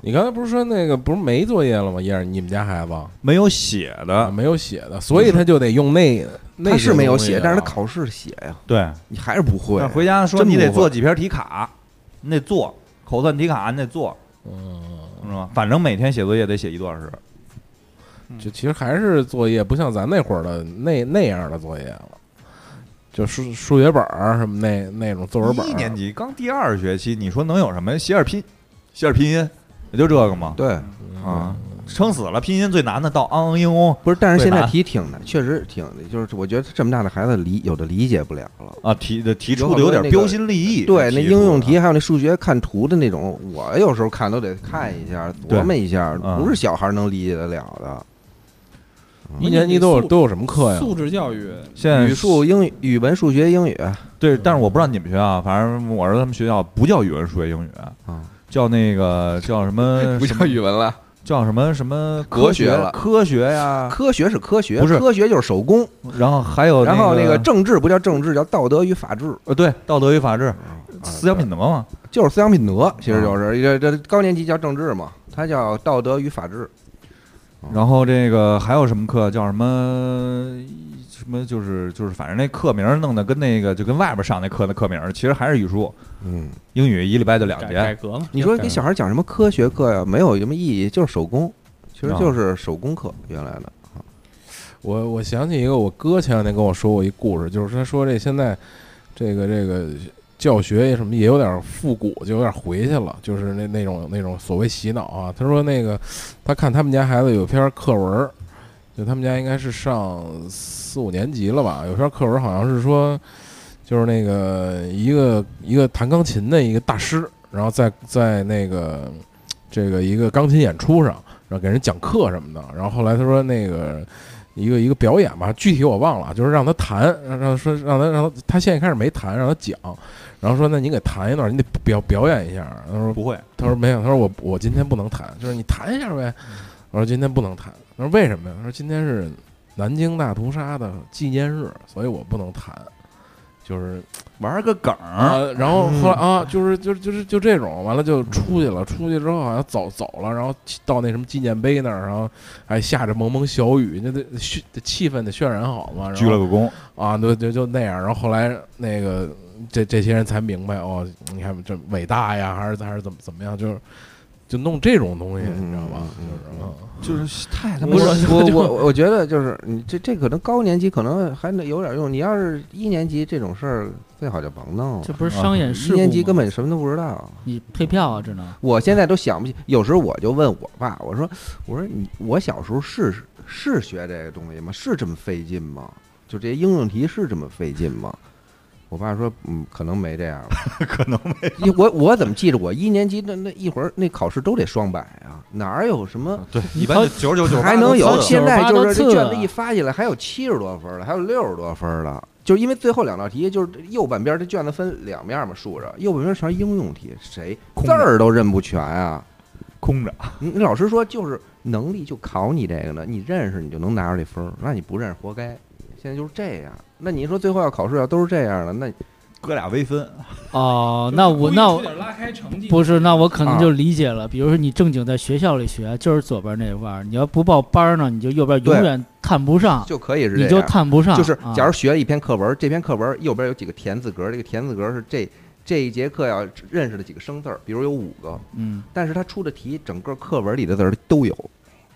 [SPEAKER 4] 你刚才不是说那个不是没作业了吗？燕儿，你们家孩子
[SPEAKER 2] 没有写
[SPEAKER 4] 啊
[SPEAKER 2] 的，
[SPEAKER 4] 没有写的，所以他就得用那那
[SPEAKER 5] 他
[SPEAKER 4] 些
[SPEAKER 5] 是没有
[SPEAKER 4] 东西
[SPEAKER 5] 写
[SPEAKER 4] 啊，
[SPEAKER 5] 但是他考试写呀，
[SPEAKER 2] 对。
[SPEAKER 5] 你还是不会啊
[SPEAKER 2] 但。回家说
[SPEAKER 5] 真
[SPEAKER 2] 你得
[SPEAKER 5] 不会
[SPEAKER 2] 做几篇题卡，你得做口算题卡，你得做，
[SPEAKER 4] 嗯，
[SPEAKER 2] 是吧？反正每天写作业得写一多小时。
[SPEAKER 4] 就其实还是作业，不像咱那会儿的那那样的作业了，就数数学本儿什么那那种作文本儿。
[SPEAKER 2] 一年级刚第二学期，你说能有什么？写点拼，写点拼音，也就这个嘛。
[SPEAKER 5] 对，
[SPEAKER 2] 啊，撑死了，拼音最难的到昂昂英翁
[SPEAKER 5] 不是，但是
[SPEAKER 2] 对
[SPEAKER 5] 现在
[SPEAKER 2] 吧
[SPEAKER 5] 题挺难，确实挺，就是我觉得这么大的孩子理有的理解不了了。
[SPEAKER 2] 啊，提的提
[SPEAKER 5] 有
[SPEAKER 2] 出
[SPEAKER 5] 好
[SPEAKER 2] 的有
[SPEAKER 5] 多
[SPEAKER 2] 点
[SPEAKER 5] 那个
[SPEAKER 2] 标新立异。
[SPEAKER 5] 对，那
[SPEAKER 2] 提
[SPEAKER 5] 应
[SPEAKER 2] 出的
[SPEAKER 5] 用题还有那数学看图的那种，我有时候看都得看一下，
[SPEAKER 2] 对
[SPEAKER 5] 琢磨一下，
[SPEAKER 2] 嗯
[SPEAKER 5] 不是小孩能理解得了的。
[SPEAKER 4] 一年级都有都有什么课呀？
[SPEAKER 8] 素质教育，
[SPEAKER 2] 现在
[SPEAKER 5] 语数英语、语文、数学、英语，啊
[SPEAKER 2] 对，但是我不知道你们学校，反正我儿子他们学校不叫语文、数学、英语，
[SPEAKER 5] 嗯
[SPEAKER 2] 叫那个叫什 么
[SPEAKER 9] 不叫语文了，
[SPEAKER 2] 叫什么什么
[SPEAKER 5] 科
[SPEAKER 2] 学啊
[SPEAKER 5] 学了
[SPEAKER 2] 科学呀，
[SPEAKER 5] 科学是科学，
[SPEAKER 2] 不是
[SPEAKER 5] 科学就是手工，
[SPEAKER 2] 然后还有
[SPEAKER 5] 然后
[SPEAKER 2] 那
[SPEAKER 5] 那个政治不叫政治，叫道德与法治，
[SPEAKER 2] 呃对道德与法治、
[SPEAKER 5] 啊
[SPEAKER 2] 思想品德嘛，
[SPEAKER 5] 对就是思想品德，其实
[SPEAKER 2] 嗯
[SPEAKER 5] 就是这这高年级叫政治嘛，它叫道德与法治，啊
[SPEAKER 2] 然后这个还有什么课叫什么什么就是就是反正那课名弄得跟那个就跟外边上那课的课名，其实还是语数
[SPEAKER 5] 嗯。
[SPEAKER 2] 英语一礼拜就两
[SPEAKER 8] 改改
[SPEAKER 2] 节，
[SPEAKER 8] 革嘛，
[SPEAKER 5] 你说给小孩讲什么科学课呀？没有什么意义，就是手工，其实
[SPEAKER 2] 啊
[SPEAKER 5] 就是手工课原来的。
[SPEAKER 4] 我我想起一个，我哥前两天跟我说过一故事，就是他说这现在这个这个教学什么也有点复古，就有点回去了，就是那那种那种所谓洗脑啊。他说那个他看他们家孩子有篇课文儿，就他们家应该是上四五年级了吧，有篇课文好像是说，就是那个一个一个弹钢琴的一个大师，然后在在那个这个一个钢琴演出上，然后给人讲课什么的。然后后来他说那个。一个一个表演吧，具体我忘了，就是让他弹，让让说让他让他他现在开始没弹，让他讲，然后说那你给弹一段，你得表表演一下。他说
[SPEAKER 2] 不会
[SPEAKER 4] 他说没有，他说我我今天不能弹，就是你弹一下呗。
[SPEAKER 2] 嗯
[SPEAKER 4] 我说今天不能弹，他说为什么呀？他说今天是南京大屠杀的纪念日，所以我不能弹。就是
[SPEAKER 2] 玩个梗
[SPEAKER 4] 啊
[SPEAKER 2] 儿，，嗯
[SPEAKER 4] 然后后来啊，就是就是就是就这种，完了就出去了，出去之后好像走走了，然后到那什么纪念碑那儿，然后还下着蒙蒙小雨，那得渲气氛得渲染好嘛，然
[SPEAKER 2] 鞠了
[SPEAKER 4] 后
[SPEAKER 2] 个躬，
[SPEAKER 4] 啊，对对就那样，然后后来那个这这些人才明白哦，你看这伟大呀，还是还是怎么怎么样，就是就弄这种东西，
[SPEAKER 5] 嗯
[SPEAKER 4] 你知道吧？
[SPEAKER 5] 嗯
[SPEAKER 4] 就是啊
[SPEAKER 2] 就是太他妈
[SPEAKER 5] 不是我我我觉得就是你这这可能高年级可能还能有点用，你要是一年级这种事儿最好就甭弄了
[SPEAKER 3] 这。不是
[SPEAKER 8] 啊
[SPEAKER 3] 商演事
[SPEAKER 5] 一
[SPEAKER 3] 故吗
[SPEAKER 5] 年级根本什么都不知道，
[SPEAKER 3] 你退票啊，只能
[SPEAKER 5] 我现在都想不起。有时候我就问我爸，我说我说你我小时候是是学这个东西吗？是这么费劲吗？就这些应用题是这么费劲吗？我爸说，嗯，可能没这样吧。
[SPEAKER 2] 可能
[SPEAKER 5] 因为我我怎么记着我一年级那那一会儿那考试都得双百啊，哪儿有什么
[SPEAKER 2] 对，一般就九十九九
[SPEAKER 5] 还能有？现在
[SPEAKER 3] 98
[SPEAKER 5] 就
[SPEAKER 3] 都
[SPEAKER 5] 是
[SPEAKER 3] 次
[SPEAKER 5] 这卷子
[SPEAKER 3] 了
[SPEAKER 5] 一发起来，还有七十多分儿了，还有六十多分儿了。就是因为最后两道题，就是右半边儿这卷子分两面儿嘛，竖着右半边儿全是应用题，谁
[SPEAKER 2] 空
[SPEAKER 5] 字
[SPEAKER 2] 着
[SPEAKER 5] 儿都认不全啊？
[SPEAKER 2] 空着，
[SPEAKER 5] 你你老师说就是能力就考你这个呢，你认识你就能拿出这分儿，那你不认识活该。现在就是这样，那你说最后要考试要都是这样的，那
[SPEAKER 2] 哥俩微分，
[SPEAKER 3] 哦，那我那我
[SPEAKER 6] 故意去点拉开成绩，
[SPEAKER 3] 不是，那我可能
[SPEAKER 5] 啊
[SPEAKER 3] 就理解了。比如说你正经在学校里学，就是左边那腕儿；你要不报班儿呢，你就右边
[SPEAKER 5] 对
[SPEAKER 3] 永远看不上，
[SPEAKER 5] 就可以是这
[SPEAKER 3] 你
[SPEAKER 5] 样。
[SPEAKER 3] 就看不上。
[SPEAKER 5] 就是
[SPEAKER 3] 啊
[SPEAKER 5] 假如学了一篇课文，这篇课文右边有几个田字格，这个田字格是这这一节课要认识的几个生字儿，比如有五个，
[SPEAKER 3] 嗯，
[SPEAKER 5] 但是他出的题整个课文里的字儿都有，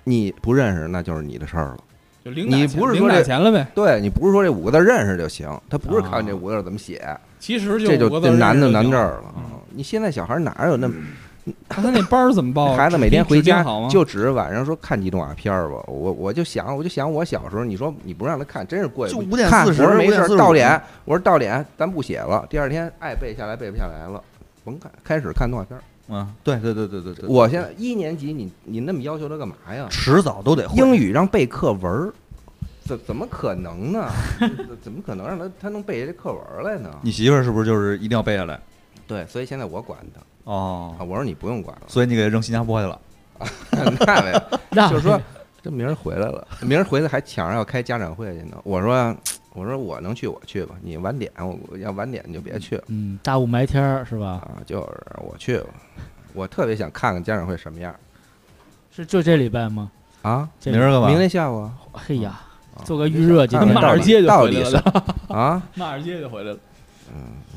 [SPEAKER 5] 你不认识那就是你的事儿了。
[SPEAKER 6] 就零
[SPEAKER 5] 你不是
[SPEAKER 6] 零
[SPEAKER 5] 说
[SPEAKER 6] 打
[SPEAKER 5] 这
[SPEAKER 6] 钱了呗？
[SPEAKER 5] 对你不是说这五个字认识就行，他不是看这五个字怎么写，
[SPEAKER 6] 其实
[SPEAKER 5] 这
[SPEAKER 6] 五
[SPEAKER 5] 就
[SPEAKER 6] 个字
[SPEAKER 5] 这
[SPEAKER 6] 儿
[SPEAKER 5] 难就
[SPEAKER 6] 认识
[SPEAKER 5] 难
[SPEAKER 6] 就
[SPEAKER 5] 这
[SPEAKER 6] 行
[SPEAKER 5] 儿了。嗯你现在小孩哪有那么
[SPEAKER 6] 那他那班儿怎么报啊？
[SPEAKER 5] 孩子每天
[SPEAKER 6] 指定
[SPEAKER 5] 回家
[SPEAKER 6] 指定好吗？
[SPEAKER 5] 就只是晚上说看几动画片儿吧，我我就想我就想我小时候，你说你不让他看，真是过瘾。
[SPEAKER 2] 就5点
[SPEAKER 5] 看
[SPEAKER 2] 40
[SPEAKER 5] 我说没事
[SPEAKER 2] 5点
[SPEAKER 5] 儿，
[SPEAKER 2] 45
[SPEAKER 5] 到点，我说到点，咱不写了。第二天爱背下来背不下来了，甭看，开始看动画片儿。
[SPEAKER 2] 嗯，对对对对对对，
[SPEAKER 5] 我现在一年级，你你那么要求他干嘛呀？
[SPEAKER 2] 迟早都得会
[SPEAKER 5] 英语让背课文儿，怎怎么可能呢？ 怎么可能让他他能背下这课文儿来呢？
[SPEAKER 2] 你媳妇儿是不是就是一定要背下来？
[SPEAKER 5] 对，所以现在我管他啊，
[SPEAKER 2] 哦，
[SPEAKER 5] 我说你不 用管了，
[SPEAKER 2] 所以你给扔新加坡去了，
[SPEAKER 5] 那没有。
[SPEAKER 3] 让
[SPEAKER 5] 就是说这明儿回来了，明儿回来还抢着要开家长会去呢。我说我说我能去我去吧，你晚点我我要晚点你就别去了
[SPEAKER 3] 嗯，大雾霾天儿是吧？
[SPEAKER 5] 啊，就是我去吧，我特别想看看家长会什么样
[SPEAKER 3] 是就这礼拜吗？
[SPEAKER 5] 啊。
[SPEAKER 3] 这
[SPEAKER 2] 明儿干嘛？
[SPEAKER 5] 明天下午啊
[SPEAKER 3] 嘿呀
[SPEAKER 5] 啊，
[SPEAKER 3] 做个预热今
[SPEAKER 5] 看
[SPEAKER 3] 天
[SPEAKER 5] 看
[SPEAKER 8] 骂
[SPEAKER 5] 到
[SPEAKER 8] 着
[SPEAKER 5] 底
[SPEAKER 8] 街就
[SPEAKER 5] 到
[SPEAKER 8] 回
[SPEAKER 5] 底
[SPEAKER 8] 来
[SPEAKER 5] 是
[SPEAKER 8] 了，
[SPEAKER 5] 啊，
[SPEAKER 8] 骂着街就回来了，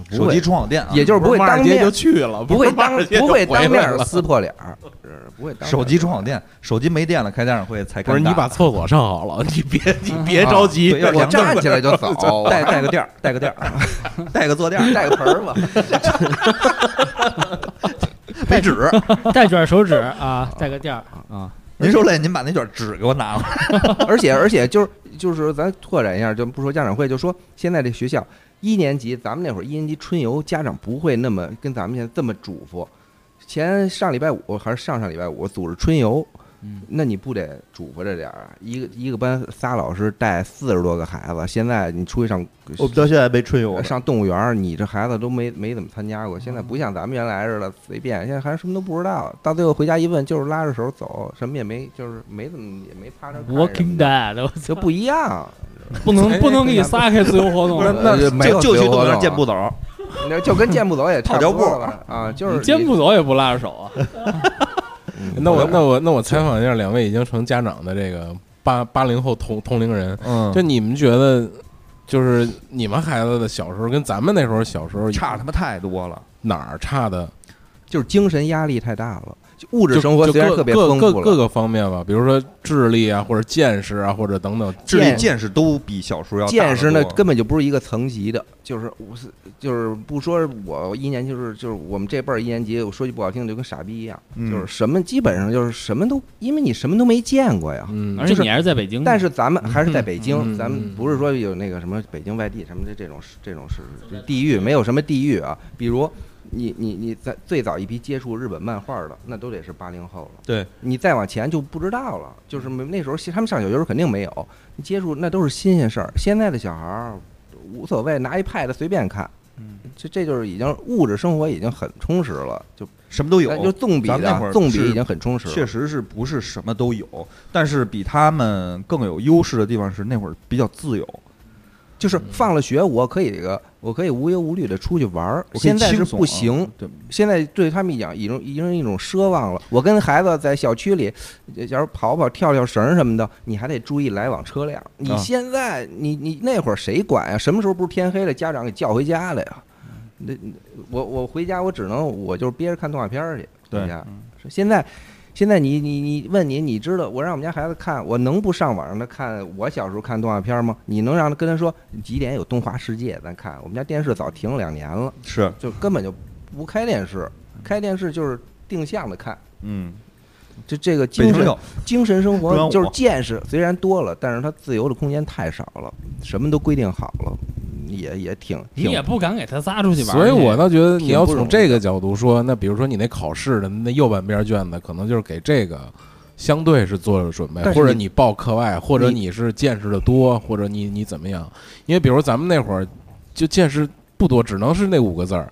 [SPEAKER 5] 不
[SPEAKER 2] 手
[SPEAKER 5] 会
[SPEAKER 2] 机充好电啊，
[SPEAKER 5] 也就是不会
[SPEAKER 8] 是骂
[SPEAKER 5] 当
[SPEAKER 8] 着街
[SPEAKER 5] 面
[SPEAKER 8] 就去了，
[SPEAKER 5] 不
[SPEAKER 8] 是
[SPEAKER 5] 会
[SPEAKER 8] 骂
[SPEAKER 5] 当
[SPEAKER 8] 着街
[SPEAKER 5] 不
[SPEAKER 8] 就
[SPEAKER 5] 会
[SPEAKER 8] 回
[SPEAKER 5] 当
[SPEAKER 8] 来
[SPEAKER 5] 面
[SPEAKER 8] 了
[SPEAKER 5] 儿撕破脸儿，是不会当面儿
[SPEAKER 2] 手机充好电，手机没电了，开家长会才
[SPEAKER 4] 不是
[SPEAKER 2] 尴
[SPEAKER 4] 你
[SPEAKER 2] 尬
[SPEAKER 4] 把厕所上好了，你别你
[SPEAKER 5] 嗯
[SPEAKER 4] 别着
[SPEAKER 2] 啊，
[SPEAKER 4] 急
[SPEAKER 2] 对要
[SPEAKER 5] 我
[SPEAKER 2] 凉凳儿
[SPEAKER 5] 站起来就走，
[SPEAKER 2] 带带个垫儿，带个垫儿，啊带个坐垫儿，
[SPEAKER 5] 带个盆 儿吧。
[SPEAKER 2] 没纸。
[SPEAKER 3] 带卷手指啊，带个垫儿啊，
[SPEAKER 2] 您受累，您把那卷纸给我拿过来。
[SPEAKER 5] 而且而且就是就是咱拓展一下，就不说家长会，就说现在这学校一年级，咱们那会儿一年级春游，家长不会那么跟咱们现在这么嘱咐。前上礼拜五还是上上礼拜五组织春游，
[SPEAKER 3] 嗯
[SPEAKER 5] 那你不得嘱咐着点儿？啊一个一个班仨老师带四十多个孩子，现在你出去上
[SPEAKER 2] 哦
[SPEAKER 9] 我们到现在还没春游呢，
[SPEAKER 5] 上动物园儿，你这孩子都没没怎么参加过，现在不像咱们原来似的随便，现在还什么都不知道，到最后回家一问就是拉着手走，什么也没，就是没怎么也没趴着看什么的。
[SPEAKER 3] ，Walking
[SPEAKER 8] 哎
[SPEAKER 3] Dead，我
[SPEAKER 5] 就
[SPEAKER 3] 操，
[SPEAKER 5] 不一样。，
[SPEAKER 6] 不能不能给你撒开自由活动
[SPEAKER 5] 那
[SPEAKER 9] 呃
[SPEAKER 2] 就
[SPEAKER 5] 没有
[SPEAKER 2] 就
[SPEAKER 5] 自
[SPEAKER 2] 去
[SPEAKER 5] 由
[SPEAKER 2] 动
[SPEAKER 5] 活
[SPEAKER 2] 物
[SPEAKER 5] 动
[SPEAKER 2] 园
[SPEAKER 5] 啊
[SPEAKER 2] 健步走，
[SPEAKER 5] 那就跟健步走也差不
[SPEAKER 2] 跑
[SPEAKER 5] 多
[SPEAKER 2] 脚步
[SPEAKER 5] 了啊，就是
[SPEAKER 8] 肩不走也不拉着手 啊，
[SPEAKER 5] 嗯。
[SPEAKER 4] 那我那我那我采访一下两位已经成家长的这个八八零后同同龄人，
[SPEAKER 2] 嗯
[SPEAKER 4] 就你们觉得，就是你们孩子的小时候跟咱们那时候小时候
[SPEAKER 2] 差他妈太多了。
[SPEAKER 4] 哪儿差的？
[SPEAKER 5] 就是精神压力太大了，就物
[SPEAKER 4] 就
[SPEAKER 5] 质生活
[SPEAKER 4] 就
[SPEAKER 5] 虽然
[SPEAKER 4] 各
[SPEAKER 5] 特别
[SPEAKER 4] 各
[SPEAKER 5] 丰
[SPEAKER 4] 各
[SPEAKER 5] 富
[SPEAKER 4] 各
[SPEAKER 5] 了，
[SPEAKER 4] 个方面吧，比如说智力啊，或者见识啊，或者等等。
[SPEAKER 2] 智力
[SPEAKER 5] 见
[SPEAKER 2] 见识都比小时候要大
[SPEAKER 5] 见
[SPEAKER 2] 得
[SPEAKER 5] 识呢
[SPEAKER 2] 多
[SPEAKER 5] 根本就不是一个层级的，就是我是就是不说我一年级就是就是我们这辈儿一年级，我说句不好听的就跟傻逼一样，
[SPEAKER 2] 嗯
[SPEAKER 5] 就是什么基本上就是什么都，因为你什么都没见过呀。
[SPEAKER 4] 嗯，
[SPEAKER 3] 啊
[SPEAKER 8] 而且你还是在北京，
[SPEAKER 5] 但是咱们还是在北
[SPEAKER 4] 嗯
[SPEAKER 5] 京，
[SPEAKER 4] 嗯
[SPEAKER 5] 咱们
[SPEAKER 4] 嗯
[SPEAKER 5] 不是说有那个什么北京外地什么的这种这种是这地域，没有什么地域啊。比如你你你在最早一批接触日本漫画的，那都得是八零后了。
[SPEAKER 2] 对，
[SPEAKER 5] 你再往前就不知道了，就是没那时候他们上小学时候肯定没有，你接触那都是新鲜事儿。现在的小孩儿无所谓，拿一 pad 随便看，
[SPEAKER 2] 嗯
[SPEAKER 5] 这这就是已经物质生活已经很充实了，就
[SPEAKER 2] 什么都有，
[SPEAKER 5] 就纵比
[SPEAKER 2] 咱们那会
[SPEAKER 5] 的
[SPEAKER 2] 儿
[SPEAKER 5] 纵比
[SPEAKER 2] 是
[SPEAKER 5] 已经很充实了。
[SPEAKER 2] 哎确实是不是什么都有，但是比他们更有优势的地方是那会儿比较自由，
[SPEAKER 5] 就是放了学，我可以个，我可以无忧无虑的出去玩儿。
[SPEAKER 2] 我可以
[SPEAKER 5] 现在是
[SPEAKER 2] 轻松
[SPEAKER 5] 不
[SPEAKER 2] 啊
[SPEAKER 5] 行，，
[SPEAKER 2] 对，
[SPEAKER 5] 现在对他们讲已经已经是一种奢望了。我跟孩子在小区里，呃假如跑跑、跳跳绳什么的，你还得注意来往车辆。你
[SPEAKER 2] 啊
[SPEAKER 5] 现在你你那会儿谁管呀、什么时候不是天黑了，家长给叫回家了呀？那我我回家我只能我就是憋着看动画片儿去。
[SPEAKER 2] 对
[SPEAKER 5] 回家现在现在你你你问你，你知道我让我们家孩子看，我能不上网让他看我小时候看动画片吗？你能让他跟他说几点有动画世界咱看？我们家电视早停了两年了。
[SPEAKER 2] 是，
[SPEAKER 5] 就根本就不开电视，开电视就是定向的看。
[SPEAKER 2] 嗯，
[SPEAKER 5] 这这个
[SPEAKER 2] 北
[SPEAKER 5] 精
[SPEAKER 2] 京
[SPEAKER 5] 神
[SPEAKER 2] 有，
[SPEAKER 5] 精神生
[SPEAKER 2] 中央
[SPEAKER 5] 活
[SPEAKER 2] 五
[SPEAKER 5] 就是见识虽然多了，但是它自由的空间太少了，什么都规定好了，也也挺
[SPEAKER 9] 你
[SPEAKER 5] 挺
[SPEAKER 9] 也不敢给他仨出去玩儿去。
[SPEAKER 4] 所以我倒觉得你要
[SPEAKER 5] 挺不容
[SPEAKER 4] 从
[SPEAKER 5] 易
[SPEAKER 4] 这个角度说，那比如说你那考试的那右半边卷子，可能就是给这个相对是做了准备，
[SPEAKER 5] 但是
[SPEAKER 4] 或者
[SPEAKER 5] 你
[SPEAKER 4] 你报课外，或者你是见识的多，或者你你怎么样？因为比如咱们那会儿就见识不多，只能是那五个字儿。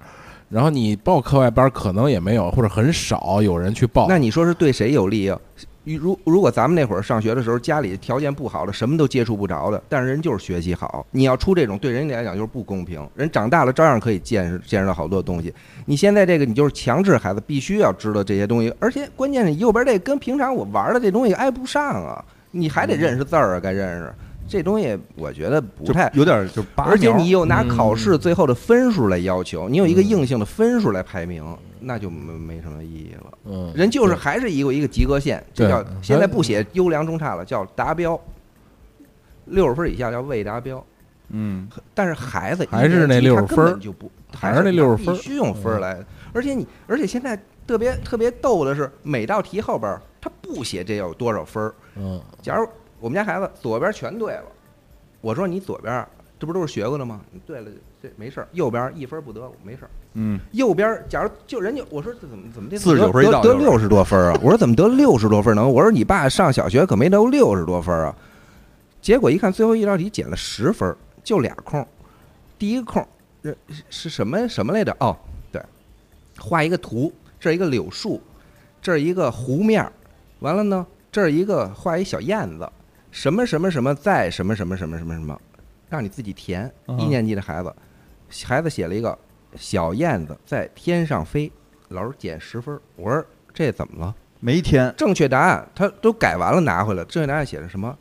[SPEAKER 4] 然后你报课外班儿可能也没有，或者很少有人去报。
[SPEAKER 5] 那你说是对谁有利啊？如如果咱们那会儿上学的时候，家里条件不好的，什么都接触不着的，但是人就是学习好。你要出这种，对人家来讲就是不公平。人长大了照样可以见识见识到好多东西。你现在这个，你就是强制孩子必须要知道这些东西，而且关键是右边这跟平常我玩的这东西挨不上啊，你还得认识字儿啊，该认识这东西，我觉得不
[SPEAKER 2] 就
[SPEAKER 5] 太
[SPEAKER 2] 有点就拔
[SPEAKER 5] 而且
[SPEAKER 2] 苗
[SPEAKER 5] 你又拿考
[SPEAKER 4] 嗯
[SPEAKER 5] 试最后的分数来要求，你有一个
[SPEAKER 4] 嗯
[SPEAKER 5] 硬性的分数来排名，那就没没什么意义了。
[SPEAKER 4] 嗯，
[SPEAKER 5] 人就是
[SPEAKER 4] 对
[SPEAKER 5] 还是一个一个及格线，这
[SPEAKER 4] 对
[SPEAKER 5] 叫
[SPEAKER 4] 嗯
[SPEAKER 5] 现在不写优良中差了，叫达标。六十分以下叫未达标，
[SPEAKER 2] 嗯，
[SPEAKER 5] 但是孩子
[SPEAKER 4] 还是那
[SPEAKER 5] 一年级他
[SPEAKER 4] 60分
[SPEAKER 5] 根本就不，
[SPEAKER 4] 还是那60分嗯
[SPEAKER 5] 必须用分儿来。而且你，而且现在特别特别逗的是，每道题后边儿他不写这有多少分儿，
[SPEAKER 4] 嗯
[SPEAKER 5] 假如我们家孩子左边全对了，我说你左边儿这不都是学过的吗？你对了，这没事儿。右边儿一分儿不得，没事儿。
[SPEAKER 2] 嗯，
[SPEAKER 5] 右边儿假如就人家我说这怎么怎么这
[SPEAKER 2] 49
[SPEAKER 5] 得
[SPEAKER 2] 分一道
[SPEAKER 5] 得
[SPEAKER 2] 就是
[SPEAKER 5] 六十多分儿啊？我说怎么得六十多分儿呢？我说你爸上小学可没得六十多分儿啊。结果一看最后一道题减了十分儿，就俩空儿。第一个空儿呃是是什么什么来着？哦，对，画一个图，这儿一个柳树，这儿一个湖面儿，完了呢，这儿一个画一小燕子，什么什么什么再什么什么什么什么什么，让你自己填。
[SPEAKER 2] 嗯
[SPEAKER 5] 一年级的孩子，孩子写了一个小燕子在天上飞，老师减十分儿。我说这怎么了？
[SPEAKER 2] 没天，
[SPEAKER 5] 正确答案他都改完了，拿回来。正确答案写的什么？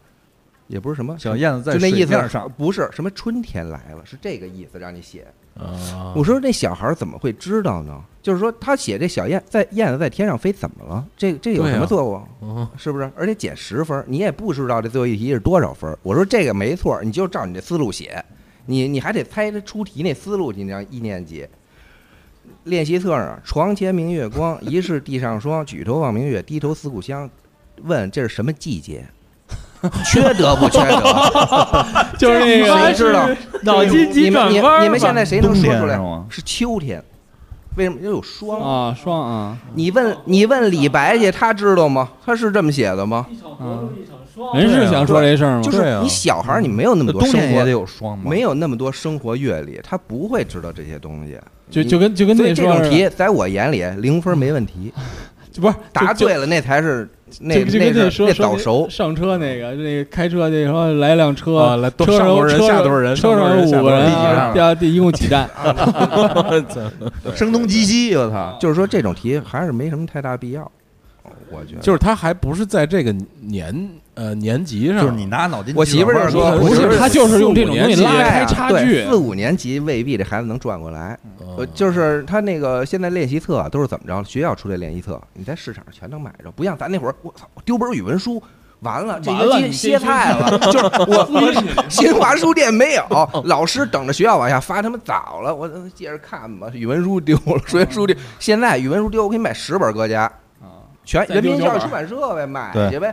[SPEAKER 5] 也不是什么，
[SPEAKER 2] 小燕子在
[SPEAKER 5] 就那
[SPEAKER 2] 水
[SPEAKER 5] 意思
[SPEAKER 2] 面上，
[SPEAKER 5] 不是什么春天来了，是这个意思让你写。
[SPEAKER 4] 啊，
[SPEAKER 5] 我说那小孩儿怎么会知道呢？就是说他写这小燕在燕子在天上飞怎么了？这这有
[SPEAKER 4] 对
[SPEAKER 5] 什么
[SPEAKER 4] 啊
[SPEAKER 5] 错误？
[SPEAKER 4] 嗯
[SPEAKER 5] 是不是？而且减十分儿，你也不知道这最后一题是多少分儿。我说这个没错儿，你就照你这思路写，你你还得猜这出题那思路，你让一年级。练习册上，啊床前明月光，疑是地上霜。举头望明月，低头思故乡。问这是什么季节？缺德不缺德？
[SPEAKER 9] 就是那
[SPEAKER 5] 谁知道？
[SPEAKER 9] 脑筋急
[SPEAKER 5] 你们
[SPEAKER 9] 转
[SPEAKER 5] 你
[SPEAKER 9] 弯儿
[SPEAKER 5] 们你们
[SPEAKER 9] 吧
[SPEAKER 5] 现在谁能
[SPEAKER 2] 冬
[SPEAKER 5] 说
[SPEAKER 2] 天
[SPEAKER 5] 出
[SPEAKER 2] 是
[SPEAKER 5] 来？
[SPEAKER 2] 吗？
[SPEAKER 5] 是秋天，为什么？因为有霜
[SPEAKER 8] 啊，双啊，
[SPEAKER 5] 你问你问李白去，他知道吗？他是这么写的吗？
[SPEAKER 8] 嗯，人
[SPEAKER 9] 人
[SPEAKER 8] 是想说这事儿吗？嗯
[SPEAKER 5] 就是
[SPEAKER 4] 对啊
[SPEAKER 5] 你小孩儿，你没有那么多
[SPEAKER 2] 冬
[SPEAKER 5] 生
[SPEAKER 2] 啊天也
[SPEAKER 5] 活
[SPEAKER 2] 得有霜嘛，
[SPEAKER 5] 没有那么多生活阅历，他不会知道这些东西。
[SPEAKER 8] 就
[SPEAKER 5] 你
[SPEAKER 8] 就跟就跟
[SPEAKER 5] 所以
[SPEAKER 8] 那
[SPEAKER 5] 这
[SPEAKER 8] 说
[SPEAKER 5] 种，题，在我眼里零分没问 题，
[SPEAKER 8] 就不是
[SPEAKER 5] 答
[SPEAKER 8] 就
[SPEAKER 5] 对了那才是那
[SPEAKER 8] 就就
[SPEAKER 5] 那是
[SPEAKER 8] 跟说
[SPEAKER 5] 那
[SPEAKER 8] 说
[SPEAKER 5] 早
[SPEAKER 8] 那
[SPEAKER 5] 熟。
[SPEAKER 8] 上车那个那个开车那说来辆
[SPEAKER 4] 啊，
[SPEAKER 8] 车，
[SPEAKER 4] 来多
[SPEAKER 8] 车
[SPEAKER 4] 上
[SPEAKER 8] 上
[SPEAKER 4] 多少人，
[SPEAKER 8] 车
[SPEAKER 4] 下
[SPEAKER 8] 上
[SPEAKER 4] 多少人，
[SPEAKER 8] 车
[SPEAKER 4] 上多少
[SPEAKER 8] 上
[SPEAKER 4] 人下多
[SPEAKER 8] 五个
[SPEAKER 4] 少
[SPEAKER 8] 人
[SPEAKER 2] 第几
[SPEAKER 8] 啊，
[SPEAKER 2] 站
[SPEAKER 8] 第二第一共几站？
[SPEAKER 2] 声东击西，我操，
[SPEAKER 5] 就是说这种题还是没什么太大必要，我觉得。
[SPEAKER 4] 就是他还不是在这个年呃年级上，
[SPEAKER 2] 就是你拿脑筋急转弯，
[SPEAKER 5] 我媳妇儿就是说
[SPEAKER 2] 我
[SPEAKER 5] 我
[SPEAKER 8] 不
[SPEAKER 5] 媳妇儿
[SPEAKER 8] 是，他就是用这种东西拉开
[SPEAKER 5] 对
[SPEAKER 8] 差距。
[SPEAKER 5] 四五年级未必这孩子能转过来。呃，就是他那个现在练习册啊都是怎么着？学校出这练习册，你在市场上全能买着，不像咱那会儿，我操，我丢本语文书。完了，这
[SPEAKER 9] 完了
[SPEAKER 5] 学期
[SPEAKER 9] 你
[SPEAKER 5] 歇
[SPEAKER 9] 这
[SPEAKER 5] 菜了，就是我 新华书店没 有，老师等着学校往下发，他们早了，我接着看吧。语文书丢了，数学书丢，现在语文书丢，我可以买十本搁家，全
[SPEAKER 9] 啊再
[SPEAKER 5] 人民
[SPEAKER 9] 丢
[SPEAKER 5] 教育
[SPEAKER 9] 九本
[SPEAKER 5] 出版社呗，买
[SPEAKER 2] 对
[SPEAKER 5] 去呗。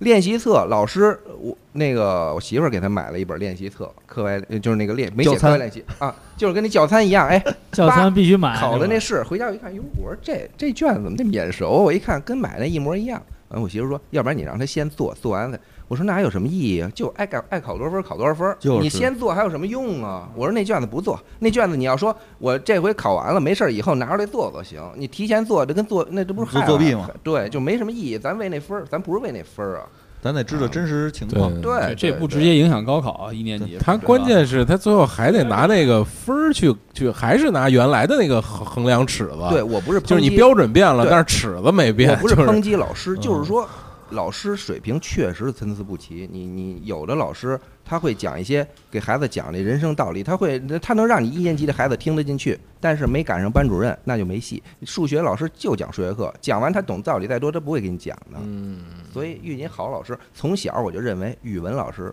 [SPEAKER 5] 练习册，老师我那个我媳妇儿给他买了一本练习册，课外呃就是那个练没写
[SPEAKER 2] 教餐
[SPEAKER 5] 课外练习啊，就是跟那教餐一样，哎，
[SPEAKER 3] 教餐必须买。
[SPEAKER 5] 考了那
[SPEAKER 3] 是
[SPEAKER 5] 试，回家我一看，哟，我说这这卷子怎么这么眼熟？啊我一看跟买那一模一样。完，我媳妇说，要不然你让他先做，做完了。我说那还有什么意义啊？就爱考爱考多少分儿考多少分儿，
[SPEAKER 2] 就是
[SPEAKER 5] 你先做还有什么用啊？我说那卷子不做，那卷子你要说我这回考完了没事儿，以后拿出来做做行。你提前做，这跟做那这不是
[SPEAKER 2] 就
[SPEAKER 5] 害
[SPEAKER 2] 作弊
[SPEAKER 5] 了
[SPEAKER 2] 吗？
[SPEAKER 5] 对，就没什么意义。咱为那分儿，咱不是为那分儿啊。
[SPEAKER 2] 咱得知道真实情况。
[SPEAKER 4] 对，
[SPEAKER 5] 对，
[SPEAKER 8] 这不
[SPEAKER 5] 对
[SPEAKER 8] 直接影响高考啊，一年级。
[SPEAKER 4] 他关键是他最后还得拿那个分儿去去，还是拿原来的那个衡衡量尺子。
[SPEAKER 5] 对，我不是
[SPEAKER 4] 就是
[SPEAKER 5] 抨
[SPEAKER 4] 你
[SPEAKER 5] 击
[SPEAKER 4] 标准变了，
[SPEAKER 5] 对
[SPEAKER 4] 但是尺子没变。
[SPEAKER 5] 我不是
[SPEAKER 4] 啊就
[SPEAKER 5] 抨击老师，就
[SPEAKER 4] 嗯
[SPEAKER 5] 是说老师水平确实是参差不齐。你你有的老师他会讲一些给孩子讲这人生道理，他会他能让你一年级的孩子听得进去，但是没赶上班主任那就没戏。数学老师就讲数学课，讲完他懂道理再多他不会给你讲的。
[SPEAKER 4] 嗯，
[SPEAKER 5] 所以语文好老师从小我就认为语文老师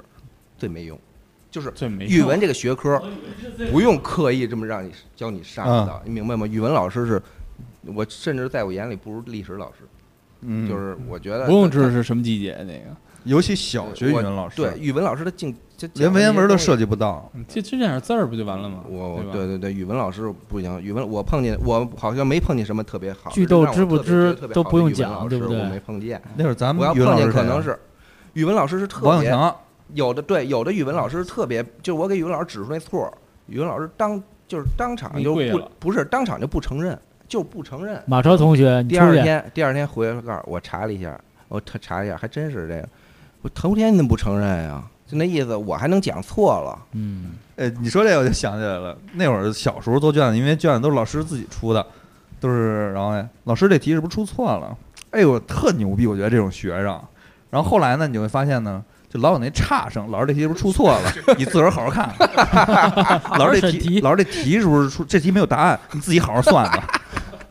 [SPEAKER 5] 最没用，就是
[SPEAKER 8] 这没
[SPEAKER 5] 语文这个学科不用刻意这么让你教你上的，你明白吗？语文老师是。我甚至在我眼里不如历史老师，
[SPEAKER 2] 嗯，
[SPEAKER 5] 就是我觉得
[SPEAKER 8] 不用
[SPEAKER 5] 他
[SPEAKER 8] 知道是什么季节那个，
[SPEAKER 2] 尤其小学语文老师，
[SPEAKER 5] 对，语文老师的净这
[SPEAKER 2] 连文言文都涉及不到。
[SPEAKER 8] 嗯就就这点字儿不就完了吗？
[SPEAKER 5] 我
[SPEAKER 8] 对吧
[SPEAKER 5] 对对对，语文老师不行，语文我碰见我好像没碰见什么特别好的，
[SPEAKER 3] 句逗
[SPEAKER 5] 让我
[SPEAKER 3] 知不
[SPEAKER 5] 特别觉得
[SPEAKER 3] 知
[SPEAKER 5] 特别
[SPEAKER 3] 都
[SPEAKER 5] 好
[SPEAKER 3] 不
[SPEAKER 5] 的
[SPEAKER 3] 用
[SPEAKER 5] 语文
[SPEAKER 3] 讲
[SPEAKER 5] 老
[SPEAKER 3] 对不
[SPEAKER 5] 师我
[SPEAKER 3] 对
[SPEAKER 5] 没碰见，
[SPEAKER 2] 那会儿咱
[SPEAKER 5] 我
[SPEAKER 2] 们
[SPEAKER 5] 要
[SPEAKER 2] 语文老
[SPEAKER 5] 碰
[SPEAKER 2] 师
[SPEAKER 5] 见可
[SPEAKER 2] 谁啊
[SPEAKER 5] 能是语文老师是特
[SPEAKER 2] 王永
[SPEAKER 5] 别
[SPEAKER 2] 强，
[SPEAKER 5] 有的对，有的语文老师特别，就是我给语文老师指出那错儿，语文老师当就是当场
[SPEAKER 8] 你
[SPEAKER 5] 就
[SPEAKER 8] 跪
[SPEAKER 5] 不
[SPEAKER 8] 了
[SPEAKER 5] 不是当场就不承认，就不承认，
[SPEAKER 3] 马超同学，你
[SPEAKER 5] 第
[SPEAKER 3] 出
[SPEAKER 5] 二
[SPEAKER 3] 去，
[SPEAKER 5] 天，第二天回来告诉我我查了一下，我查查了一下，还真是这个。我头天你怎么不承认呀？就那意思，我还能讲错了。
[SPEAKER 3] 嗯，
[SPEAKER 2] 呃，你说这我就想起来了，那会儿小时候做卷子，因为卷子都是老师自己出的，都是然后呢，老师这题是不是出错了？哎呦，特牛逼！我觉得这种学生。然后后来呢，你就会发现呢，就老有那差生，老师这题是不是出错了？你自个儿好好看，老师这
[SPEAKER 3] 审题
[SPEAKER 2] 题，老师这题是不是出这题没有答案？你自己好好算吧。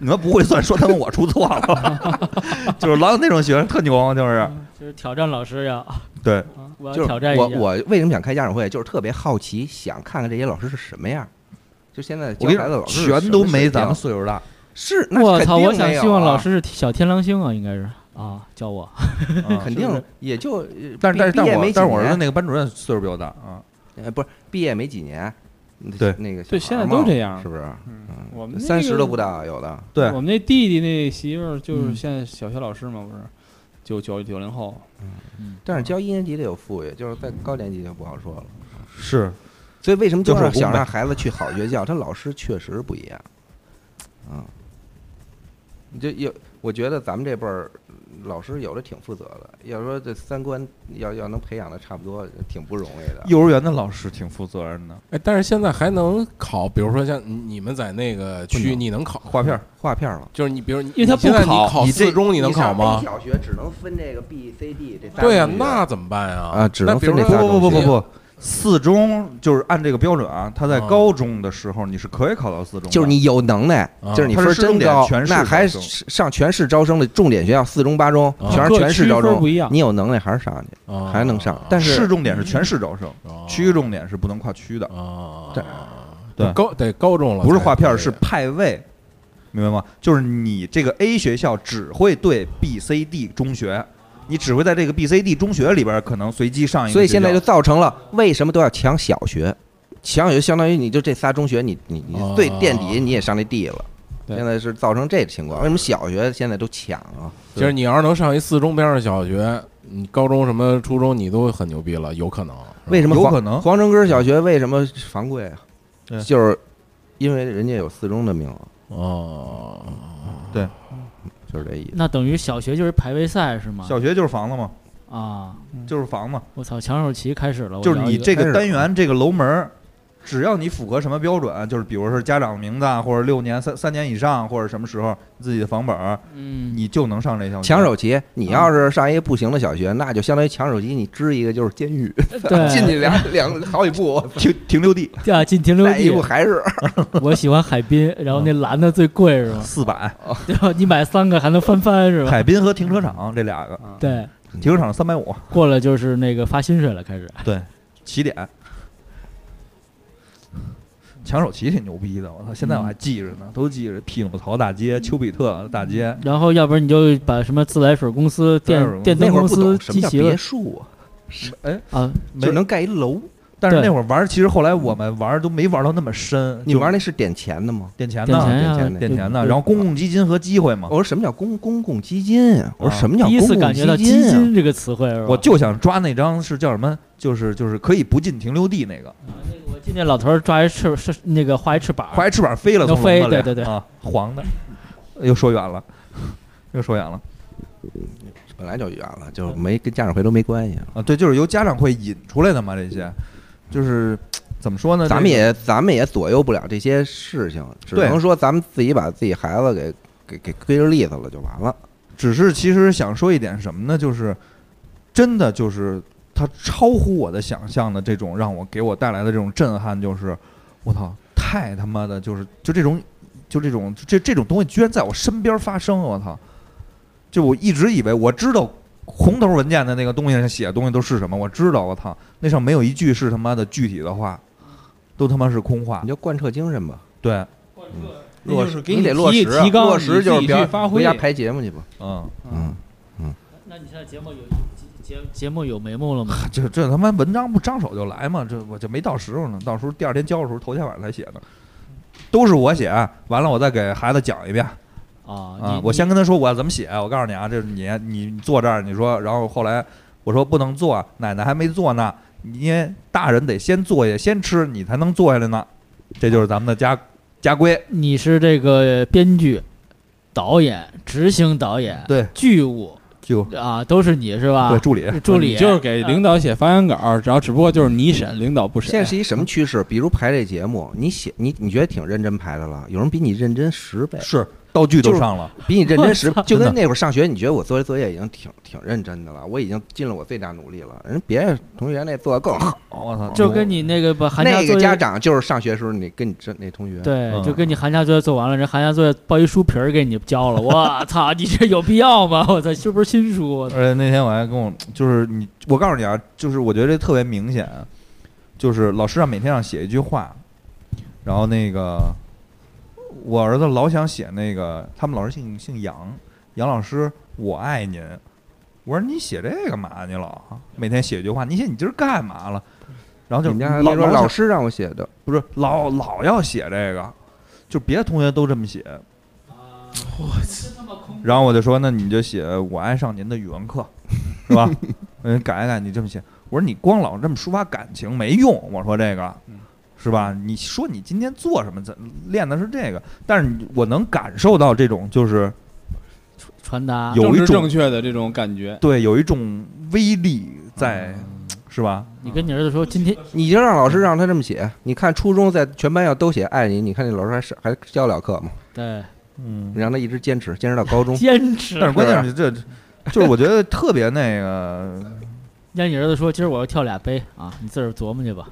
[SPEAKER 2] 你们不会算，说他们我出错了， 就是老有那种学生特牛，就是
[SPEAKER 3] 就是挑战老师呀，
[SPEAKER 2] 对，
[SPEAKER 3] 啊我
[SPEAKER 5] 就
[SPEAKER 3] 要
[SPEAKER 5] 是
[SPEAKER 3] 挑战一下。
[SPEAKER 5] 我我为什么想开家长会，就是特别好奇，想看看这些老师是什么样。就现在
[SPEAKER 2] 我
[SPEAKER 5] 教
[SPEAKER 2] 跟你
[SPEAKER 5] 孩子
[SPEAKER 2] 说，
[SPEAKER 5] 老师
[SPEAKER 2] 全都没
[SPEAKER 5] 是什么
[SPEAKER 2] 咱们
[SPEAKER 5] 水
[SPEAKER 2] 岁数大。
[SPEAKER 5] 平是，那
[SPEAKER 3] 我
[SPEAKER 5] 肯
[SPEAKER 3] 操！
[SPEAKER 5] 定
[SPEAKER 3] 我想
[SPEAKER 5] 没有
[SPEAKER 3] 希望老
[SPEAKER 5] 啊
[SPEAKER 3] 师是小天狼星啊，应该是啊，教我
[SPEAKER 2] 嗯
[SPEAKER 5] 肯定也就，呃
[SPEAKER 2] 但是但是
[SPEAKER 5] 毕
[SPEAKER 2] 但
[SPEAKER 5] 毕业
[SPEAKER 2] 我
[SPEAKER 5] 没
[SPEAKER 2] 但
[SPEAKER 5] 几
[SPEAKER 2] 是我儿子
[SPEAKER 5] 年
[SPEAKER 2] 那个班主任岁数比我大啊，
[SPEAKER 5] 呃不是毕业没几年，
[SPEAKER 2] 对
[SPEAKER 5] 那个小
[SPEAKER 8] 对，
[SPEAKER 5] 孩
[SPEAKER 8] 现在
[SPEAKER 5] 嘛
[SPEAKER 8] 都这样
[SPEAKER 5] 是。不是？
[SPEAKER 8] 我们那
[SPEAKER 5] 三
[SPEAKER 8] 个
[SPEAKER 5] 十都不到，有的
[SPEAKER 2] 对
[SPEAKER 8] 我们那弟弟那媳妇儿就是
[SPEAKER 3] 嗯
[SPEAKER 8] 现在小学老师嘛，不是，就九九零后，
[SPEAKER 5] 但
[SPEAKER 3] 啊
[SPEAKER 5] 是教一年级的有富裕，就是在高年级就不好说了。
[SPEAKER 2] 是
[SPEAKER 5] 所以为什么就
[SPEAKER 2] 就是
[SPEAKER 5] 是想
[SPEAKER 2] 公
[SPEAKER 5] 让孩子去好学校？他老师确实不一样，嗯，你这有，我觉得咱们这辈儿老师有的挺负责的。要说这三观要要能培养的差不多，挺不容易的。
[SPEAKER 2] 幼儿园的老师挺负责任的，
[SPEAKER 4] 哎，但是现在还能考，比如说像你你们在那个区，你能考，
[SPEAKER 2] 画片儿
[SPEAKER 5] 画片了，
[SPEAKER 4] 就是你，比如你，
[SPEAKER 8] 因为他
[SPEAKER 4] 你现在
[SPEAKER 8] 不考
[SPEAKER 4] 你
[SPEAKER 5] 哦
[SPEAKER 4] 考
[SPEAKER 2] 你这
[SPEAKER 4] 四中你能考吗？
[SPEAKER 5] 小学只能分这个 B、C、D 这三
[SPEAKER 4] 对呀、那怎么办呀？
[SPEAKER 2] 哎
[SPEAKER 5] 啊只
[SPEAKER 4] 那
[SPEAKER 5] 能
[SPEAKER 4] 比如
[SPEAKER 5] 分
[SPEAKER 4] 说
[SPEAKER 5] 啊那仨
[SPEAKER 2] 不不不不
[SPEAKER 4] 不
[SPEAKER 2] 不，四中就是按这个标准啊，他在
[SPEAKER 4] 啊
[SPEAKER 2] 高中的时候你是可以考到四中的，
[SPEAKER 5] 就是你有能耐，
[SPEAKER 4] 啊
[SPEAKER 5] 就是你
[SPEAKER 2] 它
[SPEAKER 5] 分
[SPEAKER 2] 是
[SPEAKER 5] 儿
[SPEAKER 2] 市重
[SPEAKER 5] 真
[SPEAKER 2] 点
[SPEAKER 5] 高
[SPEAKER 2] 全，市
[SPEAKER 5] 那还
[SPEAKER 2] 招生
[SPEAKER 5] 是上全市招生的重点学校，四中八中
[SPEAKER 4] 啊
[SPEAKER 5] 全是全市招
[SPEAKER 8] 各区分
[SPEAKER 5] 生
[SPEAKER 8] 不，一样。
[SPEAKER 5] 你有能耐还是上去，
[SPEAKER 4] 啊
[SPEAKER 5] 还能上。但
[SPEAKER 2] 市
[SPEAKER 5] 是
[SPEAKER 2] 重点是全市招生，
[SPEAKER 4] 啊
[SPEAKER 2] 区重点是不能跨区的，
[SPEAKER 4] 啊，
[SPEAKER 5] 对
[SPEAKER 2] 对
[SPEAKER 4] 高得高中了才可以，
[SPEAKER 2] 不是画片儿是派位，明白吗？就是你这个 A 学校只会对 B、C、D 中学，你只会在这个 B、C、D 中学里边儿可能随机啊上一个学校，
[SPEAKER 5] 所以现在就造成了为什么都要抢小学，抢小学相当于你就这仨中学，你你
[SPEAKER 4] 哦
[SPEAKER 5] 你最垫底你也上这地了。
[SPEAKER 8] 对
[SPEAKER 5] 现在是造成这情况，为什么小学现在都抢啊？
[SPEAKER 4] 就是你要是能上一四中边上小学，你高中什么初中你都很牛逼了，有可能。
[SPEAKER 5] 为什么
[SPEAKER 2] 有
[SPEAKER 5] 黄
[SPEAKER 2] 可能
[SPEAKER 5] 黄城根小学为什么防贵啊
[SPEAKER 2] 对？
[SPEAKER 5] 就是因为人家有四中的名额，
[SPEAKER 4] 哦，
[SPEAKER 5] 就是这意思。
[SPEAKER 3] 那等于小学就是排位赛是吗？
[SPEAKER 2] 小学就是房子嘛，
[SPEAKER 3] 啊，
[SPEAKER 2] 就是房嘛。
[SPEAKER 3] 我操，抢手棋开始了，我
[SPEAKER 2] 就是
[SPEAKER 3] 哦聊
[SPEAKER 2] 你
[SPEAKER 3] 一个
[SPEAKER 2] 这
[SPEAKER 5] 开
[SPEAKER 2] 个
[SPEAKER 5] 始
[SPEAKER 2] 单元这个楼门儿，只要你符合什么标准，就是比如说是家长的名字啊，或者六年三三年以上，或者什么时候自己的房本儿，
[SPEAKER 3] 嗯，
[SPEAKER 2] 你就能上这项。
[SPEAKER 5] 抢手棋，你要是上一个不行的小学，那就相当于抢手棋，你支一个就是监狱，
[SPEAKER 3] 对
[SPEAKER 5] 进去两两好几步，
[SPEAKER 2] 停停留地
[SPEAKER 3] 啊，进停留
[SPEAKER 5] 再一嗯
[SPEAKER 3] 地
[SPEAKER 5] 步，还是
[SPEAKER 3] 我喜欢海滨，然后那蓝的最贵是 吗？
[SPEAKER 2] 四百，
[SPEAKER 3] 然后你买三个还能翻番是吧？嗯
[SPEAKER 2] 海滨和停车场这俩个，
[SPEAKER 3] 对，
[SPEAKER 2] 停车场三百五
[SPEAKER 3] 过了就是那个发薪水了，开始
[SPEAKER 2] 起点。抢手棋挺牛逼的，我操！现在我还记着呢，都记着匹诺曹大街、丘比特大街。
[SPEAKER 3] 然后要不然你就把什么自来水公司、
[SPEAKER 2] 自来水公司
[SPEAKER 3] 电电灯
[SPEAKER 5] 那会儿
[SPEAKER 3] 公
[SPEAKER 5] 不
[SPEAKER 3] 司
[SPEAKER 5] 懂什
[SPEAKER 3] 集
[SPEAKER 5] 么叫
[SPEAKER 3] 齐
[SPEAKER 5] 别
[SPEAKER 3] 了
[SPEAKER 5] 墅啊，
[SPEAKER 3] 啊，
[SPEAKER 2] 没
[SPEAKER 5] 就能盖一楼。
[SPEAKER 2] 但是
[SPEAKER 3] 对
[SPEAKER 2] 那会儿玩儿，其实后来我们玩儿都没玩儿到那么深。
[SPEAKER 5] 你
[SPEAKER 2] 就
[SPEAKER 5] 玩那是点钱的吗？
[SPEAKER 2] 点钱
[SPEAKER 3] 点
[SPEAKER 2] 呢？
[SPEAKER 3] 钱呀，
[SPEAKER 5] 点钱
[SPEAKER 2] 点钱呢？
[SPEAKER 3] 就
[SPEAKER 2] 然后公共基金和机会嘛。
[SPEAKER 5] 我说什么叫公公共基金啊？我说什么叫
[SPEAKER 3] 第一
[SPEAKER 5] 公
[SPEAKER 3] 次
[SPEAKER 5] 共
[SPEAKER 3] 感觉到
[SPEAKER 5] 基
[SPEAKER 3] 基
[SPEAKER 5] 金啊？
[SPEAKER 3] 金这个词汇是吧？
[SPEAKER 2] 我就想抓那张是叫什么？就是就是可以不进停留地
[SPEAKER 3] 啊
[SPEAKER 2] 那个，
[SPEAKER 3] 我今天老头儿抓一翅是那个画一翅膀，
[SPEAKER 2] 怀翅膀飞了，
[SPEAKER 3] 能
[SPEAKER 2] 从笼子
[SPEAKER 3] 飞
[SPEAKER 2] 里
[SPEAKER 3] 对对对
[SPEAKER 2] 啊，黄的，又说远了，又说远了。
[SPEAKER 5] 本来就远了，就没跟家长回头没关系。
[SPEAKER 2] 啊，对，就是由家长会引出来的嘛，这些，就是怎么说呢？
[SPEAKER 5] 咱
[SPEAKER 2] 这
[SPEAKER 5] 们
[SPEAKER 2] 个
[SPEAKER 5] 也咱们也左右不了这些事情，只
[SPEAKER 2] 对
[SPEAKER 5] 能说咱们自己把自己孩子给给给归着例子了就完了。
[SPEAKER 2] 只是其实想说一点什么呢？就是真的就是它超乎我的想象的这种让我给我带来的这种震撼，就是我操，太他妈的就是就这种就这种这这种东西居然在我身边发生，我操！就我一直以为我知道红头文件的那个东西上写的东西都是什么，我知道，我操，那上没有一句是他妈的具体的话，都他妈是空话
[SPEAKER 5] 你。就贯彻精神吧，
[SPEAKER 2] 对，
[SPEAKER 6] 那
[SPEAKER 5] 落
[SPEAKER 6] 就
[SPEAKER 5] 实
[SPEAKER 6] 是给
[SPEAKER 5] 你得
[SPEAKER 6] 提
[SPEAKER 5] 落实啊，
[SPEAKER 6] 提纲
[SPEAKER 5] 落
[SPEAKER 6] 你
[SPEAKER 5] 实
[SPEAKER 6] 自
[SPEAKER 5] 就是
[SPEAKER 6] 己
[SPEAKER 5] 表
[SPEAKER 6] 去
[SPEAKER 5] 演
[SPEAKER 6] 发
[SPEAKER 5] 回
[SPEAKER 6] 挥
[SPEAKER 5] 家。排节目去吧。
[SPEAKER 2] 嗯，
[SPEAKER 5] 嗯，
[SPEAKER 3] 那你现在节目有节节目有眉目了吗？
[SPEAKER 2] 这这他妈文章不张手就来嘛？这我就没到时候呢，到时候第二天交的时候，头天晚上才写的，都是我写，完了我再给孩子讲一遍
[SPEAKER 3] 啊，你
[SPEAKER 2] 啊。我
[SPEAKER 3] 你
[SPEAKER 2] 先跟他说我要怎么写，我告诉你啊，这是你你坐这儿，你说，然后后来我说不能坐，奶奶还没坐呢，你大人得先坐下，先吃，你才能坐下来呢。这就是咱们的家家规，
[SPEAKER 3] 你是这个编剧、导演、执行导演、
[SPEAKER 2] 对，
[SPEAKER 3] 剧务
[SPEAKER 2] 就
[SPEAKER 3] 啊，都是你是吧
[SPEAKER 2] 对？助理，
[SPEAKER 3] 助理
[SPEAKER 8] 你嗯就是给领导写发言稿，然后只不过就是啊你审，领导不审。
[SPEAKER 5] 现在是一什么趋势？比如排这节目，你写你你觉得挺认真排的了，有人比你认真十倍，
[SPEAKER 2] 是道具
[SPEAKER 5] 就
[SPEAKER 2] 都
[SPEAKER 5] 是
[SPEAKER 2] 上了，
[SPEAKER 5] 比你认真十，就
[SPEAKER 2] 真的
[SPEAKER 5] 跟那会儿上学，你觉得我做这作业已经挺挺认真的了，我已经尽了我最大努力了，人别的同学那做的更好。
[SPEAKER 2] 我操，
[SPEAKER 3] 就跟你那个把寒假
[SPEAKER 5] 那
[SPEAKER 3] 作业
[SPEAKER 5] 个家长就是上学时候你跟你这那同学，
[SPEAKER 3] 对，
[SPEAKER 2] 嗯
[SPEAKER 3] 就跟你寒假作业做完了，人寒假作业抱一书皮儿给你交了，我操，你这有必要吗？我操，是不是新书？我操
[SPEAKER 2] 而且那天我还跟我就是你，我告诉你啊，就是我觉得这特别明显，就是老师让每天让写一句话，然后那个我儿子老想写那个，他们老师姓姓杨，杨老师我爱您。我说你写这干嘛去了？每天写一句话，你写你今儿干嘛了？然后
[SPEAKER 5] 你
[SPEAKER 2] 就
[SPEAKER 5] 们家
[SPEAKER 2] 老
[SPEAKER 5] 那时候
[SPEAKER 2] 老
[SPEAKER 5] 老师让我写的，
[SPEAKER 2] 不是老老要写这个，就别的同学都这么写。
[SPEAKER 8] 啊
[SPEAKER 2] 然后我就说，那你就写我爱上您的语文课， 是吧？嗯，改一改，你这么写。我说你光老这么抒发感情没用，我说这个
[SPEAKER 8] 嗯，
[SPEAKER 2] 是吧？你说你今天做什么？咱练的是这个，但是我能感受到这种就是
[SPEAKER 3] 传达
[SPEAKER 2] 有一
[SPEAKER 8] 啊政治
[SPEAKER 2] 种
[SPEAKER 8] 正确的这种感觉，嗯
[SPEAKER 2] 对有一种威力在，是吧？
[SPEAKER 3] 你跟你儿子说，今天
[SPEAKER 5] 你就让老师让他这么写。你看初中在全班要都写爱你，你看那老师还是还教得了课吗？
[SPEAKER 3] 对。
[SPEAKER 2] 嗯
[SPEAKER 5] 你，让他一直坚持，坚持到高 中
[SPEAKER 3] 坚持
[SPEAKER 2] 但是关键是这，就是我觉得特别那个，
[SPEAKER 3] 让你儿子说，今儿我要跳俩杯啊，你自个儿琢磨去吧。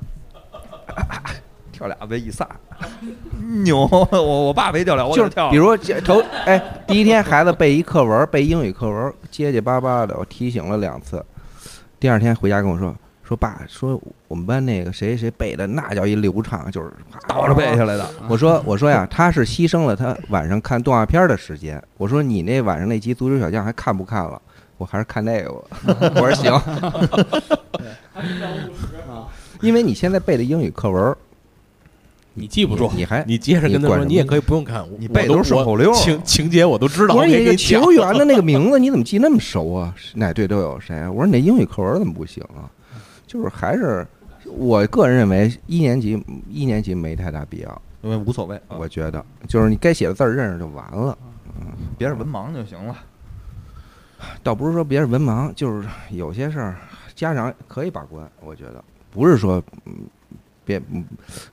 [SPEAKER 2] 跳俩维伊萨， 牛！我我爸没跳俩，我
[SPEAKER 5] 就
[SPEAKER 2] 就是跳了。
[SPEAKER 5] 比如这头哎，第一天孩子背一课文，背英语课文，结结巴巴的，我提醒了两次。第二天回家跟我说说爸，说我们班那个谁谁背的那叫一流畅，就是
[SPEAKER 2] 倒着背下来 的，
[SPEAKER 5] 我说我说呀，他是牺牲了他晚上看动画片的时间。我说你那晚上那集《足球小将》还看不看了？我还是看那个吧。我说行， 因为你现在背的英语课文
[SPEAKER 4] 你记不住，
[SPEAKER 5] 你还
[SPEAKER 4] 你接着跟他
[SPEAKER 5] 你
[SPEAKER 4] 说，
[SPEAKER 5] 管什么
[SPEAKER 4] 你也可以不用看，我
[SPEAKER 2] 你背
[SPEAKER 4] 我
[SPEAKER 2] 都是顺口溜
[SPEAKER 4] 我情情节我都知道。
[SPEAKER 5] 我
[SPEAKER 4] 我
[SPEAKER 5] 说
[SPEAKER 4] 也给
[SPEAKER 5] 你这
[SPEAKER 4] 你讲
[SPEAKER 5] 球 员的那个名字你怎么记那么熟啊？ 是哪队都有谁啊？我说你那英语课文怎么不行啊？就是还是我个人认为一年级一年级没太大必要，
[SPEAKER 2] 因为无所谓，啊
[SPEAKER 5] 我觉得就是你该写的字儿认识就完了。
[SPEAKER 2] 别是文盲就行了。
[SPEAKER 5] 倒不是说别人文盲，就是有些事儿家长可以把关，我觉得不是说嗯别，嗯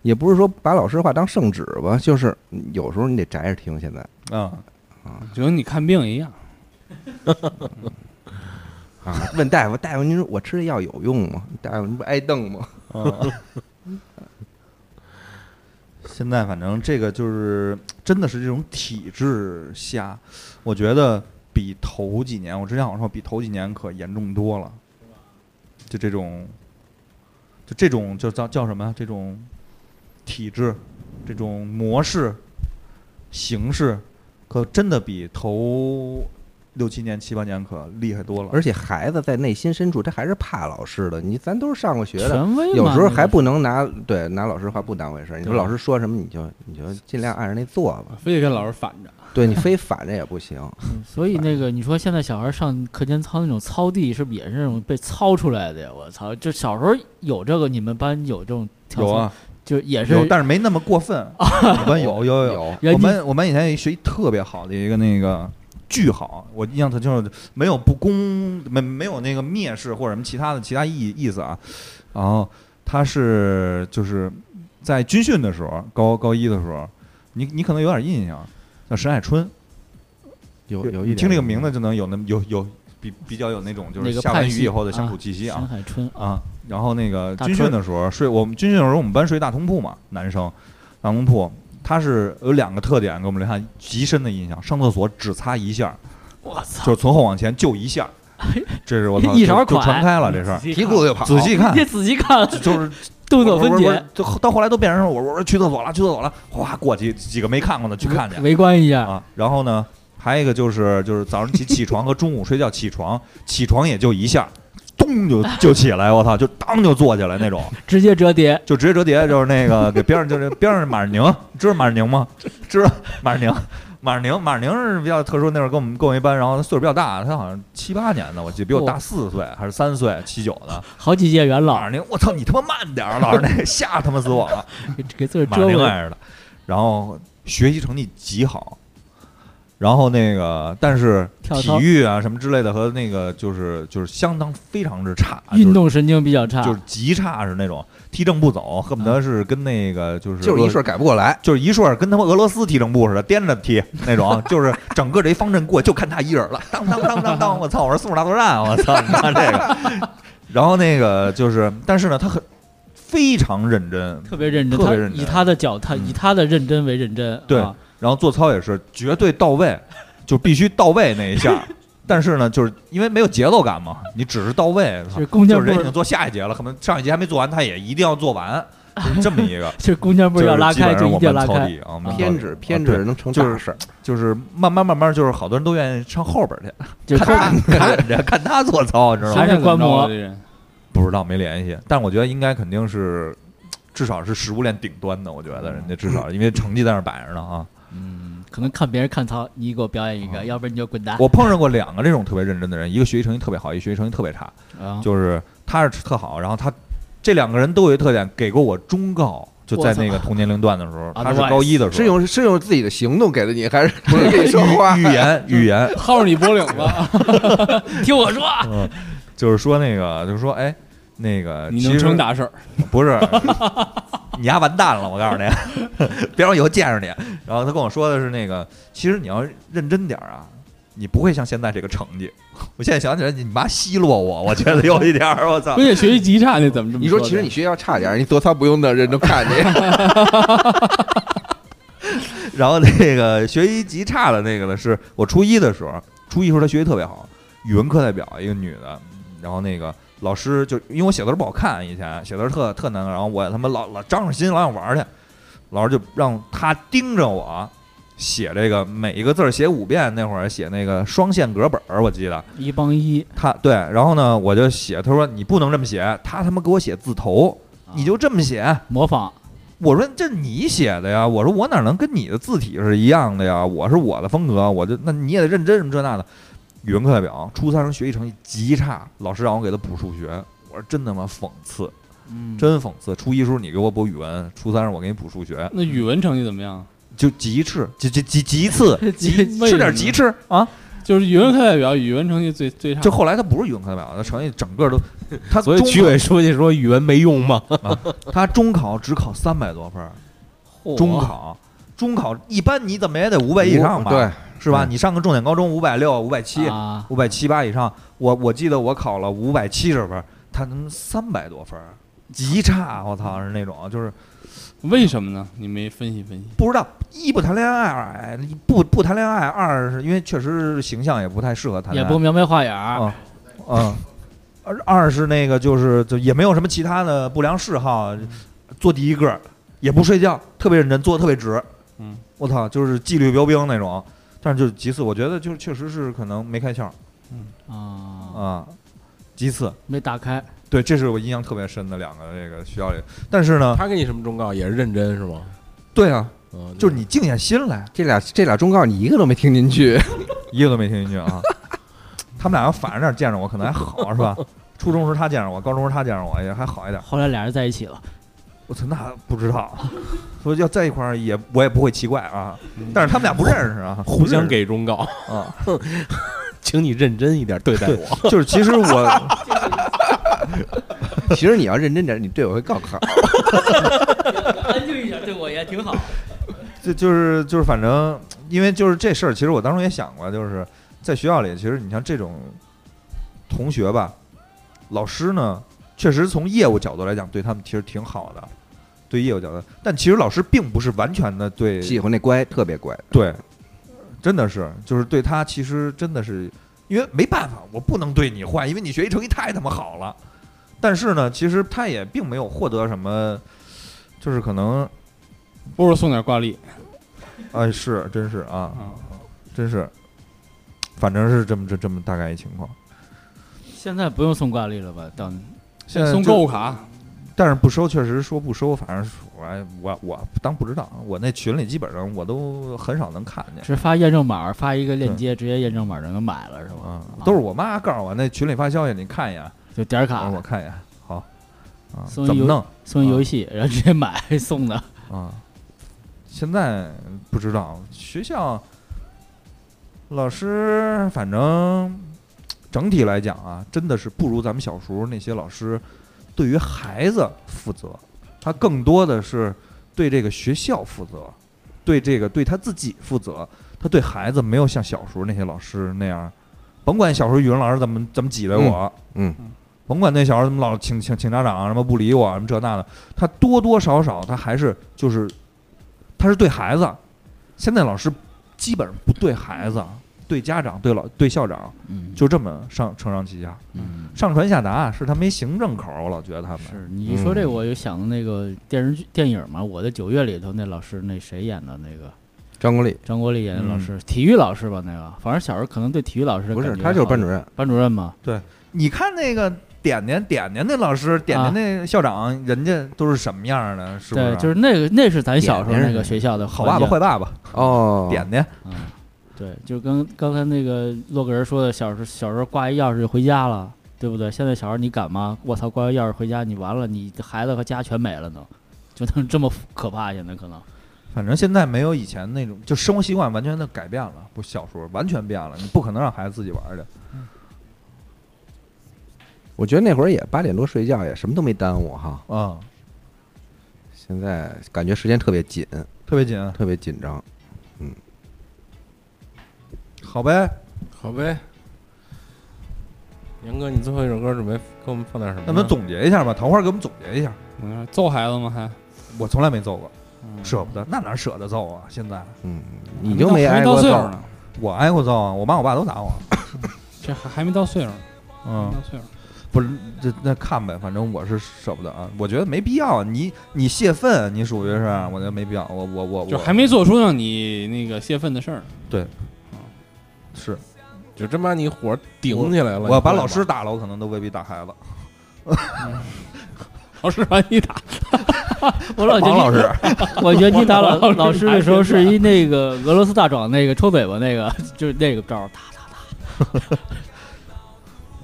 [SPEAKER 5] 也不是说把老师话当圣旨吧，就是嗯有时候你得宅着听。现在
[SPEAKER 2] 嗯，
[SPEAKER 8] 就跟你看病一样。
[SPEAKER 5] 啊，问大夫，大夫您说我吃这药有用吗？大夫您不挨瞪吗？
[SPEAKER 2] 现在反正这个就是真的是这种体制下，我觉得比头几年，我之前好像说比头几年可严重多了。就这种，就这种就叫叫什么呀？这种体制、这种模式、形式，可真的比头六七年、七八年可厉害多了。
[SPEAKER 5] 而且孩子在内心深处他还是怕老师的，你咱都是上过学的。
[SPEAKER 3] 权威嘛
[SPEAKER 5] 有时候还
[SPEAKER 3] 那个
[SPEAKER 5] 不能拿对拿老师话不当回事儿，你说老师说什么你就你就尽量按着那做 吧，
[SPEAKER 8] 非得跟老师反着，
[SPEAKER 5] 对你非反着也不行。
[SPEAKER 3] 所以那个你说现在小孩上课间操那种操地，是不是也是那种被操出来的呀？我操，就小时候有这个，你们班有这种跳
[SPEAKER 2] 有
[SPEAKER 3] 操，
[SPEAKER 2] 啊，
[SPEAKER 3] 就也是
[SPEAKER 2] 有，但是没 那么过分。我们有有有，
[SPEAKER 3] 人
[SPEAKER 2] 我
[SPEAKER 3] 家
[SPEAKER 2] 们我们以前有一学习特别好的一个那个巨好，我印象特清楚，没有不公，没没有那个蔑视或者什么其他的其他意意思啊。然后他是就是在军训的时候，高高一的时候，你你可能有点印象，叫沈海春，
[SPEAKER 5] 有有一
[SPEAKER 2] 你
[SPEAKER 5] 点
[SPEAKER 2] 听这个名字就能有那么有有比比较有那种就
[SPEAKER 3] 那
[SPEAKER 2] 是
[SPEAKER 3] 个
[SPEAKER 2] 下完
[SPEAKER 3] 派
[SPEAKER 2] 雨
[SPEAKER 3] 系
[SPEAKER 2] 以后的
[SPEAKER 3] 啊
[SPEAKER 2] 乡土气息啊
[SPEAKER 3] 沈海春啊，
[SPEAKER 2] 啊，然后那个
[SPEAKER 3] 大
[SPEAKER 2] 军
[SPEAKER 3] 春
[SPEAKER 2] 训的时候睡，我们军训的时候我们班睡大通铺嘛，男生大通铺，他是有两个特点给我们留下极深的印象，上厕所只擦一下，
[SPEAKER 3] 我操，，
[SPEAKER 2] 就是从后往前就一下，这是我操
[SPEAKER 3] 一勺
[SPEAKER 2] 就就传
[SPEAKER 3] 款
[SPEAKER 2] 开了这事儿。
[SPEAKER 3] 仔细
[SPEAKER 5] 提
[SPEAKER 3] 看
[SPEAKER 5] 裤子就跑，
[SPEAKER 2] 仔细看
[SPEAKER 3] 你， 仔细看，
[SPEAKER 2] 就是
[SPEAKER 3] 动作分
[SPEAKER 2] 我我
[SPEAKER 3] 解
[SPEAKER 2] 我，就后到后来都变成我我我去厕所了，去厕所了，哗过几几个没看过的去看去
[SPEAKER 3] 围观一下，
[SPEAKER 2] 啊。然后呢，还有一个就是就是早上起起床和中午睡觉起床，起床也就一下，咚就就起来，我操，就当就坐起来那种。
[SPEAKER 3] 直接折叠，
[SPEAKER 2] 就直接折叠，就是那个 给边上就是边上是马士宁，知道马士宁 吗？知道马士宁，马士宁，马士宁是比较特殊，那会儿跟我们跟我们一班，然后他岁数比较大，他好像七八年的，我记得比我大四岁还是三岁，七九的。
[SPEAKER 3] 好几届元
[SPEAKER 2] 马
[SPEAKER 3] 老
[SPEAKER 2] 士宁，我操你他妈慢点儿，老师那吓他妈死 我了。
[SPEAKER 3] 给给自个
[SPEAKER 2] 马啊
[SPEAKER 3] 折
[SPEAKER 2] 上另
[SPEAKER 3] 过，
[SPEAKER 2] 外似的，然后学习成绩极好，然后那个但是
[SPEAKER 3] 跳
[SPEAKER 2] 体
[SPEAKER 3] 操
[SPEAKER 2] 育啊什么之类的和那个就是就是相当非常之差，就是
[SPEAKER 3] 运动神经比较
[SPEAKER 5] 啊
[SPEAKER 3] 差，
[SPEAKER 2] 就是极差是那种踢正不走，恨不得是跟那个就是
[SPEAKER 5] 就是一
[SPEAKER 2] 俄
[SPEAKER 5] 顺改不过来。
[SPEAKER 2] 就是一顺儿跟他们俄罗斯踢正步似的，颠着踢那种，就是整个这一方阵过就看他一人了，当当当当当，我操，我是速度大作战，啊我操，你看这个，然后那个就是，但是呢，他很非常认真，
[SPEAKER 3] 特别认真，
[SPEAKER 2] 特别
[SPEAKER 3] 他
[SPEAKER 2] 认真嗯
[SPEAKER 3] 以他的脚踏，以他的认真为认真，
[SPEAKER 2] 对
[SPEAKER 3] 啊
[SPEAKER 2] 然后做操也是绝对到位，就必须到位那一下。但是呢，就是因为没有节奏感嘛，你只是到位，
[SPEAKER 3] 是弓
[SPEAKER 2] 就
[SPEAKER 3] 箭
[SPEAKER 2] 是
[SPEAKER 3] 步。
[SPEAKER 2] 人已，经做下一节了，可能上一节还没做完，他也一定要做完，就是这么一个
[SPEAKER 3] 是弓箭步要拉开
[SPEAKER 2] 就
[SPEAKER 3] 就
[SPEAKER 2] 是
[SPEAKER 3] 一定
[SPEAKER 2] 基本
[SPEAKER 3] 要拉
[SPEAKER 2] 上我们
[SPEAKER 3] 开
[SPEAKER 2] 操，底啊，我们
[SPEAKER 5] 偏
[SPEAKER 2] 操
[SPEAKER 5] 执
[SPEAKER 2] 底，
[SPEAKER 5] 偏
[SPEAKER 2] 啊对
[SPEAKER 5] 执能成大事儿，
[SPEAKER 2] 就是慢慢慢慢，就是好多人都愿意上后边 去，
[SPEAKER 3] 就是他
[SPEAKER 2] 看看着看他做操，你知道吗
[SPEAKER 3] 还？是观摩
[SPEAKER 8] 这人
[SPEAKER 2] 不知道没联系，但我觉得应该肯定是，至少是食物链顶端的，我觉得人家至少因为成绩在那儿摆着呢啊。
[SPEAKER 3] 嗯，可能看别人看操，你给我表演一个，
[SPEAKER 2] 嗯
[SPEAKER 3] 要不然你就滚蛋。
[SPEAKER 2] 我碰上过两个这种特别认真的人，一个学习成绩特别好，一个学习成绩特别差，
[SPEAKER 3] 啊，
[SPEAKER 2] 就是他是特好，然后他这两个人都有一特点，给过我忠告，就在那个同年龄段的时候，
[SPEAKER 3] 操
[SPEAKER 2] 他是高一的时
[SPEAKER 5] 是
[SPEAKER 2] 候，
[SPEAKER 5] 用是用自己的行动给了你，还是不是 跟你说话
[SPEAKER 2] 语？言 语言，
[SPEAKER 8] 薅着你脖领子，
[SPEAKER 3] 听我说，
[SPEAKER 2] 嗯，就是说那个，就是说哎，那个
[SPEAKER 8] 你
[SPEAKER 2] 其
[SPEAKER 8] 能
[SPEAKER 2] 实
[SPEAKER 8] 成大事儿。
[SPEAKER 2] 不是， 你丫完蛋了，我告诉你， 别让我以后见着你。然后他跟我说的是那个，其实你要认真点儿啊，你不会像现在这个成绩。我现在想起来，你妈奚落我，我觉得有一点儿，我操
[SPEAKER 8] 关。键学习极差，那怎么这么
[SPEAKER 5] 你
[SPEAKER 8] 说
[SPEAKER 5] 说
[SPEAKER 8] 的？
[SPEAKER 5] 其实你学校差点儿，你做操不用那人都看你。
[SPEAKER 2] 然后那个学习极差的那个呢，是我初一的时候，初一时候她学习特别好，语文课代表一个女的，然后那个老师就因为我写字儿不好看，以前写字儿特特难看，然后我他妈老老张着心老想玩儿去，老师就让她盯着我。写这个每一个字儿写五遍，那会儿写那个双线格本儿，我记得
[SPEAKER 3] 一帮一，
[SPEAKER 2] 他对，然后呢我就写，他说你不能这么写，他他妈给我写字头，你就这么写，
[SPEAKER 3] 模仿，
[SPEAKER 2] 我说这你写的呀，我说我哪能跟你的字体是一样的呀？我是我的风格，我就那你也得认真什么这那的。语文课代表，初三时候学习成绩极差，老师让我给他补数学，我说真他妈讽刺，
[SPEAKER 3] 嗯，
[SPEAKER 2] 真讽刺。初一时候你给我补语文，初三时候我给你补数学，
[SPEAKER 8] 那语文成绩怎么样？
[SPEAKER 2] 就极次，极极极极次，极
[SPEAKER 8] 为
[SPEAKER 2] 吃
[SPEAKER 8] 什么
[SPEAKER 2] 点极次啊！
[SPEAKER 8] 就是语文课代表，语文成绩最最差。
[SPEAKER 2] 就后来他不是语文课代表，他成绩整个都，他
[SPEAKER 4] 所以
[SPEAKER 2] 中
[SPEAKER 4] 区委书记说语文没用吗？
[SPEAKER 2] 他中考只考三百多分儿，中
[SPEAKER 8] 哦
[SPEAKER 2] 考中考一般你怎么也得五百以上吧？
[SPEAKER 5] 对，
[SPEAKER 2] 是吧？
[SPEAKER 5] 嗯
[SPEAKER 2] 你上个重点高中五百六、五百七、
[SPEAKER 3] 啊，
[SPEAKER 2] 五百七八以上，我我记得我考了五百七十分，他能三百多分儿，极差！啊我操，是那种就是
[SPEAKER 8] 为什么呢？你没分析分析。
[SPEAKER 2] 不知道一不谈恋爱，哎不不谈恋爱，二是因为确实形象也不太适合谈
[SPEAKER 3] 也
[SPEAKER 2] 恋爱，
[SPEAKER 3] 不描眉画眼儿，
[SPEAKER 2] 啊嗯，二二是那个就是就也没有什么其他的不良嗜好，做第一个儿也不睡觉，特别认真，做的特别直，
[SPEAKER 8] 嗯，
[SPEAKER 2] 我操，就是纪律标兵那种。但是就是其次，我觉得就是确实是可能没开窍。
[SPEAKER 3] 啊，
[SPEAKER 2] 啊，鸡翅。
[SPEAKER 3] 没打开，
[SPEAKER 2] 对，这是我印象特别深的两个这个学校里，但是呢，
[SPEAKER 4] 他给你什么忠告也是认真是吗？
[SPEAKER 2] 对啊，
[SPEAKER 4] 嗯，
[SPEAKER 2] 就是你静下心来，
[SPEAKER 5] 这俩这俩忠告你一个都没听进去，
[SPEAKER 2] 一个都没听进去 啊。他们俩要反着点见着我，可能还好是吧？初中时他见着我，高中时他见着我也还好一点。
[SPEAKER 3] 后来俩人在一起了，
[SPEAKER 2] 我操，那不知道，所以要在一块儿也我也不会奇怪啊。但是他们俩不认识啊，
[SPEAKER 4] 嗯互相给忠告
[SPEAKER 2] 啊，
[SPEAKER 4] 请你认真一点对待
[SPEAKER 2] 对
[SPEAKER 4] 我。
[SPEAKER 2] 就是其实 我
[SPEAKER 5] 其实你要认真点，你对我会更好。
[SPEAKER 3] 安静一下，对我也挺好。
[SPEAKER 2] 就就是就是，反正因为就是这事儿，其实我当时也想过，就是在学校里，其实你像这种同学吧，老师呢，确实从业务角度来讲，对他们其实挺好的，对业务角度，但其实老师并不是完全的对
[SPEAKER 5] 喜欢那乖，特别乖。
[SPEAKER 2] 对，真的是，就是对他其实真的是，因为没办法，我不能对你坏，因为你学习成绩太他妈好了。但是呢，其实他也并没有获得什么，就是可能，
[SPEAKER 8] 不如送点挂历
[SPEAKER 2] 哎，是，真是啊，
[SPEAKER 8] 啊。
[SPEAKER 2] 真是，反正是这么这这么大概一情况。
[SPEAKER 3] 现在不用送挂历了吧？当
[SPEAKER 2] 现
[SPEAKER 4] 呃
[SPEAKER 2] 在
[SPEAKER 8] 送
[SPEAKER 2] 呃就
[SPEAKER 8] 购物卡，
[SPEAKER 2] 但是不收，确实说不收，反正我哎我我当不知道，啊我那群里基本上我都很少能看见。
[SPEAKER 3] 只发验证码，发一个链接，直接验证码就能买了是吧？
[SPEAKER 2] 啊，都是我妈告诉我那群里发消息，你看一眼，
[SPEAKER 3] 就点儿卡
[SPEAKER 2] 我，看一眼，好，啊，
[SPEAKER 3] 送
[SPEAKER 2] 怎么
[SPEAKER 3] 邮
[SPEAKER 2] 弄？
[SPEAKER 3] 送一游戏，然后直接买送的。
[SPEAKER 2] 啊，现在不知道学校老师，反正整体来讲啊，真的是不如咱们小时候那些老师对于孩子负责，他更多的是对这个学校负责，对这个对他自己负责，他对孩子没有像小时候那些老师那样，甭管小时候语文老师怎么怎么挤兑我，
[SPEAKER 5] 嗯
[SPEAKER 2] 甭管那小孩怎么老请请请家长什么不理我什么这那的，他多多少少他还是就是，他是对孩子。现在老师基本上不对孩子，对家长、对老、对校长，
[SPEAKER 3] 嗯，
[SPEAKER 2] 就这么上承上启下，
[SPEAKER 3] 嗯
[SPEAKER 2] 上传下达是他没行政口儿，我老觉得他们
[SPEAKER 3] 是你一说这，我就想到那个电视剧电影嘛，《我的九月》里头那老师，那谁演的那个
[SPEAKER 5] 张国立
[SPEAKER 3] 张国立演的老师，体育老师吧？那个，反正小时候可能对体育老师的
[SPEAKER 5] 不是，
[SPEAKER 3] 感觉
[SPEAKER 5] 他就是
[SPEAKER 3] 好
[SPEAKER 5] 班主，任。
[SPEAKER 3] 班主任嘛。
[SPEAKER 2] 你看那个点点点点那老师，点
[SPEAKER 3] 啊
[SPEAKER 2] 点那校长，人家都是什么样儿的？是啊不
[SPEAKER 3] 对，就是是那个，那是咱小时候
[SPEAKER 5] 点点
[SPEAKER 3] 那
[SPEAKER 5] 是
[SPEAKER 3] 个学校的
[SPEAKER 2] 好爸爸
[SPEAKER 3] 环
[SPEAKER 2] 坏爸爸，
[SPEAKER 5] 哦，
[SPEAKER 2] 点点
[SPEAKER 3] 境。嗯，对，就跟刚才那个洛克人说的，小时候小时候挂一钥匙就回家了，对不对？现在小孩儿你敢吗？我操，挂一钥匙回家，你完了，你孩子和家全没了呢， 就能这么可怕？现在可能
[SPEAKER 2] 反正现在没有以前那种，就生活习惯完全的改变了，不小时候完全变了，你不可能让孩子自己玩儿去。
[SPEAKER 5] 我觉得那会儿也八点多睡觉，也什么都没耽误哈。
[SPEAKER 2] 啊、
[SPEAKER 5] 现在感觉时间特别紧，
[SPEAKER 2] 特别紧，
[SPEAKER 5] 特别紧张。
[SPEAKER 2] 好呗。
[SPEAKER 4] 好呗，杨哥，你最后一首歌准备给我们放点什么呢？
[SPEAKER 2] 那我们总结一下吧，
[SPEAKER 3] 嗯
[SPEAKER 2] 桃花给我们总结一下。
[SPEAKER 8] 我那儿揍孩子吗？还
[SPEAKER 2] 我从来没揍过，
[SPEAKER 3] 嗯
[SPEAKER 2] 舍不得，那哪舍得揍啊？现在
[SPEAKER 5] 嗯，你就没
[SPEAKER 8] 还
[SPEAKER 5] 挨
[SPEAKER 8] 没到
[SPEAKER 5] 过
[SPEAKER 8] 岁
[SPEAKER 5] 揍
[SPEAKER 8] 数？呢，
[SPEAKER 2] 我挨过揍啊，我妈我爸都打我。
[SPEAKER 8] 这还还没到岁数呢，还
[SPEAKER 2] 嗯
[SPEAKER 8] 没，到岁数。
[SPEAKER 2] 不是，这那看呗，反正我是舍不得啊，我觉得没必要。你你泄愤，你属于是，我觉得没必要。我我
[SPEAKER 5] 嗯
[SPEAKER 2] 我
[SPEAKER 8] 就
[SPEAKER 2] 我
[SPEAKER 8] 还没做出让你那个泄愤的事儿。
[SPEAKER 2] 是，
[SPEAKER 4] 就真把你火顶起来了。
[SPEAKER 2] 我要把
[SPEAKER 4] 你知道吗
[SPEAKER 2] 老师打了，我可能都未必打孩子。
[SPEAKER 8] 老师把你打，
[SPEAKER 3] 我
[SPEAKER 8] 啊
[SPEAKER 3] 老觉
[SPEAKER 2] 王老
[SPEAKER 3] 得
[SPEAKER 2] 师，
[SPEAKER 8] 哎
[SPEAKER 3] 我觉得你打老
[SPEAKER 8] 王
[SPEAKER 3] 老师的时候是一那个俄罗斯大壮那个抽嘴巴那个， 就是那个招儿，打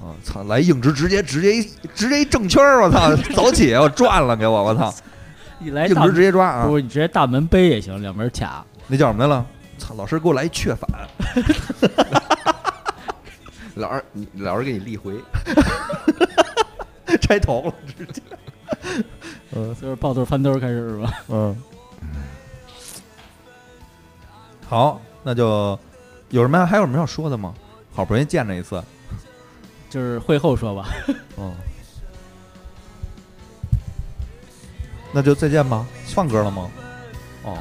[SPEAKER 2] 啊，操，来硬直，直接直接一直接一正圈儿，我操，走起，我转了给我，我操，
[SPEAKER 3] 你来
[SPEAKER 2] 硬
[SPEAKER 3] 大
[SPEAKER 2] 直直接抓啊
[SPEAKER 3] 不，！是你直接大门背也行，两门卡。
[SPEAKER 2] 那叫什么来了？操，老师给我来一雀反，
[SPEAKER 5] 老师，你老师给你立回。
[SPEAKER 2] 摘头了，直接。
[SPEAKER 3] 就是抱头翻兜儿开始是吧？
[SPEAKER 2] 嗯，好，那就有什么还有什么要说的吗？好不容易见着一次，
[SPEAKER 3] 就是会后说吧，
[SPEAKER 2] 嗯，那就再见吧。放歌了吗？哦，